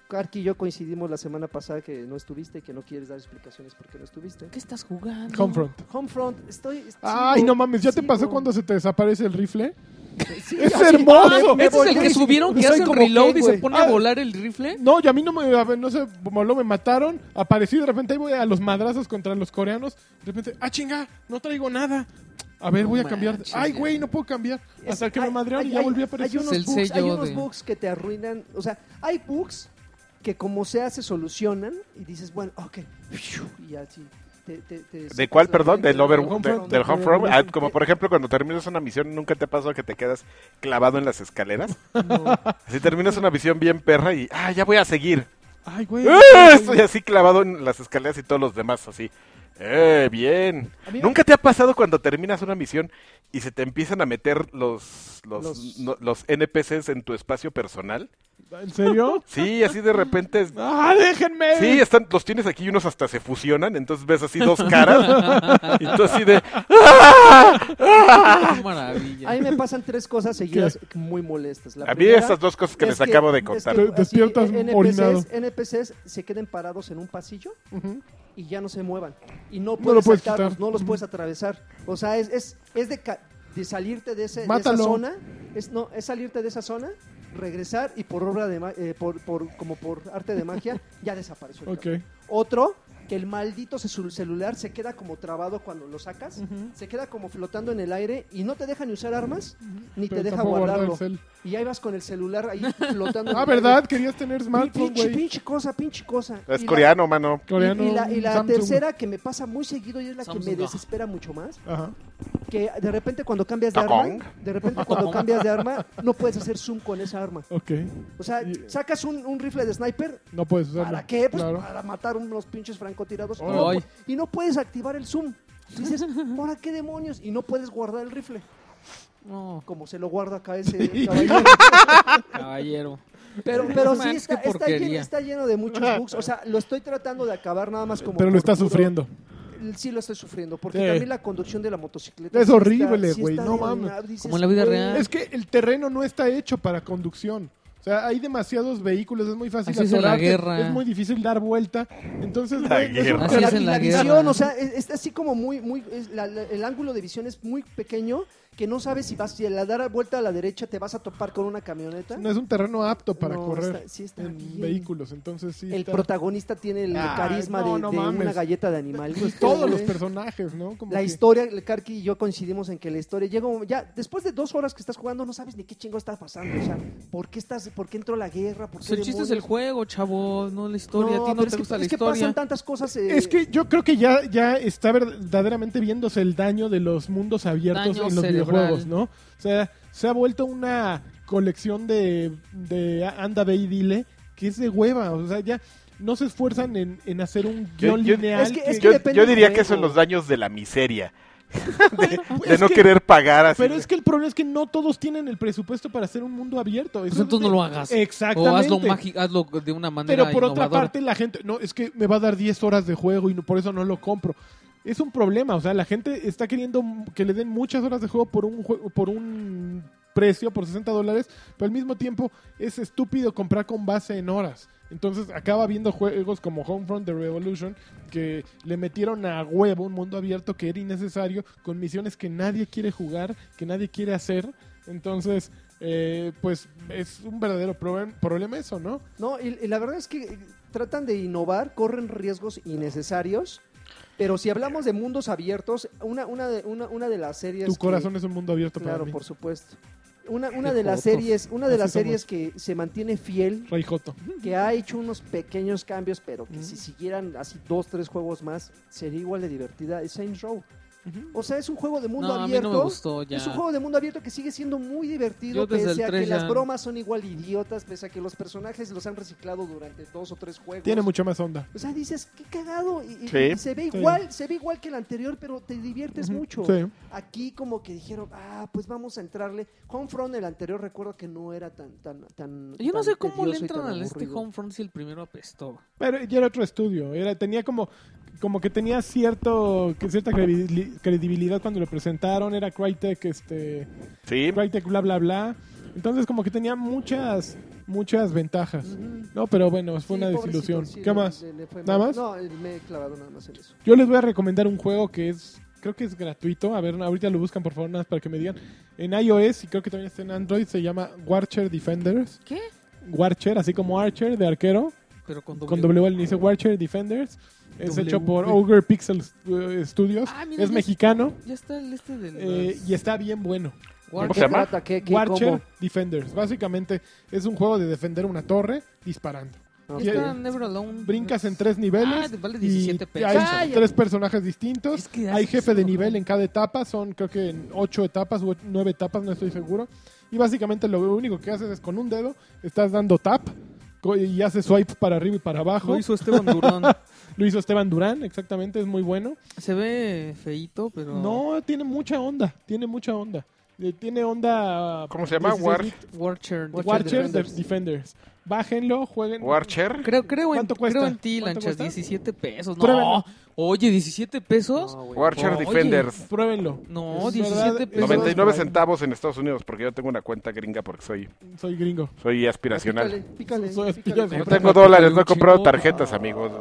Speaker 5: Karki y yo coincidimos la semana pasada que no estuviste y que no quieres dar explicaciones por qué no estuviste.
Speaker 1: ¿Qué estás jugando?
Speaker 3: Homefront.
Speaker 5: Homefront, estoy. sigo-
Speaker 3: Ay, no mames, ¿ya te
Speaker 5: sigo.
Speaker 3: pasó cuando se te desaparece el rifle?
Speaker 5: Sí,
Speaker 3: ¡Es
Speaker 5: así-
Speaker 3: hermoso!
Speaker 5: me
Speaker 1: Ah, ¿Ese es el
Speaker 5: volteé
Speaker 1: que
Speaker 5: y-
Speaker 1: subieron que
Speaker 5: soy
Speaker 1: hacen
Speaker 5: como
Speaker 1: reload
Speaker 5: Ken,
Speaker 1: y se
Speaker 5: güey.
Speaker 1: pone a
Speaker 3: Ah.
Speaker 1: volar el rifle?
Speaker 3: No, y a mí no me, a ver, no sé, como lo me mataron, aparecí de repente ahí voy a los madrazos contra los coreanos, de repente, ah, chinga, no traigo nada. A ver,
Speaker 1: No
Speaker 3: voy a cambiar.
Speaker 1: manches,
Speaker 3: Ay,
Speaker 1: ya.
Speaker 3: güey, no puedo cambiar.
Speaker 5: Es-
Speaker 3: Hasta que me
Speaker 5: hay-
Speaker 3: madrearon y
Speaker 5: hay-
Speaker 3: ya
Speaker 5: hay-
Speaker 3: volví a
Speaker 5: Hay
Speaker 3: aparecer.
Speaker 5: unos,
Speaker 1: Es el
Speaker 5: bugs, hay
Speaker 1: sello
Speaker 5: unos
Speaker 1: de-
Speaker 5: bugs que te arruinan. O sea, hay bugs que como sea se solucionan y dices, bueno, ok. Y así. te- te- te
Speaker 2: ¿De
Speaker 5: sacas
Speaker 2: cuál,
Speaker 5: la
Speaker 2: perdón?
Speaker 5: frente
Speaker 2: Del over,
Speaker 3: Homefront.
Speaker 2: de- del Homefront. Ah, como por ejemplo cuando terminas una misión, ¿nunca te ha pasado que te quedas clavado en las escaleras? Así terminas una misión bien perra y, ah, ya voy a seguir.
Speaker 3: Ay, güey.
Speaker 2: ¡Ah! Estoy así clavado en las escaleras y todos los demás así. ¡Eh, bien!
Speaker 5: A mí me-
Speaker 2: ¿Nunca te ha pasado cuando terminas una misión y se te empiezan a meter los, los,
Speaker 5: Los-
Speaker 2: no- los NPCs en tu espacio personal?
Speaker 3: ¿En serio?
Speaker 2: Sí, así de repente... es-
Speaker 3: ¡Ah, déjenme!
Speaker 2: Sí, están, los tienes aquí y unos hasta se fusionan, entonces ves así dos caras y tú así de...
Speaker 1: Qué maravilla.
Speaker 5: A mí me pasan tres cosas seguidas muy molestas. La
Speaker 2: A mí
Speaker 5: primera
Speaker 2: estas dos cosas que
Speaker 5: es
Speaker 2: les acabo de
Speaker 5: es
Speaker 2: contar.
Speaker 5: que
Speaker 3: Te despiertas
Speaker 5: así,
Speaker 3: orinado.
Speaker 5: NPCs, NPCs se queden parados en un pasillo
Speaker 3: Ujú.
Speaker 5: y ya no se muevan. Y no
Speaker 3: lo
Speaker 5: puedes,
Speaker 3: puedes
Speaker 5: saltarlos,
Speaker 3: quitar.
Speaker 5: no los
Speaker 3: Ujú.
Speaker 5: puedes atravesar. O sea, es, es, es de, ca- de salirte de, ese, de esa
Speaker 3: Mátalo.
Speaker 5: zona. Es, no, es salirte de esa zona, regresar y por obra de ma- eh, por, por- como por arte de magia, ya desapareció. el
Speaker 3: Ok.
Speaker 5: cabrón. Otro, que el maldito celu- celular se queda como trabado cuando lo sacas. Se queda como flotando en el aire y no te deja ni usar armas ni
Speaker 3: Pero
Speaker 5: te deja
Speaker 3: tampoco guardar el
Speaker 5: guardarlo.
Speaker 3: cel.
Speaker 5: Y ahí vas con el celular ahí flotando. en
Speaker 3: Ah,
Speaker 5: el aire.
Speaker 3: ¿verdad? Querías tener smartphone,
Speaker 5: Pinche,
Speaker 3: güey.
Speaker 5: pinche cosa, pinche cosa.
Speaker 2: Es
Speaker 5: Y la-
Speaker 2: coreano, mano.
Speaker 3: Coreano.
Speaker 5: y, y la, y la
Speaker 3: Samsung.
Speaker 5: tercera que me pasa muy seguido y es la que
Speaker 1: Samsung,
Speaker 5: me
Speaker 1: ajá.
Speaker 5: desespera mucho más,
Speaker 3: Ajá.
Speaker 5: que de repente cuando cambias de
Speaker 2: Tacón.
Speaker 5: arma, de repente cuando cambias de arma, no puedes hacer zoom con esa arma.
Speaker 3: Ok.
Speaker 5: O sea,
Speaker 3: Y-
Speaker 5: sacas un, un rifle de sniper,
Speaker 3: No puedes usarlo.
Speaker 5: ¿para qué? Pues
Speaker 3: Claro.
Speaker 5: para matar unos pinches francotirados. Y
Speaker 3: Ay.
Speaker 5: no, pu- y no puedes activar el zoom. Dices, ¿para qué demonios? Y no puedes guardar el rifle,
Speaker 1: No,
Speaker 5: como se lo guarda acá ese caballero.
Speaker 1: caballero.
Speaker 5: Pero, pero
Speaker 1: Max,
Speaker 5: sí, está,
Speaker 1: qué
Speaker 5: está lleno,
Speaker 1: porquería.
Speaker 5: está lleno de muchos bugs. O sea, lo estoy tratando de acabar nada más como...
Speaker 3: Pero lo
Speaker 5: por
Speaker 3: estás
Speaker 5: puro-
Speaker 3: sufriendo.
Speaker 5: Sí lo estoy sufriendo, porque
Speaker 3: Sí.
Speaker 5: también la conducción de la motocicleta...
Speaker 3: Es
Speaker 5: sí está-
Speaker 3: horrible,
Speaker 5: sí
Speaker 3: güey,
Speaker 5: está
Speaker 3: no
Speaker 5: de la
Speaker 3: mames.
Speaker 5: nada, dices,
Speaker 1: Como en la vida
Speaker 5: güey,
Speaker 1: real.
Speaker 3: Es que el terreno no está hecho para conducción. O sea, hay demasiados vehículos, es muy fácil
Speaker 1: Así es en la
Speaker 3: atorarte,
Speaker 1: guerra.
Speaker 3: Es muy difícil dar vuelta. Entonces,
Speaker 2: La
Speaker 3: güey, es un
Speaker 2: guerra.
Speaker 1: Así
Speaker 5: pero
Speaker 1: es
Speaker 5: la,
Speaker 1: en la
Speaker 5: la
Speaker 1: guerra.
Speaker 5: visión, o sea, es, está así como muy... muy es la- la- el ángulo de visión es muy pequeño, que no sabes si vas si a la dar vuelta a la derecha te vas a topar con una camioneta.
Speaker 3: No es un terreno apto para
Speaker 5: No,
Speaker 3: correr
Speaker 5: está- sí está
Speaker 3: en
Speaker 5: bien.
Speaker 3: vehículos, entonces sí.
Speaker 5: El
Speaker 3: está-
Speaker 5: protagonista tiene el
Speaker 3: Ay,
Speaker 5: carisma
Speaker 3: no,
Speaker 5: de,
Speaker 3: no
Speaker 5: de una
Speaker 3: mames.
Speaker 5: galleta de animal.
Speaker 3: pues, todos los
Speaker 5: güey.
Speaker 3: personajes, ¿no? Como
Speaker 5: La
Speaker 3: que-
Speaker 5: historia, el Karki y yo coincidimos en que la historia llega un- ya después de dos horas que estás jugando no sabes ni qué chingo está pasando, o sea, ¿por qué estás, por qué entró la guerra, por
Speaker 1: Pues
Speaker 5: qué
Speaker 1: el chiste es el
Speaker 5: demonios?
Speaker 1: juego, chavo, no la historia. a ti
Speaker 5: pero
Speaker 1: no
Speaker 5: es
Speaker 1: te
Speaker 5: que-
Speaker 1: gusta la
Speaker 5: es que
Speaker 1: historia.
Speaker 5: pasan tantas cosas. eh,
Speaker 3: Es que yo creo que ya, ya está verdaderamente viéndose el daño de los mundos abiertos
Speaker 1: Daño
Speaker 3: en los
Speaker 1: cerebral.
Speaker 3: videojuegos, ¿no? O sea, se ha vuelto una colección de, de anda, ve y dile, que es de hueva. O sea, ya no se esfuerzan en, en hacer un
Speaker 2: Yo-
Speaker 3: guión
Speaker 2: yo-
Speaker 3: lineal.
Speaker 5: Es que- es
Speaker 2: Yo,
Speaker 5: depende
Speaker 2: yo
Speaker 5: del
Speaker 2: diría que son
Speaker 5: juego.
Speaker 2: los daños de la miseria. de de
Speaker 3: Es
Speaker 2: no
Speaker 3: que-
Speaker 2: querer pagar así.
Speaker 3: Pero es que el problema es que no todos tienen el presupuesto para hacer un mundo abierto.
Speaker 1: Pues
Speaker 3: Eso
Speaker 1: entonces no
Speaker 3: es de-
Speaker 1: lo hagas.
Speaker 3: Exactamente.
Speaker 1: O hazlo, mágico, hazlo de una manera
Speaker 3: Pero por otra
Speaker 1: innovadora.
Speaker 3: parte, la gente, no, es que me va a dar 10 horas de juego y no- por eso no lo compro. Es un problema, o sea, la gente está queriendo m- que le den muchas horas de juego por un juego, por un precio, por 60 dólares, pero al mismo tiempo es estúpido comprar con base en horas. Entonces acaba viendo juegos como Homefront The Revolution que le metieron a huevo un mundo abierto que era innecesario, con misiones que nadie quiere jugar, que nadie quiere hacer. Entonces, eh, pues es un verdadero problem- problema eso, ¿no?
Speaker 5: No, y, y la verdad es que eh, tratan de innovar, corren riesgos innecesarios, pero si hablamos de mundos abiertos, una, una, de, una, una de las series...
Speaker 3: Tu
Speaker 5: que-
Speaker 3: corazón es un mundo abierto para
Speaker 5: Claro,
Speaker 3: mí.
Speaker 5: por supuesto. Una, una
Speaker 1: Qué
Speaker 5: de las
Speaker 1: jotos.
Speaker 5: series, una de
Speaker 3: Así
Speaker 5: las
Speaker 3: somos.
Speaker 5: series que se mantiene fiel
Speaker 3: Rey Joto.
Speaker 5: que ha hecho unos pequeños cambios, pero que
Speaker 3: Ujú.
Speaker 5: si siguieran así dos, tres juegos más, sería igual de divertida. Es Saints Row. O sea, es un juego de mundo
Speaker 1: no, a mí
Speaker 5: abierto.
Speaker 1: no me gustó ya.
Speaker 5: Es un juego de mundo abierto que sigue siendo muy divertido,
Speaker 1: Yo desde
Speaker 5: pese
Speaker 1: el
Speaker 5: a que
Speaker 1: tres ya-
Speaker 5: las bromas son igual idiotas, pese a que los personajes los han reciclado durante dos o tres juegos.
Speaker 3: Tiene mucha más onda.
Speaker 5: O sea, dices, qué cagado. Y, y-
Speaker 2: Sí.
Speaker 5: y se ve
Speaker 3: Sí.
Speaker 5: igual, se ve igual que el anterior, pero te diviertes
Speaker 3: Ujú.
Speaker 5: mucho.
Speaker 3: Sí.
Speaker 5: Aquí como que dijeron, ah, pues vamos a entrarle. Homefront, el anterior recuerdo que no era tan, tan, tan.
Speaker 1: Yo no
Speaker 5: tan
Speaker 1: sé cómo le
Speaker 5: tedioso y tan
Speaker 1: entran al este
Speaker 5: aburrido.
Speaker 1: Homefront si el primero apestó.
Speaker 3: Pero ya era otro estudio. Era, tenía como, como que tenía cierto, que cierta credibili- credibilidad cuando lo presentaron. Era Crytek, este,
Speaker 2: Sí,
Speaker 3: Crytek, bla, bla, bla. Entonces como que tenía muchas, muchas ventajas. No, pero bueno, fue
Speaker 5: Sí,
Speaker 3: una
Speaker 5: pobrecito,
Speaker 3: desilusión.
Speaker 5: sí,
Speaker 3: ¿Qué
Speaker 5: le-
Speaker 3: más?
Speaker 5: le- le fue
Speaker 3: ¿Nada
Speaker 5: mal.
Speaker 3: más?
Speaker 5: No, eh, me he clavado nada más en eso.
Speaker 3: Yo les voy a recomendar un juego que es, creo que es gratuito. A ver, ahorita lo buscan por favor, nada más para que me digan. En iOS y creo que también está en Android, se llama Warcher Defenders.
Speaker 1: ¿Qué?
Speaker 3: Warcher, así como Archer de arquero.
Speaker 1: Pero con doble.
Speaker 3: con W al inicio, Warcher Defenders. Es
Speaker 1: W.
Speaker 3: hecho por Ogre Pixel eh, Studios.
Speaker 1: Ah, mira,
Speaker 3: es
Speaker 1: ya-
Speaker 3: mexicano
Speaker 1: Ya está el este del.
Speaker 3: eh, y está bien bueno.
Speaker 2: ¿Cómo
Speaker 1: Warcraft.
Speaker 2: se llama?
Speaker 5: trata? ¿Qué- qué-
Speaker 3: Warcher
Speaker 5: cómo?
Speaker 3: Defenders. Básicamente es un juego de defender una torre disparando.
Speaker 5: Ok.
Speaker 3: Y,
Speaker 1: Está
Speaker 3: eh,
Speaker 1: Never Alone.
Speaker 3: brincas en tres niveles.
Speaker 1: Ah, vale
Speaker 3: y
Speaker 1: 17 pesos.
Speaker 3: Hay
Speaker 1: Cállate.
Speaker 3: tres personajes distintos.
Speaker 1: Es que
Speaker 3: hay
Speaker 1: haces
Speaker 3: jefe de
Speaker 1: eso,
Speaker 3: nivel
Speaker 1: ¿no?
Speaker 3: en cada etapa. Son creo que en ocho etapas o nueve etapas, no estoy seguro. Y básicamente lo único que haces es con un dedo, estás dando tap co- y hace swipe para arriba y para abajo.
Speaker 1: Lo hizo Esteban Durón.
Speaker 3: Esteban Durán, exactamente, es muy bueno.
Speaker 1: Se ve feíto, pero.
Speaker 3: No, tiene mucha onda, tiene mucha onda. Eh, Tiene onda...
Speaker 2: ¿Cómo se llama?
Speaker 3: 16
Speaker 2: War-
Speaker 3: bit.
Speaker 1: Watcher.
Speaker 5: Watcher
Speaker 3: Warchers
Speaker 5: Defenders.
Speaker 3: Defenders. Bájenlo, jueguen.
Speaker 2: Warcher.
Speaker 1: Creo, creo, en,
Speaker 3: ¿Cuánto cuesta?
Speaker 1: creo en ti,
Speaker 3: ¿Cuánto
Speaker 1: Lanchas.
Speaker 3: cuesta?
Speaker 1: 17 pesos. No.
Speaker 3: Pruébenlo.
Speaker 1: Oye, ¿17 pesos?
Speaker 5: No, güey.
Speaker 2: Warcher
Speaker 1: Oye.
Speaker 2: Defenders.
Speaker 3: Pruébenlo.
Speaker 1: No,
Speaker 3: Es
Speaker 1: 17
Speaker 3: verdad,
Speaker 1: pesos.
Speaker 3: es
Speaker 2: 99
Speaker 3: verdad.
Speaker 2: centavos en Estados Unidos, porque yo tengo una cuenta gringa porque soy,
Speaker 3: Soy gringo.
Speaker 2: soy aspiracional.
Speaker 5: Pícale, pícale,
Speaker 3: Soy
Speaker 5: pícale.
Speaker 3: espía.
Speaker 2: No
Speaker 3: Cómprate
Speaker 2: tengo
Speaker 1: tu
Speaker 2: dólares, no he
Speaker 1: peluche,
Speaker 2: comprado
Speaker 1: ¿no?
Speaker 2: tarjetas,
Speaker 5: Ah,
Speaker 2: amigos.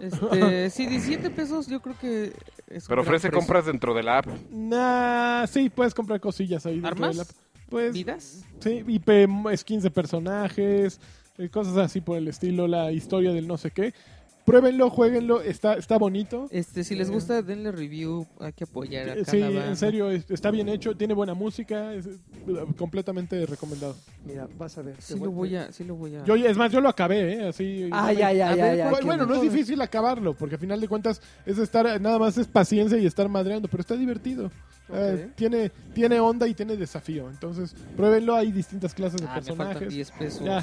Speaker 1: Este, sí, 17 pesos yo creo que es un
Speaker 2: Pero
Speaker 1: gran
Speaker 2: ofrece
Speaker 1: precio.
Speaker 2: compras dentro de la app.
Speaker 3: Nah, sí, puedes comprar cosillas ahí. dentro
Speaker 1: ¿Armas?
Speaker 3: de la- Pues,
Speaker 1: ¿Vidas?
Speaker 3: sí, y pe- skins de personajes, eh, cosas así por el estilo, la historia del no sé qué. Pruébenlo, jueguenlo, está, está bonito.
Speaker 1: Este, si les
Speaker 3: Eh.
Speaker 1: gusta, denle review. Hay que apoyar a
Speaker 3: Eh,
Speaker 1: cada
Speaker 3: Sí,
Speaker 1: banda.
Speaker 3: en serio, es- está bien hecho, tiene buena música, es eh, completamente recomendado.
Speaker 5: Mira, vas a ver. te
Speaker 1: Sí lo voy a... Sí lo voy a...
Speaker 3: Yo, es más, yo lo acabé, ¿eh? Así.
Speaker 5: Ah. Ay, ay,
Speaker 1: A
Speaker 5: ay,
Speaker 1: ver,
Speaker 5: ay, ay,
Speaker 1: ¿cuál-
Speaker 5: qué
Speaker 3: bueno, no es
Speaker 5: horror.
Speaker 3: difícil acabarlo, porque al final de cuentas es estar, nada más es paciencia y estar madreando, pero está divertido. Eh,
Speaker 5: Ok.
Speaker 3: tiene, tiene onda y tiene desafío. Entonces, pruébenlo, hay distintas clases de
Speaker 1: Ah, me faltan
Speaker 3: personajes.
Speaker 1: 10 pesos.
Speaker 3: Ya.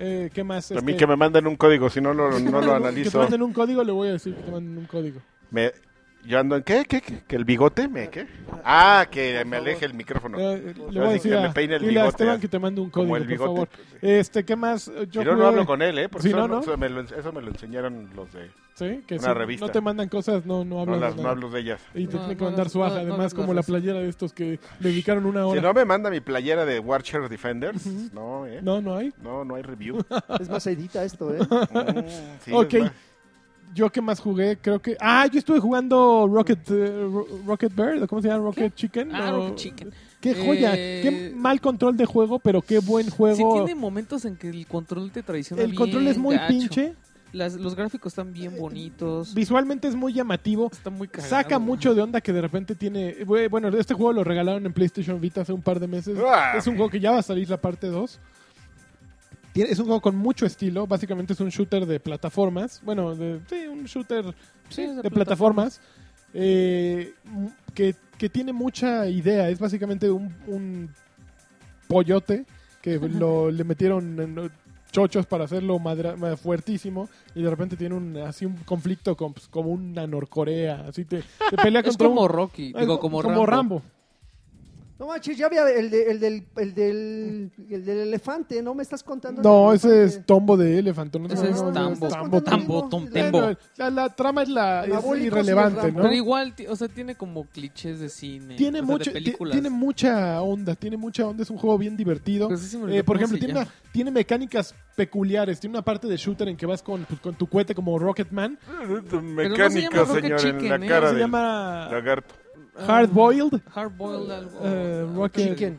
Speaker 3: Eh, ¿Qué más?
Speaker 2: A mí
Speaker 3: Este,
Speaker 2: que me manden un código, si no lo, no lo
Speaker 3: Que te
Speaker 2: analizo.
Speaker 3: manden un código, le voy a decir que te manden un código.
Speaker 2: Me- yo ando en qué, qué, qué? que el bigote me qué. Ah, que me aleje el micrófono.
Speaker 3: Eh, le
Speaker 2: a
Speaker 3: voy
Speaker 2: decir
Speaker 3: a decir
Speaker 2: que
Speaker 3: a,
Speaker 2: me peine el
Speaker 3: dile a
Speaker 2: bigote,
Speaker 3: Esteban
Speaker 2: ah.
Speaker 3: que te mande un
Speaker 2: Como
Speaker 3: código,
Speaker 2: el
Speaker 3: por
Speaker 2: bigote.
Speaker 3: favor. Este, ¿qué más? Yo
Speaker 2: Si no, no
Speaker 3: jugué-
Speaker 2: hablo con él, ¿eh? Porque
Speaker 3: Si
Speaker 2: eso,
Speaker 3: no, no.
Speaker 2: eso me lo, eso me lo enseñaron los de...
Speaker 3: Sí, que
Speaker 2: una
Speaker 3: si
Speaker 2: revista.
Speaker 3: no te mandan cosas, no, no
Speaker 2: No,
Speaker 3: hablas.
Speaker 2: las,
Speaker 3: de
Speaker 2: no
Speaker 3: nada.
Speaker 2: hablo de ellas.
Speaker 3: Y te
Speaker 1: No,
Speaker 3: tiene
Speaker 1: no
Speaker 3: que mandar
Speaker 1: las-
Speaker 3: su
Speaker 1: no-
Speaker 3: baja,
Speaker 1: no
Speaker 3: además
Speaker 1: las
Speaker 3: como la
Speaker 1: haces.
Speaker 3: playera de estos que le dedicaron una hora.
Speaker 2: Si no me manda mi playera de Warcher Defenders, no, ¿eh?
Speaker 3: no, no hay.
Speaker 2: No, no hay review.
Speaker 5: Es más edita esto, ¿eh?
Speaker 2: Mm, sí,
Speaker 3: Ok.
Speaker 2: es más.
Speaker 3: Yo que más jugué, creo que. Ah, yo estuve jugando Rocket eh, Ro- Rocket Bird, ¿o ¿cómo se llama? Rocket Chicken.
Speaker 1: Ah,
Speaker 3: o-
Speaker 1: Rocket Chicken.
Speaker 3: Qué
Speaker 1: Eh,
Speaker 3: joya, qué mal control de juego, pero qué buen
Speaker 1: Sí
Speaker 3: juego.
Speaker 1: tiene momentos en que el control te traiciona
Speaker 3: El
Speaker 1: bien
Speaker 3: control es muy
Speaker 1: gacho.
Speaker 3: pinche,
Speaker 1: Las- los gráficos están bien bonitos.
Speaker 3: visualmente es muy llamativo.
Speaker 1: Está muy cagado.
Speaker 3: Saca mucho de onda que de repente tiene. bue- Bueno, este juego lo regalaron en PlayStation Vita hace un par de meses.
Speaker 2: Ah.
Speaker 3: Es un juego que ya va a salir la parte 2. Tiene- Es un juego con mucho estilo. Básicamente es un shooter de plataformas. Bueno, de, sí, un shooter
Speaker 1: Sí, pues, es
Speaker 3: de,
Speaker 1: de
Speaker 3: plataformas. eh, m- que, que tiene mucha idea. Es básicamente un, un pollote que lo, le metieron en- eh, chochos para hacerlo madra- ma- fuertísimo y de repente tiene un así un conflicto con, pues, como una Norcorea así te, te pelea
Speaker 1: Es
Speaker 3: contra un-
Speaker 1: como Rocky,
Speaker 3: eh,
Speaker 1: digo, como, Rambo.
Speaker 3: Rambo.
Speaker 5: No manches, ya había el, de- el del, el, del, el del elefante, ¿no? Me estás contando.
Speaker 3: No,
Speaker 5: el
Speaker 3: ese es
Speaker 5: elefante.
Speaker 3: Tombo de Elefante. No,
Speaker 1: Ese
Speaker 3: no,
Speaker 1: es
Speaker 3: no, no,
Speaker 1: Tambo.
Speaker 3: es
Speaker 1: Tambo, Tambo,
Speaker 5: Bueno,
Speaker 1: Tom-
Speaker 5: el-
Speaker 1: Tembo.
Speaker 3: Bueno, la, la trama es la es
Speaker 5: Anabólicos y
Speaker 3: irrelevante,
Speaker 5: el Rambo.
Speaker 3: ¿no?
Speaker 1: Pero igual, ti- o sea, tiene como clichés de cine.
Speaker 3: Tiene
Speaker 1: o sea,
Speaker 3: mucho,
Speaker 1: de
Speaker 3: ti-
Speaker 1: películas.
Speaker 3: tiene mucha onda, tiene mucha onda, es un juego bien divertido.
Speaker 1: Pero sí se me
Speaker 3: Eh,
Speaker 1: olvidó
Speaker 3: por
Speaker 1: Pues, cómo
Speaker 3: ejemplo,
Speaker 1: se
Speaker 3: tiene,
Speaker 1: llama.
Speaker 3: una- tiene mecánicas peculiares, tiene una parte de shooter en que vas con, pues, con tu cohete como Rocketman.
Speaker 2: Mecánico,
Speaker 1: Rocket
Speaker 2: señor, en
Speaker 1: Chicken,
Speaker 2: la
Speaker 1: ¿eh?
Speaker 2: cara
Speaker 3: Se
Speaker 2: del
Speaker 3: llama
Speaker 2: lagarto.
Speaker 3: Hard Boiled.
Speaker 1: Hard Boiled algo.
Speaker 3: Eh,
Speaker 1: Ah,
Speaker 3: Rocket-
Speaker 5: Chicken.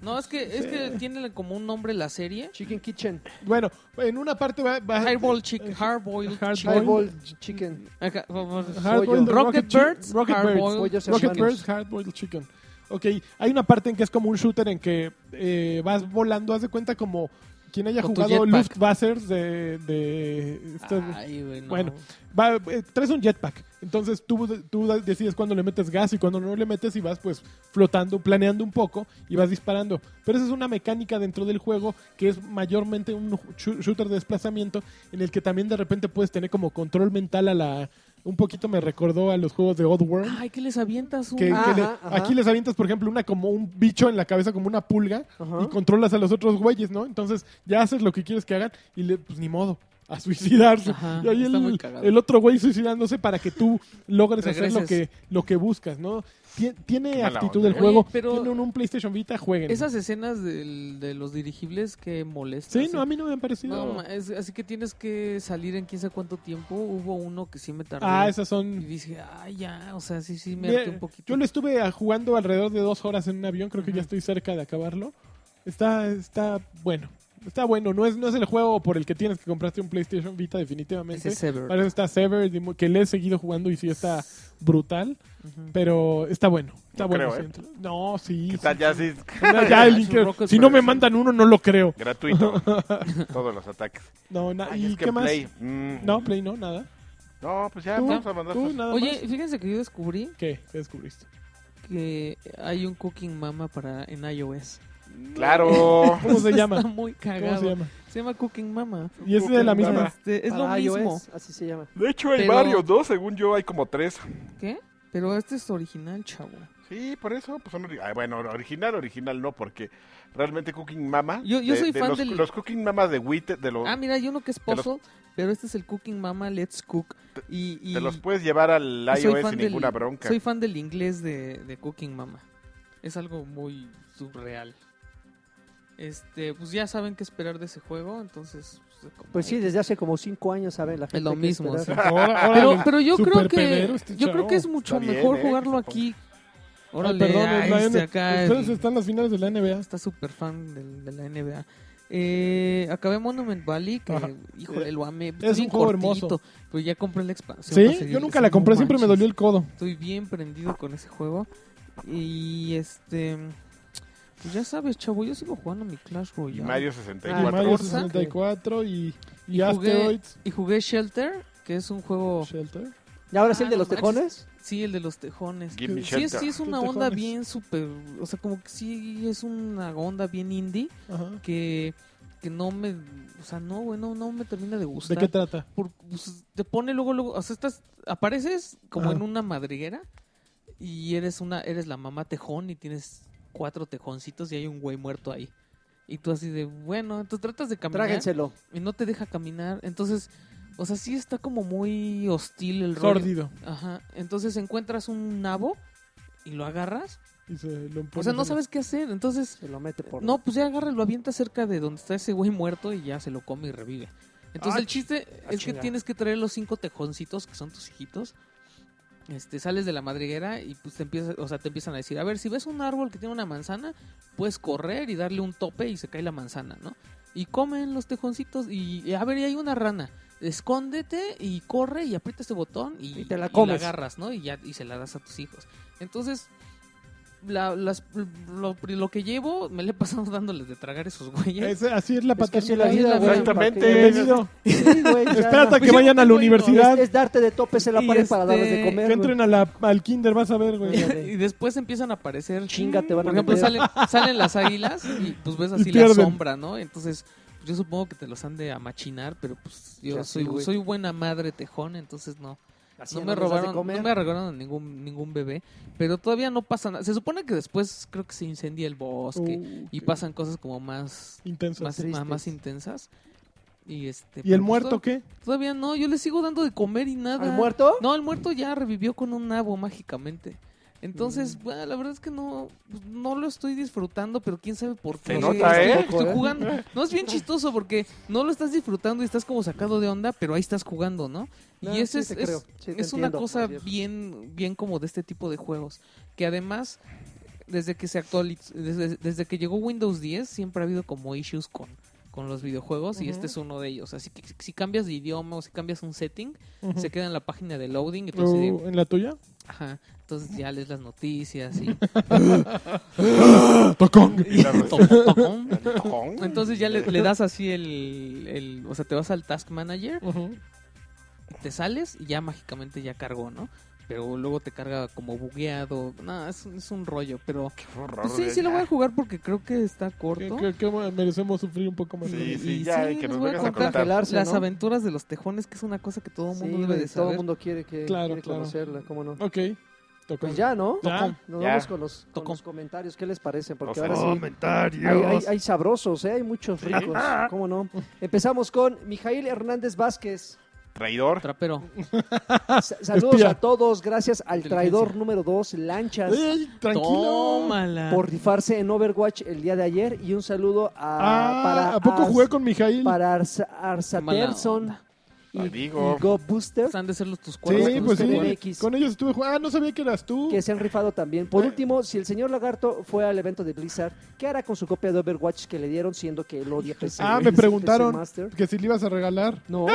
Speaker 1: No, es que, es que tiene como un nombre la serie.
Speaker 5: Chicken Kitchen.
Speaker 3: Bueno, en una parte va, va-
Speaker 1: Highball
Speaker 3: eh,
Speaker 1: Chicken, Hard Boiled
Speaker 3: Hard
Speaker 1: Chicken.
Speaker 5: Highball Chicken.
Speaker 1: Ajá, vamos.
Speaker 3: Hard Boiled
Speaker 1: Rocket
Speaker 3: Chick-
Speaker 1: Birds,
Speaker 3: Rocket
Speaker 1: Hard
Speaker 3: Birds,
Speaker 1: Boiled
Speaker 5: Pollos
Speaker 3: Rocket
Speaker 5: hermanos.
Speaker 3: Birds, Hard Boiled Chicken. Ok, hay una parte en que es como un shooter en que eh, vas volando, haz de cuenta como quien haya
Speaker 1: Con tu
Speaker 3: jugado
Speaker 1: jetpack.
Speaker 3: Luftwasser de, de este-
Speaker 1: Ay, güey, no.
Speaker 3: Bueno, va, eh, traes un jetpack. Entonces tú, tú decides cuándo le metes gas y cuándo no le metes y vas pues flotando, planeando un poco y vas disparando. Pero esa es una mecánica dentro del juego que es mayormente un chu- shooter de desplazamiento en el que también de repente puedes tener como control mental a la... Un poquito me recordó a los juegos de Oddworld.
Speaker 1: Ay, que les avientas un... Ah,
Speaker 3: Que, que
Speaker 5: Ajá,
Speaker 3: le-
Speaker 5: ajá.
Speaker 3: aquí les avientas, por ejemplo, una como un bicho en la cabeza, como una pulga,
Speaker 5: Ajá.
Speaker 3: y controlas a los otros güeyes, ¿no? Entonces ya haces lo que quieres que hagan y le, pues ni modo, a suicidarse.
Speaker 1: Ajá,
Speaker 3: y ahí
Speaker 1: está muy
Speaker 3: el,
Speaker 1: cagado.
Speaker 3: el otro güey suicidándose para que tú logres hacer lo que,
Speaker 1: Regreses.
Speaker 3: lo que buscas, ¿no? Tien- tiene
Speaker 2: Qué mala
Speaker 3: actitud
Speaker 2: onda. ¿eh?
Speaker 3: del
Speaker 1: Oye,
Speaker 3: juego,
Speaker 1: pero-
Speaker 3: tiene un, un PlayStation Vita, jueguen.
Speaker 1: Esas escenas del- de los dirigibles que molestan.
Speaker 3: Sí, no, a mí no me han parecido.
Speaker 1: No, ma- es- así que tienes que salir en quién sabe cuánto tiempo. Hubo uno que sí me tardó.
Speaker 3: ah, esas
Speaker 1: Y
Speaker 3: son...
Speaker 1: dije, ay, ya, o sea, sí, sí, me harté
Speaker 3: Mira,
Speaker 1: un poquito.
Speaker 3: Yo lo estuve ah, jugando alrededor de dos horas en un avión, creo que ya
Speaker 1: Ujú.
Speaker 3: estoy cerca de acabarlo. Está, está bueno. Está bueno, no es, no es el juego por el que tienes que comprarte un PlayStation Vita definitivamente.
Speaker 1: Ese Sever.
Speaker 3: Para eso está Severed, y mu- que le he seguido jugando y sí está brutal.
Speaker 1: Ujú.
Speaker 3: Pero está bueno. Está
Speaker 2: No
Speaker 3: bueno.
Speaker 2: creo, ¿eh?
Speaker 3: sí, entre- No, sí.
Speaker 2: ¿Qué
Speaker 3: sí.
Speaker 2: tal? Ya sí,
Speaker 3: Ya, ya el
Speaker 1: Es un
Speaker 3: incre-
Speaker 1: Rocket
Speaker 3: Si no
Speaker 1: Bird.
Speaker 3: me mandan uno, no lo creo.
Speaker 2: gratuito. Todos los ataques.
Speaker 3: No, na-
Speaker 2: Ay,
Speaker 3: Ah, ¿Y
Speaker 2: es que
Speaker 3: qué más?
Speaker 2: Play, mm,
Speaker 3: No, Play no, nada.
Speaker 2: No, pues ya
Speaker 3: ¿Tú?
Speaker 2: vamos a mandar.
Speaker 3: ¿Tú nada
Speaker 1: Oye,
Speaker 3: más?
Speaker 1: fíjense que yo descubrí
Speaker 3: ¿Qué? ¿Qué descubriste?
Speaker 1: que hay un Cooking Mama para en iOS.
Speaker 2: Claro.
Speaker 3: ¿Cómo se llama?
Speaker 1: Está muy
Speaker 3: ¿Cómo
Speaker 1: cagado.
Speaker 3: se llama?
Speaker 1: Se llama Cooking Mama.
Speaker 3: Y es de la misma.
Speaker 1: Este, es
Speaker 5: Para
Speaker 1: lo
Speaker 5: iOS,
Speaker 1: mismo.
Speaker 5: así se llama.
Speaker 2: De hecho, hay
Speaker 1: Pero-
Speaker 2: varios, ¿no? Según yo, hay como tres.
Speaker 1: ¿Qué? Pero este es original, chavo.
Speaker 2: Sí, por eso. Pues son ori- ah, bueno, original, original no, porque realmente Cooking Mama.
Speaker 1: Yo- yo
Speaker 2: de-
Speaker 1: soy
Speaker 2: de
Speaker 1: fan
Speaker 2: los,
Speaker 1: del-
Speaker 2: los Cooking Mamas de Wit, de los,
Speaker 1: Ah, mira, hay uno que es
Speaker 2: Te los-
Speaker 1: puzzle, pero este es el Cooking Mama Let's Cook. Y, y
Speaker 2: te los puedes llevar al
Speaker 1: y
Speaker 2: iOS sin
Speaker 1: del-
Speaker 2: ninguna bronca.
Speaker 1: Soy fan del inglés de, de Cooking Mama. Es algo muy surreal. Este, pues ya saben qué esperar de ese juego, entonces... pues, como-
Speaker 5: Pues sí, desde hace como cinco años, saben la gente.
Speaker 1: lo
Speaker 5: qué
Speaker 1: mismo,
Speaker 5: esperar.
Speaker 1: sí.
Speaker 3: Ahora- ahora
Speaker 1: Pero,
Speaker 3: el
Speaker 1: pero yo creo que
Speaker 3: superpedero este
Speaker 1: yo creo que es
Speaker 3: chavo.
Speaker 1: mucho
Speaker 2: Está bien,
Speaker 1: mejor
Speaker 2: eh,
Speaker 1: jugarlo
Speaker 2: que se ponga.
Speaker 1: aquí.
Speaker 3: Ay,
Speaker 1: Órale,
Speaker 3: perdón, es la
Speaker 1: ah, este
Speaker 3: N-
Speaker 1: acá
Speaker 3: Ustedes
Speaker 1: el-
Speaker 3: están las finales de la NBA.
Speaker 1: está súper fan del- de, la NBA. Eh, acabé Monument Valley, que
Speaker 3: Ajá.
Speaker 1: híjole, lo amé.
Speaker 3: Es un juego hermoso.
Speaker 1: Pero ya compré la expansión. para
Speaker 3: Sí,
Speaker 1: seguir-
Speaker 3: yo nunca la
Speaker 1: no
Speaker 3: compré, siempre me
Speaker 1: manches.
Speaker 3: dolió el codo.
Speaker 1: Estoy bien prendido con ese juego. Y este. Pues ya sabes, chavo, yo sigo jugando mi Clash
Speaker 2: Y
Speaker 1: Royale.
Speaker 2: Mario
Speaker 3: Y
Speaker 1: Ah,
Speaker 2: 64.
Speaker 3: Mario
Speaker 1: Forza.
Speaker 3: 64 y,
Speaker 1: Y
Speaker 3: y,
Speaker 1: jugué- Oh.
Speaker 3: Asteroids.
Speaker 1: Y jugué Shelter, que es un juego.
Speaker 3: Shelter.
Speaker 5: ¿Y ahora es el
Speaker 1: Ah,
Speaker 5: de
Speaker 1: no
Speaker 5: los
Speaker 1: manches.
Speaker 5: tejones?
Speaker 1: Sí, el de los tejones.
Speaker 2: Give me
Speaker 1: Sí es,
Speaker 2: shelter.
Speaker 1: sí es una
Speaker 3: Los
Speaker 1: onda
Speaker 3: tejones.
Speaker 1: bien súper. O sea, como que sí es una onda bien indie.
Speaker 3: Ajá.
Speaker 1: que, que no me, o sea, no, güey, no, no me termina de
Speaker 3: ¿De
Speaker 1: gustar.
Speaker 3: qué trata?
Speaker 1: Por- pues, te pone luego, luego, o sea, estás, apareces como
Speaker 3: Ajá.
Speaker 1: en una madriguera y eres una, eres la mamá tejón y tienes cuatro tejoncitos y hay un güey muerto ahí. Y tú así de, bueno, entonces tratas de caminar
Speaker 5: Tráguenselo.
Speaker 1: y no te deja caminar. Entonces, o sea, sí está como muy hostil el rollo.
Speaker 3: Sórdido.
Speaker 1: Ajá. Entonces encuentras un nabo y lo agarras.
Speaker 3: Y se lo
Speaker 1: O
Speaker 3: pones
Speaker 1: sea,
Speaker 3: en
Speaker 1: Pues no
Speaker 3: la-
Speaker 1: sabes qué hacer. Entonces,
Speaker 5: Se lo mete por.
Speaker 1: no, pues ya agarra y lo avienta cerca de donde está ese güey muerto y ya se lo come y revive. Entonces
Speaker 5: Ah,
Speaker 1: el chiste
Speaker 5: ah,
Speaker 1: es que
Speaker 5: chinga.
Speaker 1: tienes que traer los cinco tejoncitos que son tus hijitos. Este, sales de la madriguera y pues te empiezas, o sea, te empiezan a decir, a ver, si ves un árbol que tiene una manzana, puedes correr y darle un tope y se cae la manzana, ¿no? Y comen los tejoncitos y, y, a ver, y hay una rana. Escóndete y corre y aprieta este botón y,
Speaker 5: Y te la comes.
Speaker 1: agarras, ¿no? Y ya y se la das a tus hijos. Entonces, la- las- lo, lo que llevo me le he pasado dándoles de tragar a esos güeyes.
Speaker 3: Ese- así es la
Speaker 5: Es que así es
Speaker 3: paternidad.
Speaker 5: la vida, güey.
Speaker 2: Exactamente.
Speaker 5: ¿Para qué?
Speaker 3: Bienvenido.
Speaker 5: Sí, güey, ya,
Speaker 3: Espérate a
Speaker 1: Pues
Speaker 3: que
Speaker 1: yo
Speaker 3: vayan
Speaker 1: tengo
Speaker 3: a la
Speaker 1: hijos.
Speaker 5: no.
Speaker 3: universidad.
Speaker 5: Es, es darte de topes en la
Speaker 1: Y
Speaker 5: pared para
Speaker 1: este,
Speaker 5: darles de comer.
Speaker 3: Que
Speaker 5: güey.
Speaker 3: entren a la- al kinder, vas a ver, güey.
Speaker 1: y después empiezan a aparecer.
Speaker 5: Chinga, te van
Speaker 1: Por
Speaker 5: a
Speaker 1: ejemplo,
Speaker 5: meter.
Speaker 1: salen, salen las águilas y pues ves así la
Speaker 3: Y pierden.
Speaker 1: sombra, ¿no? Entonces, pues, yo supongo que te los han de amachinar, pero pues yo
Speaker 5: Ya, sí,
Speaker 1: soy,
Speaker 5: güey.
Speaker 1: soy buena madre tejón, entonces no.
Speaker 5: Así
Speaker 1: No
Speaker 5: ya
Speaker 1: me
Speaker 5: les das de
Speaker 1: robaron,
Speaker 5: comer.
Speaker 1: no me arreglaron ningún, ningún bebé, pero todavía no pasa nada. Se supone que después creo que se incendia el bosque
Speaker 3: Uh,
Speaker 1: y
Speaker 3: qué
Speaker 1: pasan cosas como más
Speaker 3: Intenso.
Speaker 1: más,
Speaker 5: Oh, tristes.
Speaker 1: más intensas. Y este
Speaker 3: ¿Y
Speaker 1: pues,
Speaker 3: el muerto qué?
Speaker 1: Todavía no, yo le sigo dando de comer y nada.
Speaker 5: ¿Al muerto?
Speaker 1: No, el muerto ya revivió con un nabo mágicamente. Entonces,
Speaker 5: Mm.
Speaker 1: bueno, la verdad es que no, pues, no lo estoy disfrutando, pero quién sabe por qué.
Speaker 2: Se nota,
Speaker 1: estoy,
Speaker 2: ¿eh?
Speaker 1: estoy jugando. No, es bien chistoso porque no lo estás disfrutando y estás como sacado de onda, pero ahí estás jugando, ¿no?
Speaker 5: No,
Speaker 1: y ese
Speaker 5: sí
Speaker 1: es,
Speaker 5: te
Speaker 1: es-
Speaker 5: creo, sí te
Speaker 1: es una
Speaker 5: entiendo,
Speaker 1: cosa
Speaker 5: más bien.
Speaker 1: bien, bien como de este tipo de juegos. Que además, desde que se actualizó, desde, desde que llegó Windows 10, siempre ha habido como issues con, con los videojuegos y
Speaker 3: Ujú.
Speaker 1: este es uno de ellos. Así que si- si cambias de idioma o si cambias un setting, se queda en la página de loading.
Speaker 3: Ujú.
Speaker 1: Entonces,
Speaker 3: Uh, ¿En la tuya?
Speaker 1: ajá, entonces ya lees las noticias y...
Speaker 3: Tocón.
Speaker 1: y- toc, toc.
Speaker 2: Tojón.
Speaker 1: entonces ya le, le das así el, el- O sea, te vas al Task Manager, te sales y ya mágicamente ya cargó, ¿no? Pero luego te carga como bugueado. No, es, un- es un rollo, pero...
Speaker 2: Qué horror,
Speaker 1: pues sí,
Speaker 2: güey,
Speaker 1: sí lo
Speaker 2: ya.
Speaker 1: voy a jugar porque creo que está
Speaker 3: Que,
Speaker 1: corto.
Speaker 3: que- que merecemos sufrir un poco más.
Speaker 2: Sí,
Speaker 1: Y-
Speaker 2: sí,
Speaker 1: y
Speaker 2: ya,
Speaker 1: sí,
Speaker 2: que
Speaker 1: les
Speaker 2: nos
Speaker 1: voy a
Speaker 2: vengas a
Speaker 1: contar.
Speaker 2: contar.
Speaker 5: Pelarse,
Speaker 1: Las
Speaker 5: ¿no?
Speaker 1: aventuras de los tejones, que es una cosa que todo el
Speaker 5: Sí,
Speaker 1: mundo debe
Speaker 5: güey,
Speaker 1: de
Speaker 5: todo el
Speaker 1: saber.
Speaker 5: mundo quiere que
Speaker 3: Claro,
Speaker 5: quiere
Speaker 3: claro.
Speaker 5: conocerla, cómo no.
Speaker 3: Ok. Tocón.
Speaker 5: Pues ya, ¿no?
Speaker 3: Ya.
Speaker 5: Nos
Speaker 2: Ya.
Speaker 5: vamos con los, con
Speaker 1: Tocó.
Speaker 5: los comentarios. ¿Qué les parecen? Porque
Speaker 2: Los
Speaker 5: ahora sí.
Speaker 3: Oh,
Speaker 2: comentarios.
Speaker 5: Hay, hay- hay sabrosos, ¿eh? hay muchos
Speaker 2: Sí.
Speaker 5: ricos, ¿cómo no? Empezamos con Mijail Hernández Vázquez.
Speaker 2: Traidor.
Speaker 1: Trapero.
Speaker 5: Sa- saludos
Speaker 3: Ah, Espía.
Speaker 5: a todos, gracias al
Speaker 1: Inteligencia.
Speaker 5: traidor número 2, Lanchas,
Speaker 3: Ey, tranquilo.
Speaker 1: Tómala.
Speaker 5: por rifarse en Overwatch el día de ayer. Y un saludo a,
Speaker 3: Ah,
Speaker 5: para,
Speaker 3: ¿a poco
Speaker 5: Ars-
Speaker 3: jugué con Mijail?
Speaker 5: para Arsa- Arsaterson
Speaker 1: onda.
Speaker 5: y,
Speaker 2: Te digo.
Speaker 5: y Go Booster,
Speaker 1: Pues Han de ser los tus cuatro.
Speaker 3: Sí,
Speaker 5: con
Speaker 3: pues
Speaker 5: usted,
Speaker 3: sí.
Speaker 5: MX.
Speaker 3: Con ellos estuve jugando. Ah, no sabía que eras tú.
Speaker 5: que se han rifado también. Por último, si el señor Lagarto fue al evento de Blizzard, ¿qué hará con su copia de Overwatch que le dieron siendo que él odia PC?
Speaker 3: Ah,
Speaker 5: güey?
Speaker 3: me
Speaker 5: Es el
Speaker 3: preguntaron.
Speaker 5: PC Master. Ah, pues
Speaker 3: Que si le ibas a regalar.
Speaker 5: No,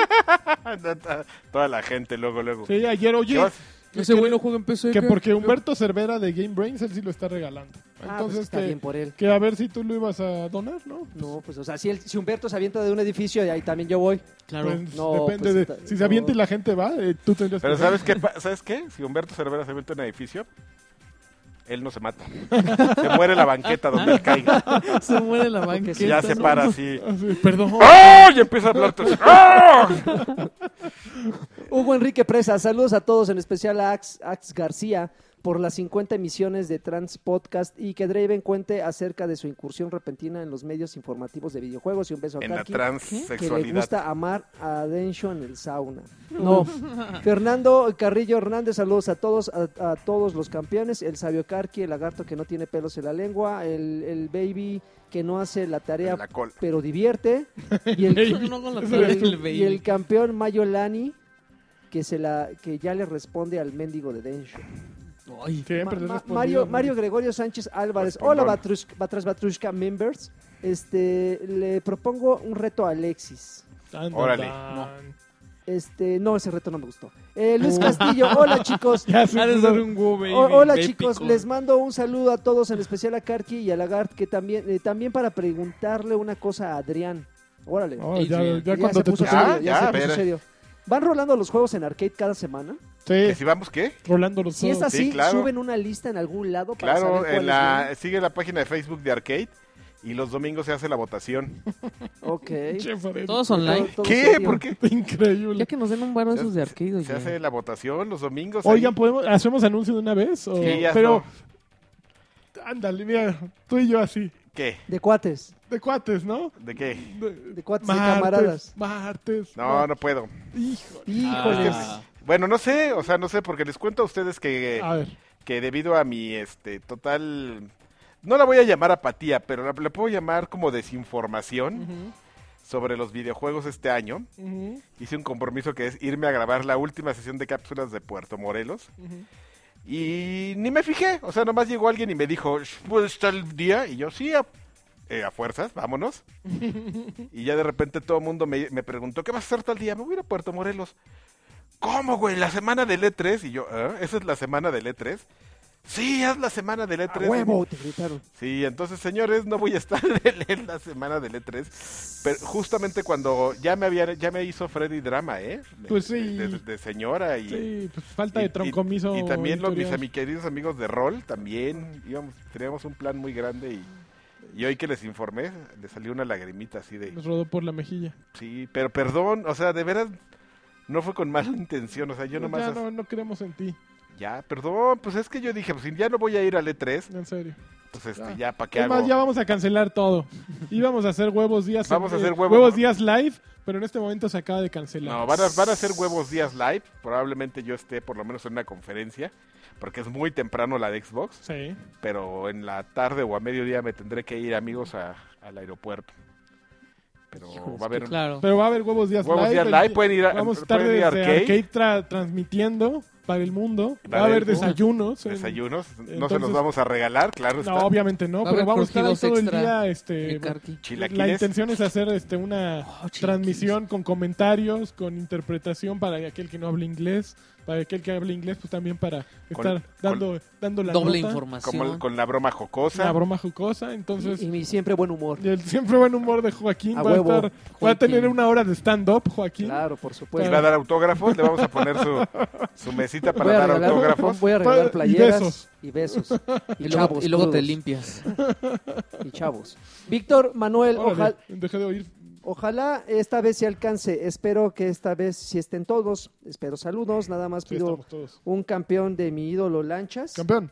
Speaker 2: Toda la gente, luego, luego.
Speaker 3: Sí, ayer,
Speaker 2: ¿Qué
Speaker 3: oye.
Speaker 2: vas-
Speaker 1: Ese güey no juega en PC.
Speaker 3: Que
Speaker 1: ¿qué?
Speaker 3: porque Humberto Cervera de Game Brains, él sí lo está regalando.
Speaker 5: Ah, pues
Speaker 3: Entonces,
Speaker 5: está bien
Speaker 3: que,
Speaker 5: por él.
Speaker 3: que a ver si tú lo ibas a donar, ¿no?
Speaker 5: No, pues, o sea, si, el- si Humberto se avienta de un edificio, ahí también yo voy.
Speaker 1: Claro.
Speaker 3: Pues,
Speaker 5: No,
Speaker 3: depende
Speaker 5: pues,
Speaker 3: de.
Speaker 5: está-
Speaker 3: si se avienta y
Speaker 5: no.
Speaker 3: la gente va, eh, tú tendrías
Speaker 2: Pero
Speaker 3: que-
Speaker 2: ¿sabes qué? pa- ¿Sabes qué? Si Humberto Cervera se mete en un edificio, Él no se mata. Se muere la banqueta donde él caiga.
Speaker 5: Ah,
Speaker 1: Se muere la banca.
Speaker 5: sí,
Speaker 2: Ya se para así.
Speaker 3: Ah, Perdón.
Speaker 2: ¡Oh! Y empieza a hablar. todo así. ¡Ah!
Speaker 5: Hugo Enrique Presa, saludos a todos, en especial a Ax, Ax García por las 50 emisiones de Trans Podcast y que Draven cuente acerca de su incursión repentina en los medios informativos de videojuegos y un beso a
Speaker 2: En la
Speaker 5: Kaki, que le
Speaker 2: transexualidad.
Speaker 5: gusta amar a Densho en el sauna. No. Fernando Carrillo Hernández, saludos a todos, a, a todos los campeones, el sabio Karki, el lagarto que no tiene pelos en la lengua, el, el baby que no hace la tarea
Speaker 2: En la cola.
Speaker 5: pero divierte, y el,
Speaker 1: No con la
Speaker 5: y
Speaker 1: tarea
Speaker 5: el-
Speaker 1: del baby.
Speaker 5: y el campeón Mayo Lani que se la que ya le responde al mendigo de Densho.
Speaker 1: Ay,
Speaker 3: Siempre
Speaker 5: Ma-
Speaker 3: le
Speaker 5: Ma-
Speaker 3: respondió,
Speaker 5: Mario,
Speaker 3: ¿no?
Speaker 5: Mario Gregorio Sánchez Álvarez.
Speaker 2: Respondón.
Speaker 5: Hola Batrushka, Batras Batrushka members. Este le propongo un reto a Alexis.
Speaker 3: Tan, tan,
Speaker 2: Órale.
Speaker 3: tan.
Speaker 5: Este, no, ese reto no me gustó. Eh, Luis Castillo, hola chicos.
Speaker 3: Ya se-
Speaker 1: Ha de ser un wow, baby.
Speaker 5: O- hola
Speaker 1: baby
Speaker 5: chicos,
Speaker 1: con-
Speaker 5: les mando un saludo a todos, en especial a Karki y a Lagart, que también, eh, también para preguntarle una cosa a Adrián. Órale.
Speaker 3: Oh, ya, ya
Speaker 5: Ya
Speaker 3: cuando
Speaker 5: se
Speaker 3: te
Speaker 5: puso
Speaker 3: toca-
Speaker 5: serio, ya,
Speaker 2: Ya,
Speaker 5: se
Speaker 2: ya,
Speaker 5: puso
Speaker 2: espera.
Speaker 5: serio. ¿Van rolando los juegos en arcade cada semana?
Speaker 3: Sí,
Speaker 2: ¿Que si vamos qué?
Speaker 3: rolando los
Speaker 5: Si Ah, es
Speaker 3: ojos.
Speaker 5: así,
Speaker 2: Sí, claro.
Speaker 5: suben una lista en algún lado para
Speaker 2: Claro,
Speaker 5: saber
Speaker 2: en
Speaker 5: cuáles
Speaker 2: la, sigue la página de Facebook de Arcade y los domingos se hace la votación.
Speaker 5: vienen. Ok.
Speaker 3: Chefa de-
Speaker 1: Todos
Speaker 5: Todo-
Speaker 1: online.
Speaker 5: todo
Speaker 2: ¿Qué?
Speaker 5: serio.
Speaker 2: ¿Por qué?
Speaker 1: Ya
Speaker 3: Increíble.
Speaker 1: que nos den un varo de
Speaker 2: Se
Speaker 1: esos de arcade.
Speaker 2: Se
Speaker 1: oye.
Speaker 2: hace la votación los domingos. ahí.
Speaker 3: Oigan, ¿podemos, ¿hacemos anuncio de una vez? O-
Speaker 5: pues,
Speaker 2: Sí, ya
Speaker 3: pero, ándale, mira, tú y yo así,
Speaker 2: ¿Qué?
Speaker 5: De cuates,
Speaker 3: de cuates, ¿no?
Speaker 2: ¿De qué?
Speaker 3: De,
Speaker 5: de cuates, de camaradas.
Speaker 3: Martes.
Speaker 2: No, no puedo.
Speaker 3: Hijo.
Speaker 5: Híjoles.
Speaker 1: Ah.
Speaker 2: Bueno, no sé, o sea, no sé, porque les cuento a ustedes que,
Speaker 3: A ver,
Speaker 2: que debido a mi este total... No la voy a llamar apatía, pero la, la puedo llamar como desinformación sobre los videojuegos este año.
Speaker 3: ujú,
Speaker 2: Hice un compromiso que es irme a grabar la última sesión de cápsulas de Puerto Morelos.
Speaker 3: ujú.
Speaker 2: Y ni me fijé, o sea, nomás llegó alguien y me dijo, ¿puedes estar el día? Y yo, sí, a, eh, a fuerzas, vámonos. y ya de repente todo el mundo me, me preguntó, ¿qué vas a hacer tal día? Me voy a ir a Puerto Morelos. ¿Cómo, güey? La semana del E3. Y yo, "¿Ah? ¿esa es la semana del E3? Sí, es la semana del E
Speaker 5: A
Speaker 2: E3.
Speaker 5: huevo, te gritaron.
Speaker 2: Sí, entonces, señores, no voy a estar en el- en la semana del E3. Pero justamente cuando ya me había, ya me hizo Freddy drama, ¿eh? De-
Speaker 3: Pues sí.
Speaker 2: De, de- de señora y...
Speaker 3: Sí, pues falta
Speaker 2: Y-
Speaker 3: de troncomiso.
Speaker 2: Y, y también los, mis,
Speaker 3: editorial.
Speaker 2: ami- queridos amigos de rol, también íbamos, teníamos un plan muy grande y, y hoy que les informé, le salió una lagrimita así de...
Speaker 3: Nos rodó por la mejilla.
Speaker 2: Sí, pero perdón, o sea, de veras, no fue con mala intención, o sea, yo nomás...
Speaker 3: ya
Speaker 2: as-
Speaker 3: no, no creemos en ti,
Speaker 2: Ya, perdón, pues es que yo dije, pues si ya no voy a ir al E3,
Speaker 3: en serio.
Speaker 2: pues este,
Speaker 3: Ya.
Speaker 2: ya, ¿para qué
Speaker 3: Es más,
Speaker 2: hago?
Speaker 3: ya vamos a cancelar todo. Íbamos a hacer huevos días.
Speaker 2: Vamos a hacer huevos, ¿no?
Speaker 3: días live, pero en este momento se acaba de cancelar.
Speaker 2: No, van a, van a ser huevos días live, probablemente yo esté por lo menos en una conferencia, porque es muy temprano la de Xbox,
Speaker 3: Sí.
Speaker 2: pero en la tarde o a mediodía me tendré que ir, amigos, a- al aeropuerto. Pero
Speaker 1: Híjoles,
Speaker 2: va a haber
Speaker 1: que Claro.
Speaker 3: Pero va a haber huevos días
Speaker 2: huevos
Speaker 3: live.
Speaker 2: días
Speaker 3: el-
Speaker 2: live, pueden ir a,
Speaker 3: Vamos a estar
Speaker 2: pueden ir
Speaker 3: desde
Speaker 2: a
Speaker 3: arcade,
Speaker 2: arcade,
Speaker 3: tra- transmitiendo para el mundo.
Speaker 2: Para
Speaker 3: Va a haber
Speaker 2: el mundo.
Speaker 3: desayunos. en-
Speaker 2: desayunos, no se
Speaker 3: Entonces-
Speaker 2: los vamos a regalar, claro
Speaker 3: No,
Speaker 2: está.
Speaker 3: obviamente no,
Speaker 1: Va a
Speaker 3: pero
Speaker 1: haber
Speaker 3: vamos a estar ahí
Speaker 1: curtidos
Speaker 3: todo el
Speaker 1: extra
Speaker 3: día.
Speaker 1: Mi
Speaker 3: Este,
Speaker 1: carqui.
Speaker 3: la
Speaker 2: Chilaquiles,
Speaker 3: intención es hacer este una
Speaker 1: Oh, chilaquiles.
Speaker 3: transmisión con comentarios, con interpretación para aquel que no hable inglés, para aquel que hable inglés, pues también para estar dando, dando la
Speaker 1: Doble
Speaker 3: nota,
Speaker 2: como el-
Speaker 1: información.
Speaker 2: con la broma jocosa.
Speaker 3: una broma jocosa. Entonces,
Speaker 5: Y, y mi siempre buen humor.
Speaker 3: el siempre buen humor de Joaquín
Speaker 5: A
Speaker 3: va a,
Speaker 5: huevo,
Speaker 3: estar, va a tener
Speaker 1: Joaquín.
Speaker 3: una hora de stand-up, Joaquín.
Speaker 5: Claro, por
Speaker 2: Y
Speaker 5: supuesto.
Speaker 2: va a dar autógrafos, le vamos a poner su, su mesita para
Speaker 5: Voy a
Speaker 2: dar
Speaker 5: regalar,
Speaker 2: autógrafos.
Speaker 5: voy a regalar
Speaker 3: Pa- y besos.
Speaker 5: playeras y besos. Y,
Speaker 1: Y luego,
Speaker 5: chavos.
Speaker 1: y luego te
Speaker 5: crudos,
Speaker 1: limpias.
Speaker 5: Y chavos. Víctor Manuel,
Speaker 3: Órale,
Speaker 5: ojalá.
Speaker 3: dejé de oír.
Speaker 5: Ojalá esta vez se alcance. Espero que esta vez sí estén todos. Espero saludos. Nada más
Speaker 3: Sí,
Speaker 5: pido
Speaker 3: estamos todos.
Speaker 5: un campeón de mi ídolo Lanchas.
Speaker 3: Campeón.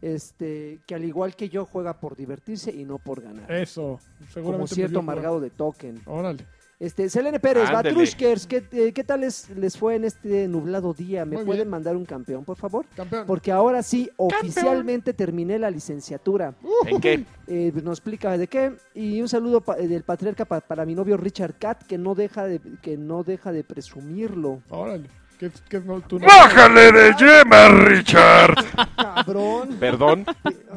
Speaker 5: Este, que al igual que yo juega por divertirse y no por ganar.
Speaker 3: Eso. Eh, Seguramente
Speaker 5: Como
Speaker 3: perdió
Speaker 5: cierto
Speaker 3: por-
Speaker 5: amargado de token.
Speaker 3: Órale.
Speaker 5: Este, Selene Pérez,
Speaker 2: Ándele.
Speaker 5: Batrushkers, ¿qué, eh, qué tal les, les fue en este nublado día? ¿Me
Speaker 3: Muy
Speaker 5: pueden
Speaker 3: bien.
Speaker 5: mandar un campeón, por favor?
Speaker 3: Campeón.
Speaker 5: Porque ahora sí, oficialmente terminé la licenciatura.
Speaker 3: Uh,
Speaker 2: ¿En qué?
Speaker 5: Eh, nos explica de qué. Y un saludo pa- eh, del patriarca pa- para mi novio Richard Cat, que no deja de, que no deja de presumirlo.
Speaker 3: Órale. ¿Qué, qué no- tú no-
Speaker 2: ¡Bájale de yema, Richard!
Speaker 5: Cabrón.
Speaker 2: Perdón,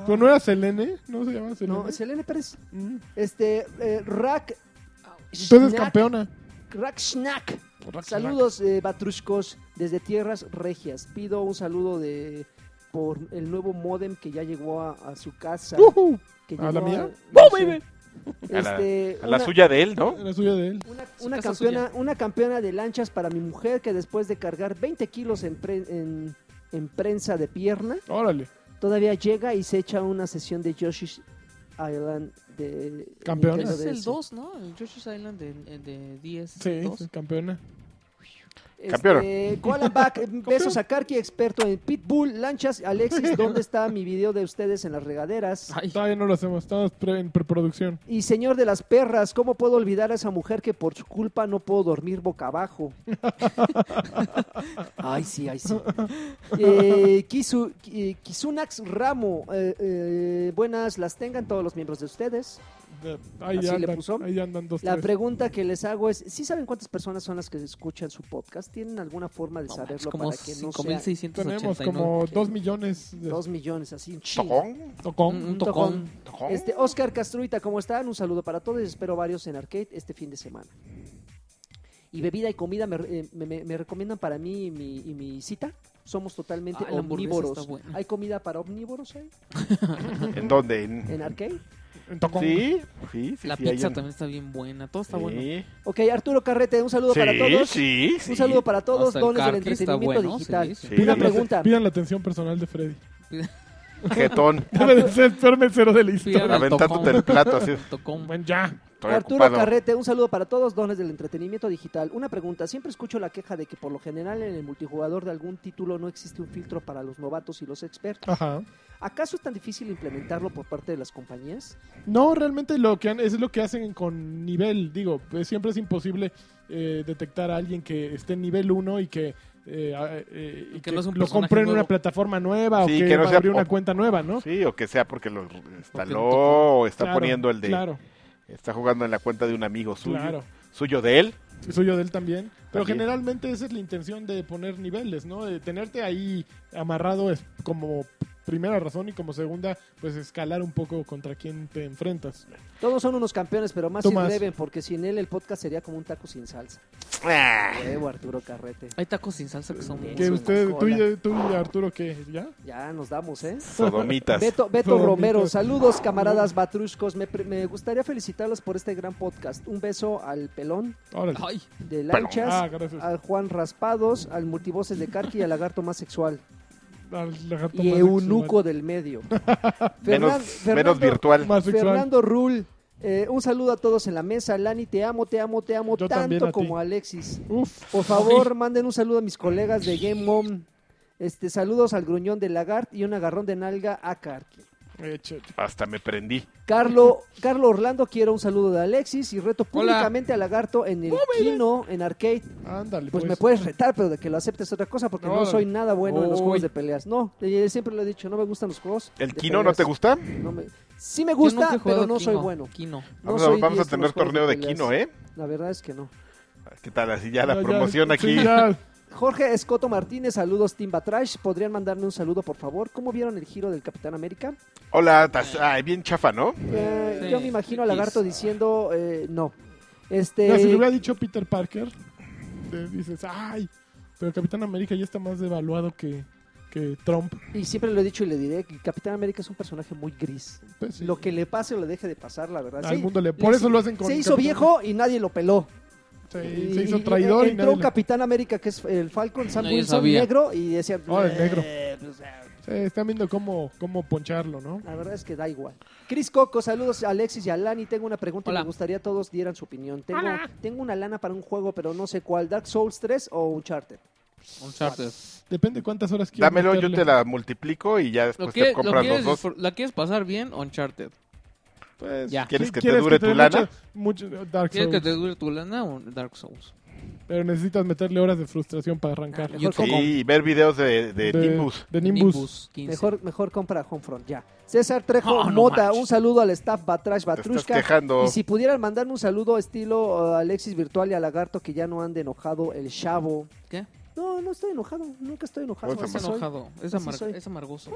Speaker 3: ¿Tú no eras Selene? ¿No se llama Selene?
Speaker 5: No, Selene Pérez.
Speaker 3: Mm.
Speaker 5: Este, eh, Rack.
Speaker 3: Tú eres
Speaker 5: Schnack-
Speaker 3: campeona.
Speaker 5: Rack Schnack. Saludos, eh, Batrushkos, desde Tierras Regias. Pido un saludo de por el nuevo modem que ya llegó a, a su casa.
Speaker 3: Ujú.
Speaker 5: que
Speaker 3: ¿a
Speaker 5: llegó
Speaker 3: la mía?
Speaker 5: no
Speaker 1: ¡Oh,
Speaker 5: sé.
Speaker 1: baby!
Speaker 2: a la,
Speaker 5: Este,
Speaker 2: a la
Speaker 5: una-
Speaker 2: suya de él, ¿no?
Speaker 3: Era suya de él.
Speaker 5: Una,
Speaker 1: Su
Speaker 5: una
Speaker 1: casa
Speaker 5: campeona, una campeona de lanchas para mi mujer que después de cargar 20 kilos en, pre- en- en prensa de pierna,
Speaker 3: Órale.
Speaker 5: todavía llega y se echa una sesión de Yoshi's Island de
Speaker 3: Campeón.
Speaker 5: Nintendo
Speaker 1: Ese es el
Speaker 5: DS.
Speaker 1: 2, ¿no? El Yoshi's Island de, de 10.
Speaker 3: Sí,
Speaker 1: dos.
Speaker 3: sí, campeona.
Speaker 2: Campeón.
Speaker 5: Este, Koala Back, eh, besos a Karki, experto en Pitbull, lanchas. Alexis, ¿dónde está mi video de ustedes en las regaderas?
Speaker 1: Ay,
Speaker 3: Todavía no lo hacemos, estamos pre- en preproducción.
Speaker 5: Y señor de las perras, ¿cómo puedo olvidar a esa mujer que por su culpa no puedo dormir boca abajo? ay, sí, ay, sí. Eh, Kisu- eh, Kisunax Ramo, eh, eh, buenas las tengan todos los miembros de ustedes.
Speaker 3: De- Ahí,
Speaker 5: Así le
Speaker 3: andan,
Speaker 5: puso.
Speaker 3: ahí andan dos,
Speaker 5: La
Speaker 3: tres.
Speaker 5: pregunta que les hago es, ¿sí saben cuántas personas son las que escuchan su podcast? ¿Tienen alguna forma de
Speaker 1: no, es
Speaker 5: saberlo
Speaker 1: como
Speaker 5: para que no sea
Speaker 1: 5689.
Speaker 3: Tenemos como dos millones de
Speaker 5: dos millones así en chinga?
Speaker 2: ¿Tocón?
Speaker 3: tocón.
Speaker 1: Un,
Speaker 5: un
Speaker 1: un tocón.
Speaker 5: tocón.
Speaker 2: ¿Tocón?
Speaker 5: Este, Oscar Castruita, ¿cómo están? Un saludo para todos. Espero varios en Arcade este fin de semana. Y bebida y comida me, eh, me- me- me recomiendan para mí y mi, y mi cita. Somos totalmente
Speaker 1: Ah, la hamburguesa
Speaker 5: omnívoros.
Speaker 1: está buena.
Speaker 5: ¿Hay comida para omnívoros ahí?
Speaker 2: ¿En dónde? ¿En-
Speaker 5: ¿En Arcade?
Speaker 3: Un tocón.
Speaker 2: Sí, sí, sí.
Speaker 1: La
Speaker 2: sí, hay
Speaker 1: pizza
Speaker 2: en-
Speaker 1: también está bien buena. Todo está
Speaker 2: sí.
Speaker 1: bueno.
Speaker 5: Ok, Arturo Carrete, un saludo
Speaker 2: Sí,
Speaker 5: para todos.
Speaker 2: sí, sí.
Speaker 5: Un saludo para todos.
Speaker 1: Hasta el
Speaker 5: Dones del
Speaker 1: Carqui está
Speaker 5: entretenimiento
Speaker 1: bueno,
Speaker 5: digital.
Speaker 1: sí,
Speaker 2: sí.
Speaker 5: Una
Speaker 2: Sí.
Speaker 5: pregunta.
Speaker 3: Pidan la atención personal de Freddy.
Speaker 2: Jetón.
Speaker 3: Debe de ser el peor mesero de la historia.
Speaker 1: Pidan-
Speaker 2: Aventándote el plato así.
Speaker 1: Tocón.
Speaker 3: Bueno, ya.
Speaker 2: Estoy
Speaker 5: Arturo
Speaker 2: ocupado.
Speaker 5: Carrete, un saludo para todos, dones del entretenimiento digital. Una pregunta, siempre escucho la queja de que por lo general en el multijugador de algún título no existe un filtro para los novatos y los expertos.
Speaker 3: Ajá.
Speaker 5: ¿Acaso es tan difícil implementarlo por parte de las compañías?
Speaker 3: No, realmente lo que han- es lo que hacen con nivel. Digo, pues, siempre es imposible eh, detectar a alguien que esté en nivel 1 y que, eh, a- eh, y
Speaker 1: Y que no es un
Speaker 3: lo
Speaker 1: personaje
Speaker 3: compró en
Speaker 1: nuevo.
Speaker 3: una plataforma nueva
Speaker 2: Sí,
Speaker 3: o que,
Speaker 2: que no
Speaker 3: va a
Speaker 2: sea
Speaker 3: abrir una
Speaker 2: pop.
Speaker 3: cuenta nueva, ¿no?
Speaker 2: Sí, o que sea porque lo instaló
Speaker 1: tocó.
Speaker 2: o está
Speaker 3: Claro,
Speaker 2: poniendo el de...
Speaker 3: Claro,
Speaker 2: Está jugando en la cuenta de un amigo suyo.
Speaker 3: claro.
Speaker 2: Suyo de él.
Speaker 3: Suyo de él también. Pero
Speaker 2: También.
Speaker 3: generalmente esa es la intención de poner niveles, ¿no? De tenerte ahí amarrado es como primera razón y como segunda, pues escalar un poco contra quién te enfrentas.
Speaker 5: Todos son unos campeones, pero más sin
Speaker 3: Tomás.
Speaker 5: Leven, porque sin él el podcast sería como un taco sin salsa.
Speaker 2: Ah,
Speaker 5: Huevo, Arturo Carrete.
Speaker 1: Hay tacos sin salsa que son muy
Speaker 5: Eso
Speaker 3: Que
Speaker 5: es
Speaker 1: buenos.
Speaker 3: usted,
Speaker 5: una
Speaker 3: tú
Speaker 5: cola.
Speaker 3: y, tú y Arturo, ¿qué? ¿Ya?
Speaker 5: Ya nos damos, ¿eh?
Speaker 2: Sodomitas.
Speaker 5: Beto, Beto
Speaker 3: Bonito.
Speaker 5: Romero, saludos camaradas batruscos. Me, pre- me gustaría felicitarlos por este gran podcast. Un beso al pelón
Speaker 3: Órale.
Speaker 1: Ay,
Speaker 5: de lanchas.
Speaker 3: Ah, gracias.
Speaker 5: al Juan Raspados, al Multivoces de Carqui y al Lagarto más sexual.
Speaker 3: Al lagarto
Speaker 5: Y
Speaker 3: más
Speaker 5: eunuco del medio.
Speaker 2: menos,
Speaker 5: Fernan-
Speaker 2: menos virtual.
Speaker 3: Más sexual.
Speaker 5: Fernando Rull, eh, un saludo a todos en la mesa. Lani, te amo, te amo, te amo
Speaker 3: Yo también a
Speaker 5: tanto
Speaker 3: ti.
Speaker 5: como a Alexis.
Speaker 3: Uf.
Speaker 5: Por favor, manden un saludo a mis colegas de Game Mom. Este, saludos al gruñón de Lagart y un agarrón de nalga a Carqui.
Speaker 3: Eche.
Speaker 2: Hasta me prendí.
Speaker 5: Carlo, Carlo Orlando, quiero un saludo de Alexis y reto
Speaker 1: Hola.
Speaker 5: públicamente a Lagarto en el Kino, en Arcade.
Speaker 3: Ándale,
Speaker 5: Pues
Speaker 3: pues.
Speaker 5: me puedes retar, pero de que lo aceptes es otra cosa, porque no,
Speaker 3: No,
Speaker 5: soy nada bueno en los
Speaker 1: uy.
Speaker 5: juegos de peleas. No, eh, siempre lo he dicho, no me gustan los juegos.
Speaker 2: ¿El
Speaker 5: de
Speaker 2: Kino no
Speaker 5: peleas.
Speaker 2: te gusta?
Speaker 5: No me- Sí me
Speaker 1: yo nunca
Speaker 5: gusta,
Speaker 1: he jugado
Speaker 5: pero no soy
Speaker 1: Kino.
Speaker 5: bueno.
Speaker 1: Kino.
Speaker 5: No
Speaker 2: Vamos, a,
Speaker 5: soy
Speaker 2: vamos a
Speaker 5: diestro en
Speaker 2: tener
Speaker 5: los juegos
Speaker 2: torneo de
Speaker 5: peleas.
Speaker 2: Kino, ¿eh?
Speaker 5: La verdad es que no.
Speaker 2: ¿Qué tal? Así ya
Speaker 3: Ya,
Speaker 2: la
Speaker 3: ya,
Speaker 2: promoción
Speaker 3: sí,
Speaker 2: aquí.
Speaker 3: ya.
Speaker 5: Jorge Escoto Martínez, saludos Timba Trash. ¿Podrían mandarme un saludo, por favor? ¿Cómo vieron el giro del Capitán América?
Speaker 2: Hola, tas- ay, bien chafa, ¿no?
Speaker 5: Eh,
Speaker 1: Sí,
Speaker 5: yo me imagino a
Speaker 1: X.
Speaker 5: Lagarto diciendo eh, no. Este,
Speaker 3: Mira, si le hubiera dicho Peter Parker, te dices, ay, pero Capitán América ya está más devaluado que, que Trump.
Speaker 5: Y siempre lo he dicho y le diré que Capitán América es un personaje muy gris.
Speaker 3: Pues, sí.
Speaker 5: Lo que le pase o le deje de pasar, la verdad.
Speaker 3: Al
Speaker 5: Sí,
Speaker 3: mundo le... Por eso lo hacen con...
Speaker 5: se hizo
Speaker 3: Capitán-
Speaker 5: viejo y nadie lo peló.
Speaker 3: Se,
Speaker 5: Y-
Speaker 3: se
Speaker 5: y-
Speaker 3: hizo traidor y,
Speaker 5: entró
Speaker 3: nadie
Speaker 5: un
Speaker 3: le-
Speaker 5: Capitán América que es el Falcon, Sam
Speaker 1: No, yo
Speaker 5: Wilson
Speaker 1: sabía.
Speaker 5: negro y decía,
Speaker 3: Oh, el negro.
Speaker 5: "Eh, pues, eh,
Speaker 3: Se están viendo cómo, cómo poncharlo, ¿no?
Speaker 5: la verdad es que da igual. Cris Coco, saludos a Alexis y a Lani. Tengo una pregunta y
Speaker 1: Hola.
Speaker 5: me gustaría todos dieran su opinión. Tengo, tengo una lana para un juego, pero no sé cuál, Dark Souls 3 o Uncharted.
Speaker 1: Uncharted.
Speaker 3: Depende cuántas horas quieras
Speaker 2: Dámelo, yo
Speaker 3: meterle.
Speaker 2: te la multiplico y ya
Speaker 1: Lo
Speaker 2: después
Speaker 1: que-
Speaker 2: Pues te
Speaker 1: lo
Speaker 2: compras los
Speaker 1: quieres
Speaker 2: dos.
Speaker 1: disfr- ¿La quieres pasar bien? Uncharted.
Speaker 3: Pues,
Speaker 1: Ya.
Speaker 2: ¿Quieres
Speaker 3: ¿qui-
Speaker 2: que te dure tu lana?
Speaker 3: Mucho, mucho Dark
Speaker 1: ¿Quieres que
Speaker 3: Souls.
Speaker 1: te dure tu lana o Dark Souls?
Speaker 3: Pero necesitas meterle horas de frustración para arrancar.
Speaker 5: Ah,
Speaker 1: Yo
Speaker 5: Mejor
Speaker 1: tocón.
Speaker 2: Sí, y ver videos de, de Nimbus.
Speaker 3: de Nimbus.
Speaker 1: 15.
Speaker 5: Mejor, mejor compra Homefront, ya. César Trejo
Speaker 1: No, no
Speaker 5: Mota,
Speaker 1: manches.
Speaker 5: un saludo al staff Batrash
Speaker 2: Te estás
Speaker 5: Batrushka.
Speaker 2: quejando.
Speaker 5: Y si pudieran mandarme un saludo estilo uh, Alexis Virtual y a Lagarto que ya no ande enojado el chavo.
Speaker 1: ¿Qué?
Speaker 5: No, no estoy enojado, nunca estoy enojado.
Speaker 2: No
Speaker 1: Es
Speaker 5: así soy.
Speaker 1: enojado. Es,
Speaker 5: Así
Speaker 1: amar-
Speaker 5: soy.
Speaker 1: es amargoso.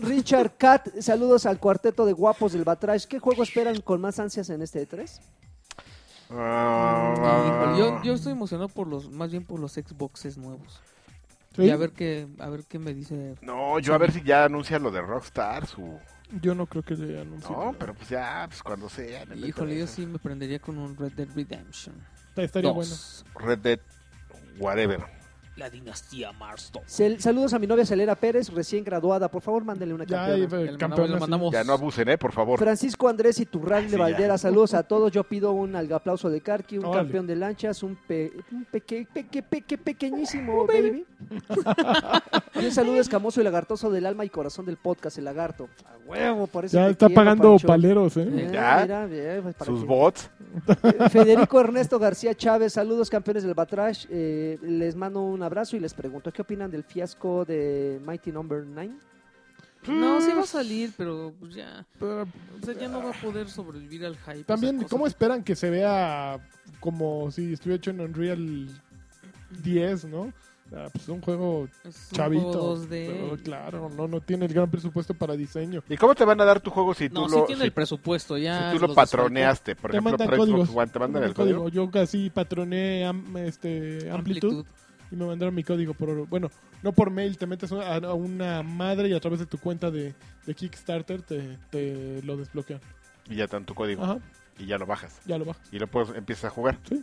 Speaker 5: Richard Cat, saludos al cuarteto de guapos del Batrash. ¿Qué juego esperan con más ansias en este E3?
Speaker 2: Ah,
Speaker 1: Híjole, Yo, yo estoy emocionado por los, más bien por los Xboxes nuevos.
Speaker 3: Sí,
Speaker 1: Y a ver qué, a ver qué me dice.
Speaker 2: No, yo a ver si ya anuncia lo de Rockstar. Su...
Speaker 3: Yo no creo que le anuncie.
Speaker 2: No, pero pues ya, pues cuando sea. la neta,
Speaker 1: Híjole, yo
Speaker 2: ya.
Speaker 1: sí me prendería con un Red Dead Redemption.
Speaker 3: Estaría
Speaker 1: Dos.
Speaker 3: bueno.
Speaker 2: Red Dead, whatever.
Speaker 1: la dinastía Marston.
Speaker 5: Cel- saludos a mi novia Celera Pérez, recién graduada. Por favor, mándenle una
Speaker 3: Ya,
Speaker 5: campeona.
Speaker 1: Le
Speaker 3: eh,
Speaker 1: mandamos-
Speaker 3: campeón.
Speaker 1: le mandamos-
Speaker 2: Ya no abusen, ¿eh? Por favor.
Speaker 5: Francisco Andrés y Turral
Speaker 2: Sí,
Speaker 5: de
Speaker 2: ya.
Speaker 5: Valdera, saludos a todos. Yo pido un algaplauso de Karki, un
Speaker 3: Órale.
Speaker 5: campeón de lanchas, un, pe- un peque- peque- peque- pequeñísimo baby. y un saludo escamoso y lagartoso del alma y corazón del podcast, el lagarto. A huevo, por eso
Speaker 3: Ya
Speaker 5: te
Speaker 3: está
Speaker 5: quiero,
Speaker 3: pagando
Speaker 5: Pancho.
Speaker 3: paleros, ¿eh?
Speaker 5: Eh,
Speaker 2: Ya.
Speaker 5: mira, bien, pues, para
Speaker 2: Sus
Speaker 5: que-
Speaker 2: bots.
Speaker 5: Federico Ernesto García Chávez, saludos campeones del Batrash. Eh, les mando un abrazo y les pregunto, ¿qué opinan del fiasco de Mighty Number 9?
Speaker 1: No, sí va a salir, pero pues, ya.
Speaker 3: Pero
Speaker 1: O sea, ya no va a poder sobrevivir al hype.
Speaker 3: También,
Speaker 1: esa cosa.
Speaker 3: ¿cómo esperan que se vea como si estuviera hecho en Unreal 10, no? Ah, pues un juego
Speaker 1: Es un
Speaker 3: chavito.
Speaker 1: juego 2D.
Speaker 3: pero claro, no, no tiene el gran presupuesto para diseño.
Speaker 2: ¿Y cómo te van a dar tu juego si tú
Speaker 1: No, sí
Speaker 2: lo,
Speaker 1: tiene
Speaker 2: si-
Speaker 1: el presupuesto, ya.
Speaker 2: si tú lo
Speaker 1: los
Speaker 2: patroneaste? Por
Speaker 3: Te
Speaker 2: ejemplo,
Speaker 3: mandan
Speaker 2: para Xbox
Speaker 3: códigos.
Speaker 2: One, te mandan el código.
Speaker 3: Yo casi patroné am- este,
Speaker 1: desfalcó.
Speaker 3: amplitud, y me mandaron mi código por bueno, no por mail, te metes a a una madre y a través de tu cuenta de, de Kickstarter te, te lo desbloquean.
Speaker 2: Y ya te dan tu código.
Speaker 3: Ajá,
Speaker 2: Y ya lo bajas.
Speaker 3: ya lo bajas.
Speaker 2: Y lo puedes, empiezas a jugar.
Speaker 3: Sí.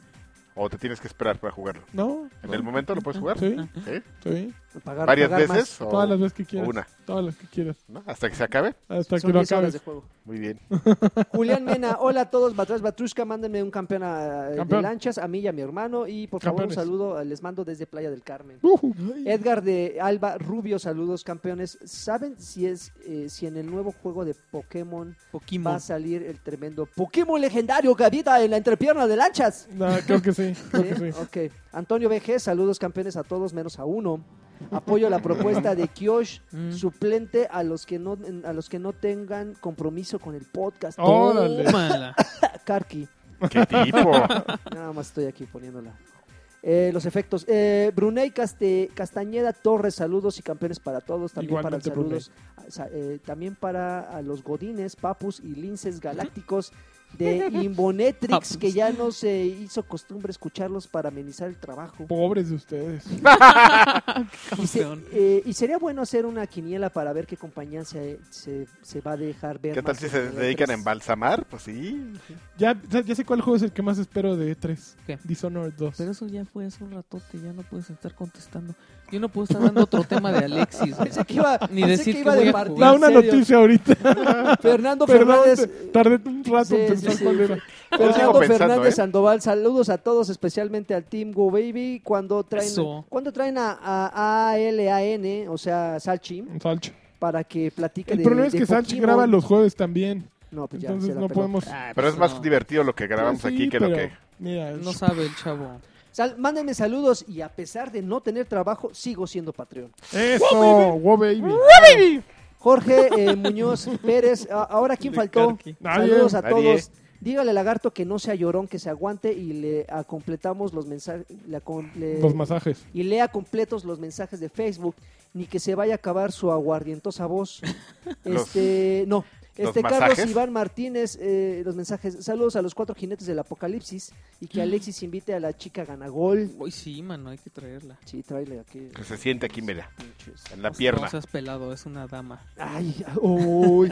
Speaker 2: O te tienes que esperar para jugarlo.
Speaker 3: ¿No?
Speaker 2: En el momento lo puedes jugar.
Speaker 3: Sí,
Speaker 2: ¿sí?
Speaker 3: sí.
Speaker 5: Pagar-
Speaker 2: Varias
Speaker 5: pagar más.
Speaker 2: veces. o-
Speaker 3: Todas las veces que quieras.
Speaker 2: una.
Speaker 3: Todas las que quieras.
Speaker 2: ¿no? Hasta que se acabe.
Speaker 3: Hasta
Speaker 5: Son
Speaker 3: que lo
Speaker 5: 10 horas
Speaker 3: acabes.
Speaker 5: de juego.
Speaker 2: Muy bien.
Speaker 5: Julián Mena, hola a todos, Batrash Batrushka, mándenme un campeón, a- eh, de
Speaker 3: Campeón.
Speaker 5: lanchas, a mí y a mi hermano, y por favor un
Speaker 3: Campeones.
Speaker 5: saludo, eh, les mando desde Playa del Carmen.
Speaker 3: Ujú.
Speaker 5: Edgar de Alba Rubio, saludos campeones. ¿Saben si es eh, si en el nuevo juego de Pokémon va
Speaker 1: Pokémon.
Speaker 5: a salir el tremendo Pokémon legendario que habita en la entrepierna de lanchas?
Speaker 3: No, creo que sí, creo que sí.
Speaker 5: ¿Sí? Ok. Antonio BG, saludos campeones a todos menos a uno. Apoyo la propuesta de Kiosh,
Speaker 1: Mm.
Speaker 5: suplente a los que no a los que no tengan compromiso con el podcast.
Speaker 3: Órale.
Speaker 1: Tómala.
Speaker 5: Karki.
Speaker 2: ¿Qué tipo?
Speaker 5: Nada más estoy aquí poniéndola. Eh, los efectos. Eh, Brunei Caste- Castañeda Torres, saludos y campeones para todos. También
Speaker 3: Igualmente,
Speaker 5: para saludos. a- sa- eh, también para a los Godines, Papus y Linces Galácticos de Imbonetrix,
Speaker 1: Papus.
Speaker 5: que ya no se hizo costumbre escucharlos para amenizar el trabajo.
Speaker 3: Pobres de ustedes.
Speaker 5: Y, se-
Speaker 1: Campeón.
Speaker 5: eh, y sería bueno hacer una quiniela para ver qué compañía se, se- se va a dejar ver.
Speaker 2: ¿Qué tal
Speaker 5: más
Speaker 2: si se
Speaker 5: en el
Speaker 2: dedican a
Speaker 5: E3?
Speaker 2: embalsamar? Pues sí.
Speaker 3: Ya, ya sé cuál juego es el que más espero de E3.
Speaker 1: ¿Qué?
Speaker 3: Dishonored 2.
Speaker 1: Pero eso ya fue hace un ratote, ya no puedes estar contestando. Yo no puedo estar dando otro tema de Alexis. güey.
Speaker 5: Pensé que iba,
Speaker 1: Ni
Speaker 5: pensé
Speaker 1: decir
Speaker 5: que
Speaker 1: que
Speaker 5: iba
Speaker 1: voy
Speaker 5: de
Speaker 1: a
Speaker 5: partido,
Speaker 3: Da
Speaker 5: en
Speaker 3: una
Speaker 5: serio.
Speaker 3: noticia ahorita.
Speaker 5: Fernando
Speaker 3: Perdón,
Speaker 5: Fernández.
Speaker 3: te- tardé un rato en
Speaker 5: Sí,
Speaker 3: pensar
Speaker 5: sí, sí.
Speaker 3: cuál era.
Speaker 5: Fernando
Speaker 2: sigo pensando,
Speaker 5: Fernández
Speaker 2: ¿eh?
Speaker 5: Sandoval, saludos a todos, especialmente al Team Go Baby. Cuando traen,
Speaker 1: Eso.
Speaker 5: cuando traen a, a ALAN, o sea, Salchi,
Speaker 3: Salch.
Speaker 5: para que platique
Speaker 3: El
Speaker 5: de.
Speaker 3: problema es
Speaker 5: de
Speaker 3: que Salch
Speaker 5: Pokémon.
Speaker 3: graba los jueves también.
Speaker 5: No, pues ya, se
Speaker 3: Entonces
Speaker 5: la
Speaker 3: no
Speaker 5: peló.
Speaker 3: podemos.
Speaker 1: Ah,
Speaker 2: Pero
Speaker 1: pues
Speaker 2: es más
Speaker 1: no.
Speaker 2: divertido lo que grabamos
Speaker 3: Sí,
Speaker 2: aquí que lo
Speaker 3: pero,
Speaker 2: que.
Speaker 3: Mira,
Speaker 1: No sabe el chavo.
Speaker 5: Sal- mándenme saludos y a pesar de no tener trabajo, sigo siendo Patreon.
Speaker 3: eso, wow baby.
Speaker 5: Jorge eh, Muñoz Pérez, a- ahora quién
Speaker 1: Le
Speaker 5: faltó.
Speaker 1: carque.
Speaker 3: Nadie.
Speaker 5: Saludos a
Speaker 2: Nadie.
Speaker 5: todos. Dígale lagarto que no sea llorón, que se aguante y le ah, completamos los mensajes. la con- le-
Speaker 3: Los masajes. Ah,
Speaker 5: y lea completos los mensajes de Facebook, ni que se vaya a acabar su aguardientosa voz.
Speaker 2: Los-
Speaker 5: Este, no.
Speaker 2: los
Speaker 5: Este Carlos
Speaker 2: masajes.
Speaker 5: Iván Martínez, eh, los mensajes, saludos a los cuatro jinetes del apocalipsis y
Speaker 2: Ah.
Speaker 5: que Alexis invite a la chica ganagol.
Speaker 1: Uy, sí, mano, hay que traerla.
Speaker 5: Sí, tráele aquí.
Speaker 2: que se siente aquí, mira,
Speaker 5: Pinches.
Speaker 2: en
Speaker 3: Pues
Speaker 2: la
Speaker 1: No
Speaker 2: pierna.
Speaker 1: seas pelado, es una dama.
Speaker 5: Ay, uy.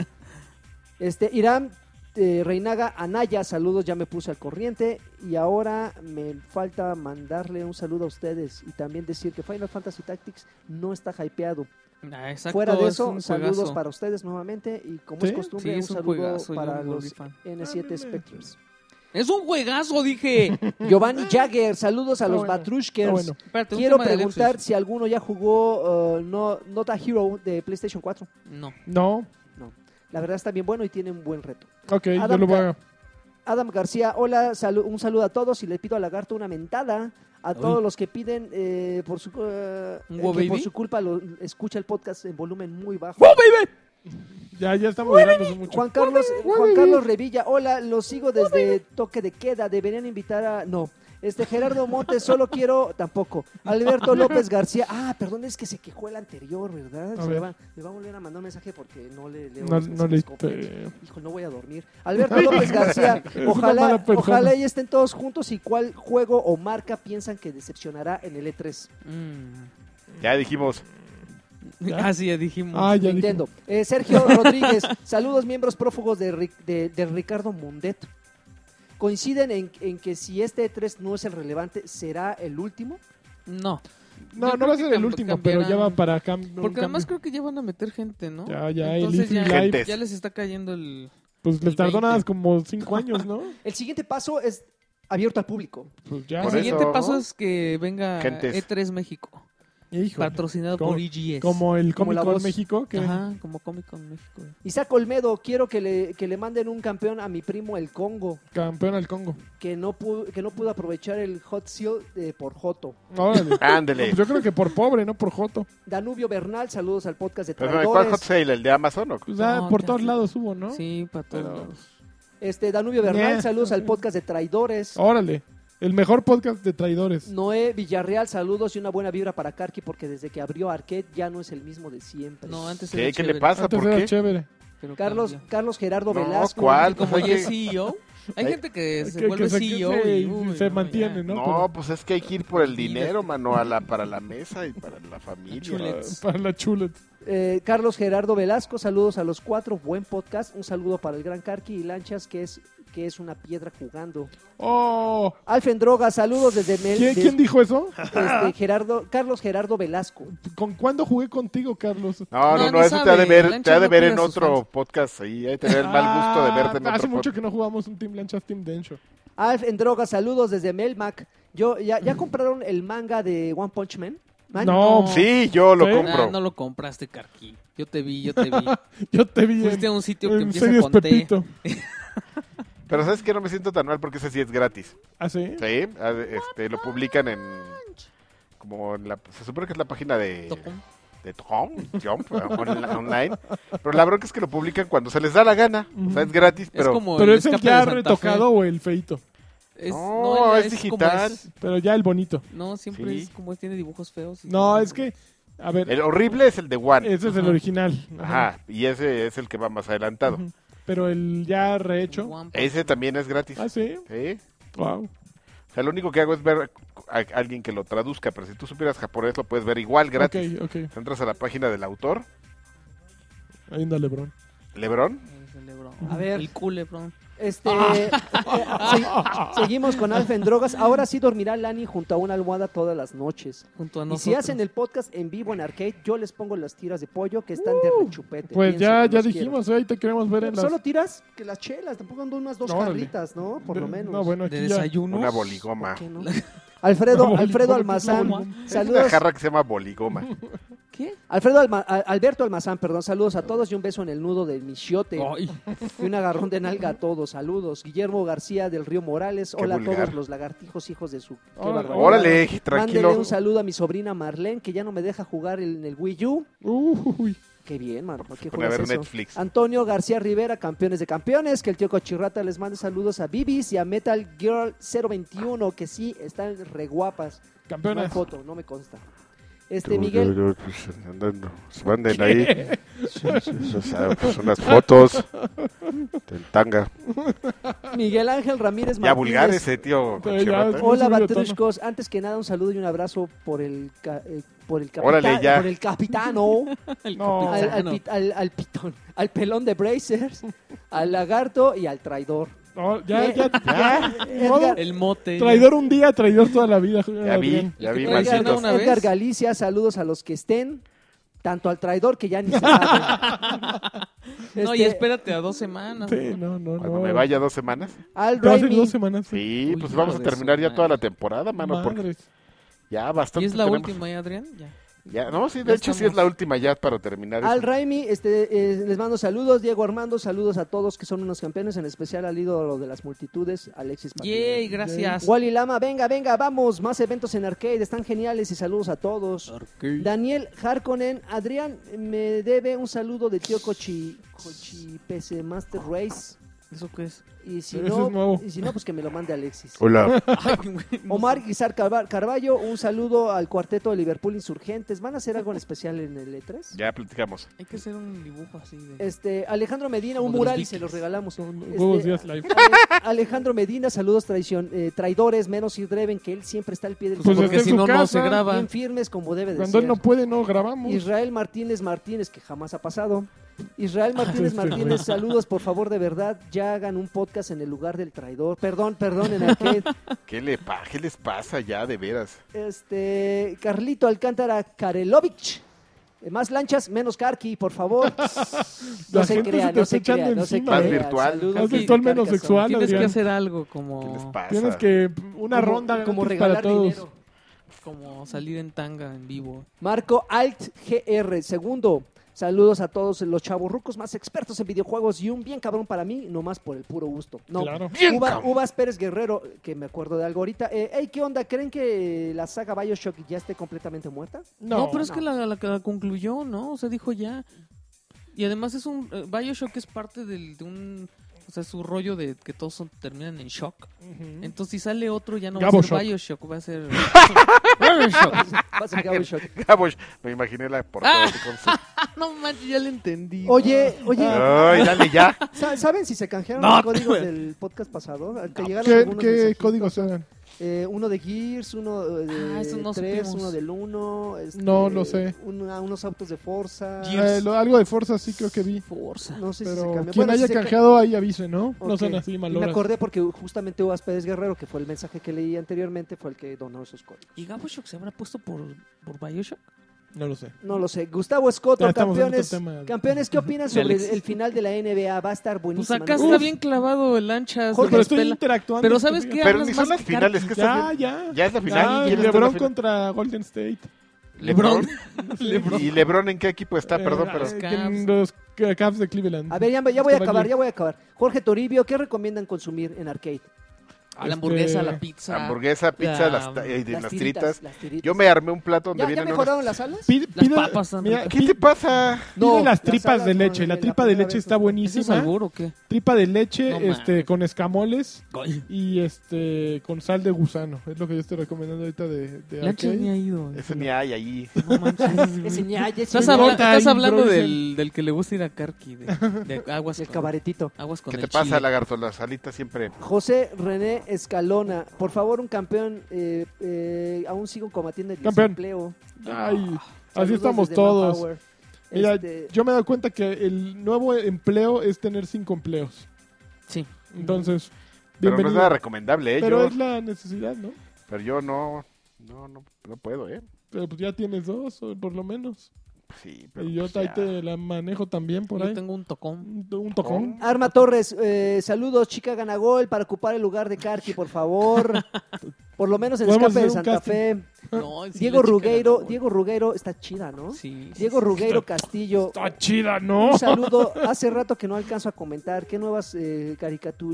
Speaker 5: Este, Irán eh, Reinaga Anaya, saludos, ya me puse al corriente. Y ahora me falta mandarle un saludo a ustedes y también decir que Final Fantasy Tactics no está hypeado.
Speaker 1: Ah, exacto,
Speaker 5: Fuera de
Speaker 1: es
Speaker 5: eso,
Speaker 1: un
Speaker 5: saludos
Speaker 1: juegazo.
Speaker 5: para ustedes nuevamente y como
Speaker 3: ¿Sí?
Speaker 5: es costumbre,
Speaker 1: Sí,
Speaker 5: un
Speaker 1: es un
Speaker 5: saludo
Speaker 1: juegazo, yo
Speaker 5: para
Speaker 1: me volví
Speaker 5: los
Speaker 1: fan.
Speaker 5: N7
Speaker 3: Ándale.
Speaker 5: Spectres.
Speaker 1: Es un juegazo, dije.
Speaker 5: Giovanni Jagger, saludos a
Speaker 3: Está
Speaker 5: los
Speaker 3: bueno,
Speaker 5: Batrushkers.
Speaker 3: Está bueno.
Speaker 1: Espérate, un
Speaker 5: Quiero
Speaker 1: tema de Alexis.
Speaker 5: preguntar si alguno ya jugó uh, no, Not a Hero de PlayStation 4.
Speaker 1: No.
Speaker 3: No.
Speaker 5: La verdad está bien bueno y tiene un buen reto.
Speaker 3: Ok, yo
Speaker 5: Adam
Speaker 3: lo voy a.
Speaker 5: Adam García, hola, salu- un saludo a todos y le pido a Lagarto una mentada. A todos los que piden eh, por su eh,
Speaker 1: ¿Un Wo
Speaker 5: que por
Speaker 1: Baby?
Speaker 5: su culpa lo- escucha el podcast en volumen muy bajo.
Speaker 3: Ya, ya estamos hablando mucho.
Speaker 5: Juan Carlos, Juan Carlos Revilla, hola, los sigo desde toque de queda, deberían invitar a... No, este Gerardo Montes, solo quiero... Tampoco. Alberto López García, ah, perdón, es que se quejó el anterior, ¿verdad?
Speaker 3: A
Speaker 5: Se
Speaker 3: ver.
Speaker 5: va, me va a volver a mandar un mensaje porque no le leo
Speaker 3: No,
Speaker 5: los
Speaker 3: no
Speaker 5: mensajes
Speaker 3: le. eh,
Speaker 5: completos. Hijo, no voy a dormir. Alberto López García,
Speaker 3: una
Speaker 5: ojalá,
Speaker 3: mala persona.
Speaker 5: ojalá y estén todos juntos y cuál juego o marca piensan que decepcionará en el E E3.
Speaker 1: Mm.
Speaker 2: Ya dijimos,
Speaker 3: ¿Ya?
Speaker 1: Ah, sí, ya dijimos.
Speaker 3: Ah, ya dije.
Speaker 5: Nintendo. Eh, Sergio Rodríguez, saludos miembros prófugos de, Ri- de- de Ricardo Mundet. E Coinciden en, en que si este E3 no es el relevante, será el último.
Speaker 1: No. Yo
Speaker 3: No, no
Speaker 1: creo
Speaker 3: va a
Speaker 1: que
Speaker 3: ser el
Speaker 1: cam-
Speaker 3: último, pero ya va
Speaker 1: cambiarán.
Speaker 3: para cam... un
Speaker 1: Porque además creo
Speaker 3: cambio.
Speaker 1: que ya van a meter gente, ¿no?
Speaker 3: Ya, ya, el
Speaker 1: Entonces
Speaker 3: Infi
Speaker 1: ya,
Speaker 2: Live.
Speaker 1: ya les está cayendo el...
Speaker 3: Pues les
Speaker 1: el
Speaker 3: tardó nada
Speaker 1: 20.
Speaker 3: como cinco años, ¿no?
Speaker 5: El siguiente paso es abierto al público.
Speaker 3: Pues ya.
Speaker 1: El
Speaker 2: Por
Speaker 1: siguiente
Speaker 2: eso,
Speaker 1: paso
Speaker 2: ¿no?
Speaker 1: es que venga
Speaker 2: Gentes.
Speaker 1: E3 México,
Speaker 3: Híjole.
Speaker 1: patrocinado
Speaker 3: Como-
Speaker 1: por EGS.
Speaker 3: Como el
Speaker 5: Como
Speaker 3: Comic
Speaker 5: la
Speaker 3: Con
Speaker 5: voz.
Speaker 3: México, que
Speaker 1: Ajá, como Comic Con México.
Speaker 5: Isaac Olmedo, quiero que le, que le manden un campeón a mi primo el Congo,
Speaker 3: campeón al Congo.
Speaker 5: que no pudo, que no pudo aprovechar el hot seal eh, por Joto.
Speaker 3: Órale.
Speaker 2: Ándele.
Speaker 3: Pues yo creo que por pobre, no por Joto.
Speaker 5: Danubio Bernal, saludos al podcast de
Speaker 2: Pero, ¿Cuál hot
Speaker 5: traidores.
Speaker 2: sale? ¿El de Amazon o qué?
Speaker 3: Pues ah,
Speaker 1: No,
Speaker 3: por
Speaker 1: ya
Speaker 3: todos
Speaker 1: sé.
Speaker 3: lados hubo, ¿no?
Speaker 1: Sí, para todos
Speaker 3: Pero-
Speaker 1: lados.
Speaker 5: Este, Danubio Bernal,
Speaker 3: Ñe.
Speaker 5: saludos al podcast de traidores.
Speaker 3: Órale. El mejor podcast de traidores.
Speaker 5: Noé Villarreal, saludos y una buena vibra para Karki porque desde que abrió Arquette ya no es el mismo de siempre.
Speaker 1: No, antes
Speaker 2: ¿Qué?
Speaker 1: era
Speaker 2: ¿Qué
Speaker 1: chévere,
Speaker 2: le pasa?
Speaker 3: Antes
Speaker 2: ¿Por
Speaker 3: era
Speaker 2: qué?
Speaker 3: chévere.
Speaker 1: pero
Speaker 5: Carlos,
Speaker 1: cambió.
Speaker 5: Carlos Gerardo
Speaker 2: No,
Speaker 5: Velasco.
Speaker 2: ¿cuál?
Speaker 1: Como
Speaker 2: Pues hay
Speaker 1: ya
Speaker 2: que-
Speaker 1: es CEO, hay
Speaker 2: hay-
Speaker 1: gente que se
Speaker 3: Que- que
Speaker 1: vuelve
Speaker 3: se- que
Speaker 1: CEO
Speaker 3: se-
Speaker 1: y, uy,
Speaker 3: se
Speaker 1: no,
Speaker 3: mantiene,
Speaker 1: ya.
Speaker 3: ¿no?
Speaker 2: No,
Speaker 3: Pero-
Speaker 2: pues es que hay que ir por el
Speaker 1: Sí,
Speaker 2: dinero, mano, a la- para la mesa y para la familia.
Speaker 1: Chulets.
Speaker 3: Para la chulet.
Speaker 5: Eh, Carlos Gerardo Velasco, saludos a los cuatro, buen podcast, un saludo para el gran Carqui y Lanchas que es que es una piedra jugando.
Speaker 3: ¡Oh!
Speaker 5: Alfen Droga, saludos desde Mel,
Speaker 3: ¿Quién,
Speaker 5: des-
Speaker 3: quién dijo eso?
Speaker 5: este, Gerardo, Carlos Gerardo Velasco.
Speaker 3: ¿Con cuándo jugué contigo, Carlos?
Speaker 2: No,
Speaker 1: No,
Speaker 2: no, no,
Speaker 1: no
Speaker 2: eso te ha de
Speaker 1: sabe.
Speaker 2: ver, te
Speaker 1: Lancha
Speaker 2: ha de
Speaker 1: no
Speaker 2: ver
Speaker 1: cuida
Speaker 2: en
Speaker 1: a sus
Speaker 2: otro
Speaker 1: fans.
Speaker 2: podcast. Ahí hay tener el mal gusto de verte en
Speaker 3: Ah, Hace
Speaker 2: otro
Speaker 3: mucho
Speaker 2: podcast.
Speaker 3: que no jugamos un Team Lanchas Team Dencho.
Speaker 5: Alfen Droga, saludos desde Melmac. Yo ya, ya compraron el manga de One Punch Man. Man?
Speaker 3: No,
Speaker 1: no.
Speaker 2: Sí, yo lo
Speaker 3: Sí.
Speaker 1: Ah,
Speaker 2: compro.
Speaker 1: no lo compraste, Carqui. Yo te vi, yo te vi.
Speaker 3: yo te vi
Speaker 1: Fuiste a
Speaker 3: en,
Speaker 1: un sitio que
Speaker 3: en
Speaker 1: empieza
Speaker 3: series
Speaker 1: con T.
Speaker 3: Pepito.
Speaker 2: Pero ¿sabes que No me siento tan mal porque ese sí es gratis.
Speaker 3: ¿Ah, sí?
Speaker 2: Sí, a- este, lo publican en... Como en la, se supone que es la página de...
Speaker 1: Tocó.
Speaker 2: de Tom, Jump, on- online. Pero la bronca es que lo publican cuando se les da la gana. O sea, es gratis,
Speaker 1: Es
Speaker 2: pero.
Speaker 1: como
Speaker 3: Pero
Speaker 1: el
Speaker 3: es el
Speaker 1: escape
Speaker 3: ya
Speaker 1: de Santa
Speaker 3: retocado
Speaker 1: Fe.
Speaker 3: o el feito.
Speaker 1: Es,
Speaker 2: No, es
Speaker 1: como
Speaker 2: digital.
Speaker 1: es-
Speaker 3: Pero ya el bonito.
Speaker 1: no, siempre
Speaker 2: Sí.
Speaker 1: es como es, tiene dibujos feos. y-
Speaker 3: No, es que, a ver,
Speaker 2: El horrible es el de One.
Speaker 3: ese es el
Speaker 1: Ajá.
Speaker 3: original. Ajá.
Speaker 2: Ajá, y ese es el que va más adelantado.
Speaker 3: Ujú. Pero el ya rehecho.
Speaker 1: One Punch
Speaker 2: Ese también es gratis.
Speaker 3: Ah, sí.
Speaker 2: Sí.
Speaker 3: Wow.
Speaker 2: O sea, lo único que hago es ver a a alguien que lo traduzca, pero si tú supieras japonés lo puedes ver igual gratis.
Speaker 3: Ok, ok.
Speaker 2: Entras a la página del autor,
Speaker 3: Ahí anda Lebron.
Speaker 2: Lebrón.
Speaker 1: Man, es el Lebron.
Speaker 5: A ver.
Speaker 1: El culebrón.
Speaker 5: Este, eh,
Speaker 3: Ah.
Speaker 5: se- seguimos con Alfen Drogas. Ahora sí dormirá Lani junto a una almohada todas las noches.
Speaker 1: Junto a
Speaker 5: Y
Speaker 1: nosotros.
Speaker 5: si hacen el podcast en vivo en arcade, yo les pongo las tiras de pollo que están de rechupete.
Speaker 3: Pues
Speaker 5: Pienso
Speaker 3: ya,
Speaker 5: que
Speaker 3: ya
Speaker 5: los quiero.
Speaker 3: dijimos, ahí te queremos ver en las...
Speaker 5: Solo tiras que las chelas, tampoco ando unas dos
Speaker 3: Órale.
Speaker 5: jarritas, ¿no? Por lo
Speaker 3: de-
Speaker 5: menos.
Speaker 3: No, bueno,
Speaker 1: de
Speaker 3: aquí ya.
Speaker 1: desayuno.
Speaker 2: Una boligoma.
Speaker 5: ¿Por qué no? Alfredo,
Speaker 3: No,
Speaker 5: Alfredo
Speaker 3: ¿por qué es la
Speaker 5: Almazán,
Speaker 3: boligoma?
Speaker 2: Es una
Speaker 5: saludos.
Speaker 2: jarra que se llama boligoma.
Speaker 1: ¿Qué?
Speaker 5: Alfredo Alma- a- Alberto Almazán, perdón, saludos a todos y un beso en el nudo del michiote
Speaker 1: Ay,
Speaker 5: y un agarrón de nalga a todos, saludos. Guillermo García del Río Morales,
Speaker 2: Qué
Speaker 5: hola a todos
Speaker 2: vulgar.
Speaker 5: los lagartijos hijos de su... qué
Speaker 3: Órale.
Speaker 5: barbaridad.
Speaker 2: Órale,
Speaker 5: Mándele
Speaker 2: tranquilo.
Speaker 5: un saludo a mi sobrina Marlene, que ya no me deja jugar en el Wii U.
Speaker 3: Uy,
Speaker 5: Qué bien, mano. ¿por qué
Speaker 2: Se pone a
Speaker 5: juegas
Speaker 2: ver
Speaker 5: eso?
Speaker 2: Netflix.
Speaker 5: Antonio García Rivera, campeones de campeones. Que el tío Cochirrata les mande saludos a Bibis y a Metal Girl 021, que sí, están re guapas. No hay
Speaker 3: campeonas.
Speaker 5: foto, no me consta. Este Miguel,
Speaker 2: Andando, Se pues, manden ahí. Son las fotos. Del tanga.
Speaker 5: Miguel Ángel Ramírez
Speaker 2: Ya
Speaker 5: Martínez.
Speaker 2: vulgar ese eh, tío.
Speaker 3: Pero ya-
Speaker 2: Chirrota.
Speaker 3: Muy
Speaker 5: Hola
Speaker 3: subido tono.
Speaker 5: Batrushkos, antes que nada un saludo y un abrazo por el ca- eh, por el capitán,
Speaker 2: Órale, ya.
Speaker 5: por el capitano,
Speaker 1: el
Speaker 3: No.
Speaker 5: al, al
Speaker 1: capitano.
Speaker 5: pit- al- al pitón, al pelón de Brazers, al lagarto y al traidor.
Speaker 3: No, ya, ya,
Speaker 5: Edgar-
Speaker 3: Modo-
Speaker 1: El mote.
Speaker 3: Traidor un día, traidor toda la vida.
Speaker 2: Ya vi,
Speaker 3: Adrián.
Speaker 2: ya vi,
Speaker 1: Oigan,
Speaker 5: Edgar,
Speaker 2: Marcito.
Speaker 1: una vez.
Speaker 5: Edgar Galicia, saludos a los que estén, tanto al traidor que ya ni se sabe.
Speaker 1: No, y
Speaker 5: Este,
Speaker 1: espérate a dos semanas.
Speaker 3: Sí, no, no,
Speaker 2: Cuando
Speaker 3: no.
Speaker 2: me vaya dos semanas.
Speaker 5: Al
Speaker 3: Ya hace
Speaker 5: Raimi,
Speaker 3: dos semanas. sí.
Speaker 2: Sí,
Speaker 1: Uy,
Speaker 2: pues
Speaker 1: hijo
Speaker 2: vamos a
Speaker 1: de
Speaker 2: terminar
Speaker 1: su
Speaker 2: ya toda
Speaker 1: madre.
Speaker 2: la temporada, mano. Porque
Speaker 3: Madres.
Speaker 2: ya bastante.
Speaker 1: Y es la
Speaker 2: tenemos.
Speaker 1: última, ¿eh, Adrián? Ya.
Speaker 2: Ya, no, sí, de
Speaker 1: Ya
Speaker 2: hecho sí es
Speaker 1: estamos.
Speaker 2: la última ya para terminar.
Speaker 5: al
Speaker 2: eso.
Speaker 5: Raimi, este, eh, les mando saludos, Diego Armando, saludos a todos que son unos campeones, en especial al ídolo de las multitudes, Alexis Patiño.
Speaker 1: Yay, gracias.
Speaker 5: Wally Lama, venga, venga, vamos, más eventos en arcade, están geniales y saludos a todos. Daniel Harkonnen, Adrián, me debe un saludo de tío Cochi, Cochi PC Master Race.
Speaker 1: ¿Eso qué es?
Speaker 5: Y si,
Speaker 3: Ese es
Speaker 5: no,
Speaker 3: nuevo.
Speaker 5: y si no, pues que me lo mande Alexis.
Speaker 2: Hola.
Speaker 1: Ay, güey, no
Speaker 5: Omar Guizar Carva- Carballo, un saludo al cuarteto de Liverpool Insurgentes. ¿Van a hacer algo en especial en el E E3?
Speaker 2: Ya platicamos.
Speaker 1: Hay que hacer un dibujo así de...
Speaker 5: Este, Alejandro Medina, un
Speaker 1: Como de los
Speaker 5: mural y
Speaker 1: Vikings.
Speaker 5: se los regalamos.
Speaker 3: Son
Speaker 5: Este,
Speaker 3: huevos días live.
Speaker 5: Ale- Alejandro Medina, saludos traición, eh, traidores, menos ir Dreven, que él siempre está al pie del
Speaker 3: Pues
Speaker 5: cañón,
Speaker 1: porque
Speaker 3: está en
Speaker 1: si no,
Speaker 3: su
Speaker 1: no se
Speaker 3: casa,
Speaker 1: graba.
Speaker 5: bien firmes como debe de
Speaker 3: Cuando
Speaker 5: ser.
Speaker 3: él no puede, no grabamos.
Speaker 5: Israel Martínez Martínez, que jamás ha pasado. Israel Martínez
Speaker 3: este güey.
Speaker 5: Martínez, saludos, por favor, de verdad, ya hagan un podcast en el lugar del traidor. Perdón, perdón, en aquel.
Speaker 2: ¿Qué, le pa- ¿Qué les pasa ya, de veras?
Speaker 5: Este, Carlito Alcántara Karelovich. Eh, Más lanchas, menos carqui, por favor. No
Speaker 3: La
Speaker 5: se
Speaker 3: gente
Speaker 5: crea,
Speaker 3: se te
Speaker 5: no se
Speaker 3: está
Speaker 5: crea,
Speaker 3: echando
Speaker 5: no se
Speaker 3: encima,
Speaker 5: crea.
Speaker 2: ¿eh? Más virtual.
Speaker 5: Saludos,
Speaker 1: Más
Speaker 5: Kiki
Speaker 3: virtual, menos
Speaker 5: Carcasón.
Speaker 3: sexual.
Speaker 1: Tienes que
Speaker 3: Adrián.
Speaker 1: hacer algo
Speaker 2: ¿Qué les
Speaker 1: como,
Speaker 2: pasa?
Speaker 3: Tienes que una
Speaker 5: Como-
Speaker 3: ronda
Speaker 5: como
Speaker 3: gratis
Speaker 5: regalar
Speaker 3: para todos.
Speaker 5: dinero.
Speaker 1: como salir en tanga en vivo.
Speaker 5: Marco Alt GR, segundo. Saludos a todos los chavos rucos más expertos en videojuegos y un bien cabrón para mí, nomás por el puro gusto. No,
Speaker 3: Claro.
Speaker 2: Bien,
Speaker 5: Uva-
Speaker 2: cabrón.
Speaker 5: Uvas Pérez Guerrero, que me acuerdo de algo ahorita. Eh, hey, ¿qué onda? ¿Creen que la saga Bioshock ya esté completamente muerta?
Speaker 1: No, pero es
Speaker 5: no.
Speaker 1: que la, la que la concluyó, ¿no? O sea, dijo ya. Y además es un. eh, Bioshock es parte del, de un. O sea, su rollo de que todos son- terminan en shock.
Speaker 3: Ujú.
Speaker 1: Entonces, si sale otro, ya no va
Speaker 3: Gabo
Speaker 1: a ser
Speaker 3: Shock.
Speaker 1: Bioshock, va a ser. Bioshock.
Speaker 5: Va a ser Bioshock.
Speaker 2: Gabo, Ah, pues, me imaginé la portada este así con su-
Speaker 1: no manches, ya le entendí.
Speaker 5: Oye, oye,
Speaker 2: Ay, dale ya.
Speaker 5: ¿sa- ¿saben si se canjearon
Speaker 1: Ah. No.
Speaker 5: los códigos del podcast pasado? Te llegaron
Speaker 3: ¿Qué,
Speaker 5: algunos
Speaker 3: qué
Speaker 5: mensajitos.
Speaker 3: códigos eran?
Speaker 5: Eh, uno de Gears, uno eh, de
Speaker 1: Ah, eso no
Speaker 5: 3,
Speaker 1: supimos.
Speaker 5: uno del 1.
Speaker 3: No lo sé.
Speaker 5: unos autos de Forza.
Speaker 1: Gears.
Speaker 3: Eh, lo- algo de Forza sí creo que vi.
Speaker 1: Forza.
Speaker 5: No sé si se
Speaker 3: Pero
Speaker 5: cambió.
Speaker 3: quien
Speaker 5: Bueno, si
Speaker 3: haya
Speaker 5: se ca-
Speaker 3: canjeado ahí avise, ¿no? No
Speaker 5: Ok.
Speaker 3: sean así
Speaker 5: Y Me
Speaker 3: maloras.
Speaker 5: acordé porque justamente Uvas Pérez Guerrero, que fue el mensaje que leí anteriormente, fue el que donó esos códigos.
Speaker 1: ¿Y Gabo Shock se habrá puesto por, por Bioshock?
Speaker 3: No lo sé.
Speaker 5: No lo sé. Gustavo Escoto,
Speaker 3: Ya estamos en
Speaker 5: campeones,
Speaker 3: otro tema.
Speaker 5: campeones, ¿qué opinan
Speaker 1: De
Speaker 5: sobre
Speaker 1: Alex.
Speaker 5: el final de la NBA? Va a estar
Speaker 1: Pues
Speaker 5: buenísimo.
Speaker 1: acá
Speaker 3: ¿no?
Speaker 1: está
Speaker 3: Uf.
Speaker 1: bien clavado el lancha.
Speaker 5: Jorge,
Speaker 3: Pero estoy
Speaker 1: Pero,
Speaker 3: interactuando.
Speaker 1: pero ¿sabes qué?
Speaker 2: Pero
Speaker 1: Hablas
Speaker 2: ni
Speaker 1: más
Speaker 2: son las
Speaker 1: que
Speaker 2: finales, que
Speaker 3: Ya,
Speaker 2: estás viendo?
Speaker 3: ya.
Speaker 2: Ya es la
Speaker 3: Ya,
Speaker 2: final. ¿y quién está en la
Speaker 3: LeBron
Speaker 2: final?
Speaker 3: contra Golden State.
Speaker 1: LeBron.
Speaker 3: LeBron.
Speaker 2: ¿Y Lebron en qué equipo está? Perdón,
Speaker 3: Eh,
Speaker 2: pero...
Speaker 3: eh, en Los ca- Cavs de Cleveland.
Speaker 5: A ver, ya, ya voy a
Speaker 3: Estaba
Speaker 5: acabar,
Speaker 3: bien.
Speaker 5: ya voy a acabar. Jorge Toribio, ¿qué recomiendan consumir en arcade?
Speaker 1: La hamburguesa,
Speaker 3: Este,
Speaker 1: la pizza.
Speaker 2: Hamburguesa, pizza,
Speaker 1: la-
Speaker 2: las, ta- eh, de las tiritas.
Speaker 5: las tiritas.
Speaker 2: Yo me armé un plato donde
Speaker 5: ¿Ya, ya
Speaker 2: vienen
Speaker 5: mejoraron
Speaker 2: unas...
Speaker 5: las alas?
Speaker 3: Pide,
Speaker 1: Las
Speaker 3: pide-
Speaker 1: papas están
Speaker 3: mira,
Speaker 1: ricas.
Speaker 2: ¿Qué te pasa?
Speaker 3: pide
Speaker 5: No,
Speaker 3: las
Speaker 5: las
Speaker 3: tripas
Speaker 5: alas
Speaker 3: de
Speaker 5: no,
Speaker 3: leche.
Speaker 5: no,
Speaker 3: La
Speaker 5: la
Speaker 3: tripa de
Speaker 5: primera
Speaker 3: leche
Speaker 5: vez
Speaker 3: está
Speaker 5: no.
Speaker 1: ¿Ese es
Speaker 3: buenísima.
Speaker 1: albur o qué?
Speaker 3: Tripa de leche
Speaker 1: No
Speaker 3: este,
Speaker 1: mames.
Speaker 3: con escamoles y este con sal de gusano. Es lo que yo estoy recomendando ahorita de, de
Speaker 1: Lancha
Speaker 3: arcade.
Speaker 1: ni ha ido.
Speaker 2: Eso ni hay ahí.
Speaker 1: No manches.
Speaker 5: Ese ña, ya es
Speaker 1: Estás,
Speaker 5: un
Speaker 1: habla-
Speaker 5: ña.
Speaker 3: Corta,
Speaker 1: estás hablando
Speaker 3: improvisa.
Speaker 1: del, del que le gusta ir a Karki, de, de aguas,
Speaker 5: El
Speaker 1: con,
Speaker 5: cabaretito.
Speaker 1: aguas con
Speaker 2: ¿Qué
Speaker 1: el
Speaker 2: te pasa,
Speaker 1: chile.
Speaker 2: lagarto? Las alitas siempre...
Speaker 5: José René Escalona, por favor, un campeón. eh, eh, aún sigo combatiendo el
Speaker 3: Campeón.
Speaker 5: desempleo.
Speaker 1: Ah,
Speaker 3: Ay,
Speaker 5: Saludos
Speaker 3: así estamos
Speaker 5: desde
Speaker 3: todos.
Speaker 5: Manpower.
Speaker 3: Mira,
Speaker 5: Este,
Speaker 3: yo me he dado cuenta que el nuevo empleo es tener cinco empleos.
Speaker 1: Sí.
Speaker 3: Entonces,
Speaker 2: Pero no es
Speaker 3: bienvenido.
Speaker 2: nada recomendable, ¿eh?
Speaker 3: Pero
Speaker 2: yo,
Speaker 3: es la necesidad, ¿no?
Speaker 2: pero yo no, no, no, no puedo, ¿eh?
Speaker 3: Pero pues ya tienes dos, o por lo menos.
Speaker 2: Sí, pero
Speaker 3: Y yo
Speaker 2: pues,
Speaker 3: ahí
Speaker 2: ya.
Speaker 3: te la manejo también por
Speaker 1: Yo
Speaker 3: ahí.
Speaker 1: tengo un tocón.
Speaker 3: Un, un tocón.
Speaker 5: Arma Torres, eh, saludos, chica Ganagol, para ocupar el lugar de Karki, por favor. Por lo menos el
Speaker 3: Podemos
Speaker 5: escape de
Speaker 3: hacer un
Speaker 5: Santa Fe.
Speaker 1: No, sí,
Speaker 5: Diego
Speaker 1: la chica
Speaker 5: Rugueiro,
Speaker 1: ganadora.
Speaker 5: Diego Rugueiro está chida, ¿no?
Speaker 1: Sí, sí,
Speaker 5: Diego
Speaker 1: sí.
Speaker 5: Rugueiro Castillo.
Speaker 3: Está chida, ¿no?
Speaker 5: Un saludo. Hace rato que no alcanzo a comentar. ¿Qué nuevas eh,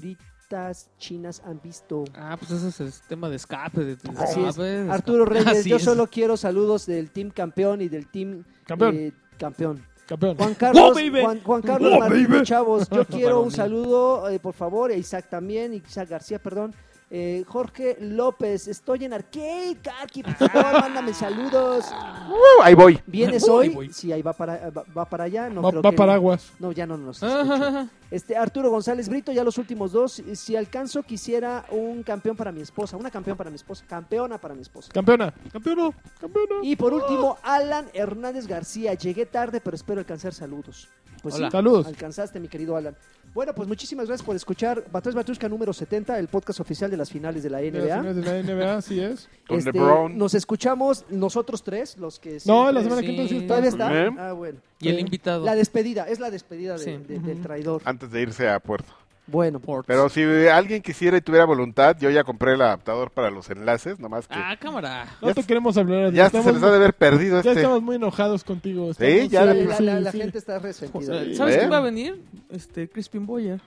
Speaker 5: caricaturitas chinas han visto?
Speaker 1: Ah, pues ese es el tema de escape. De, de
Speaker 5: Así es.
Speaker 1: escape, de
Speaker 5: Arturo
Speaker 1: escape.
Speaker 5: Reyes,
Speaker 1: Ah, Así
Speaker 5: yo
Speaker 1: es.
Speaker 5: solo quiero saludos del team campeón y del team
Speaker 3: Campeón.
Speaker 5: eh, campeón.
Speaker 3: Campeón.
Speaker 5: Juan Carlos,
Speaker 3: Wow, baby.
Speaker 5: Juan, Juan Carlos
Speaker 3: Wow,
Speaker 5: Martínez
Speaker 3: baby.
Speaker 5: Chavos, yo quiero un
Speaker 1: Varonil.
Speaker 5: saludo, eh, por favor, a Isaac también, Isaac García, perdón. Eh, Jorge López, estoy en Arcade, Karki, por favor, mándame saludos.
Speaker 2: ¡Uh! ahí voy.
Speaker 5: ¿Vienes
Speaker 1: Ah. Uy,
Speaker 5: hoy?
Speaker 1: voy.
Speaker 5: Sí, ahí va para, va, va para allá. No
Speaker 3: va
Speaker 5: creo
Speaker 3: va
Speaker 5: que-
Speaker 3: para aguas.
Speaker 5: No, ya no nos escucho.
Speaker 1: Ajá.
Speaker 5: Este, Arturo González Brito, ya los últimos dos. Si alcanzo, quisiera un campeón para mi esposa, una campeón para mi esposa, campeona para mi esposa.
Speaker 3: Campeona. Campeona. Campeona.
Speaker 5: Y por último, Alan Hernández García. Llegué tarde, pero espero alcanzar saludos. Pues
Speaker 1: Hola.
Speaker 5: sí,
Speaker 3: Saludos.
Speaker 5: alcanzaste, mi querido Alan. Bueno, pues muchísimas gracias por escuchar Batres Batrushka número 70, el podcast oficial de las finales de la
Speaker 3: De las
Speaker 5: NBA.
Speaker 3: finales de la NBA, así es.
Speaker 2: Con
Speaker 5: Este,
Speaker 2: LeBron.
Speaker 5: nos escuchamos nosotros tres, los que...
Speaker 3: No, la
Speaker 5: siempre-
Speaker 3: semana que
Speaker 1: sí.
Speaker 3: entra sí está.
Speaker 5: ¿Todavía está?
Speaker 2: ¿Eh?
Speaker 5: Ah, bueno.
Speaker 1: Y el
Speaker 3: Sí.
Speaker 1: invitado.
Speaker 5: La despedida, es la despedida de-
Speaker 1: Sí.
Speaker 5: de- del traidor.
Speaker 2: Antes de irse a Puerto.
Speaker 5: Bueno,
Speaker 1: Ports.
Speaker 2: Pero si alguien quisiera y tuviera voluntad, yo ya compré el adaptador para los enlaces, nomás que
Speaker 1: Ah, cámara.
Speaker 3: No te queremos hablar.
Speaker 2: ya
Speaker 3: estamos-
Speaker 2: se les ha de haber perdido
Speaker 3: Ya
Speaker 2: este.
Speaker 3: estamos muy enojados contigo.
Speaker 2: Sí,
Speaker 3: Estamos-
Speaker 2: ya
Speaker 5: la,
Speaker 2: la-
Speaker 5: la- la- la
Speaker 3: sí.
Speaker 5: gente está resentida.
Speaker 1: ¿Sabes
Speaker 2: ¿Eh?
Speaker 1: quién va a venir? Este, Crispin Boyer.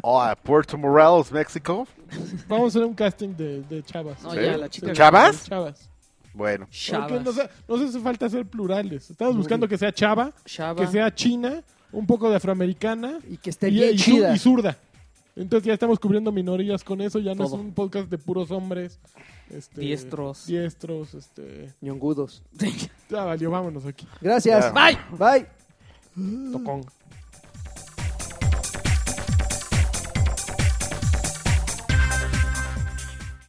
Speaker 2: Oh, a Puerto Morales, México.
Speaker 3: Vamos a hacer un casting de, de chavas.
Speaker 1: No,
Speaker 2: Sí.
Speaker 1: ya, la chica.
Speaker 2: ¿Chavas?
Speaker 3: Chavas.
Speaker 2: Bueno,
Speaker 1: Chavas.
Speaker 3: Porque nos, ha- nos hace falta hacer plurales. Estamos buscando que sea chava,
Speaker 1: Chava.
Speaker 3: que sea china, un poco de afroamericana
Speaker 5: Y que esté
Speaker 3: y,
Speaker 5: bien
Speaker 3: y zu-
Speaker 5: chida.
Speaker 3: y zurda. Entonces ya estamos cubriendo minorías con eso. Ya no
Speaker 1: Todo.
Speaker 3: es un podcast de puros hombres. Este,
Speaker 1: Diestros.
Speaker 3: Diestros. Este,
Speaker 5: Ñongudos.
Speaker 3: ya valió, vámonos aquí.
Speaker 2: Ya.
Speaker 5: Gracias.
Speaker 1: Bye.
Speaker 5: Bye.
Speaker 3: Tocón.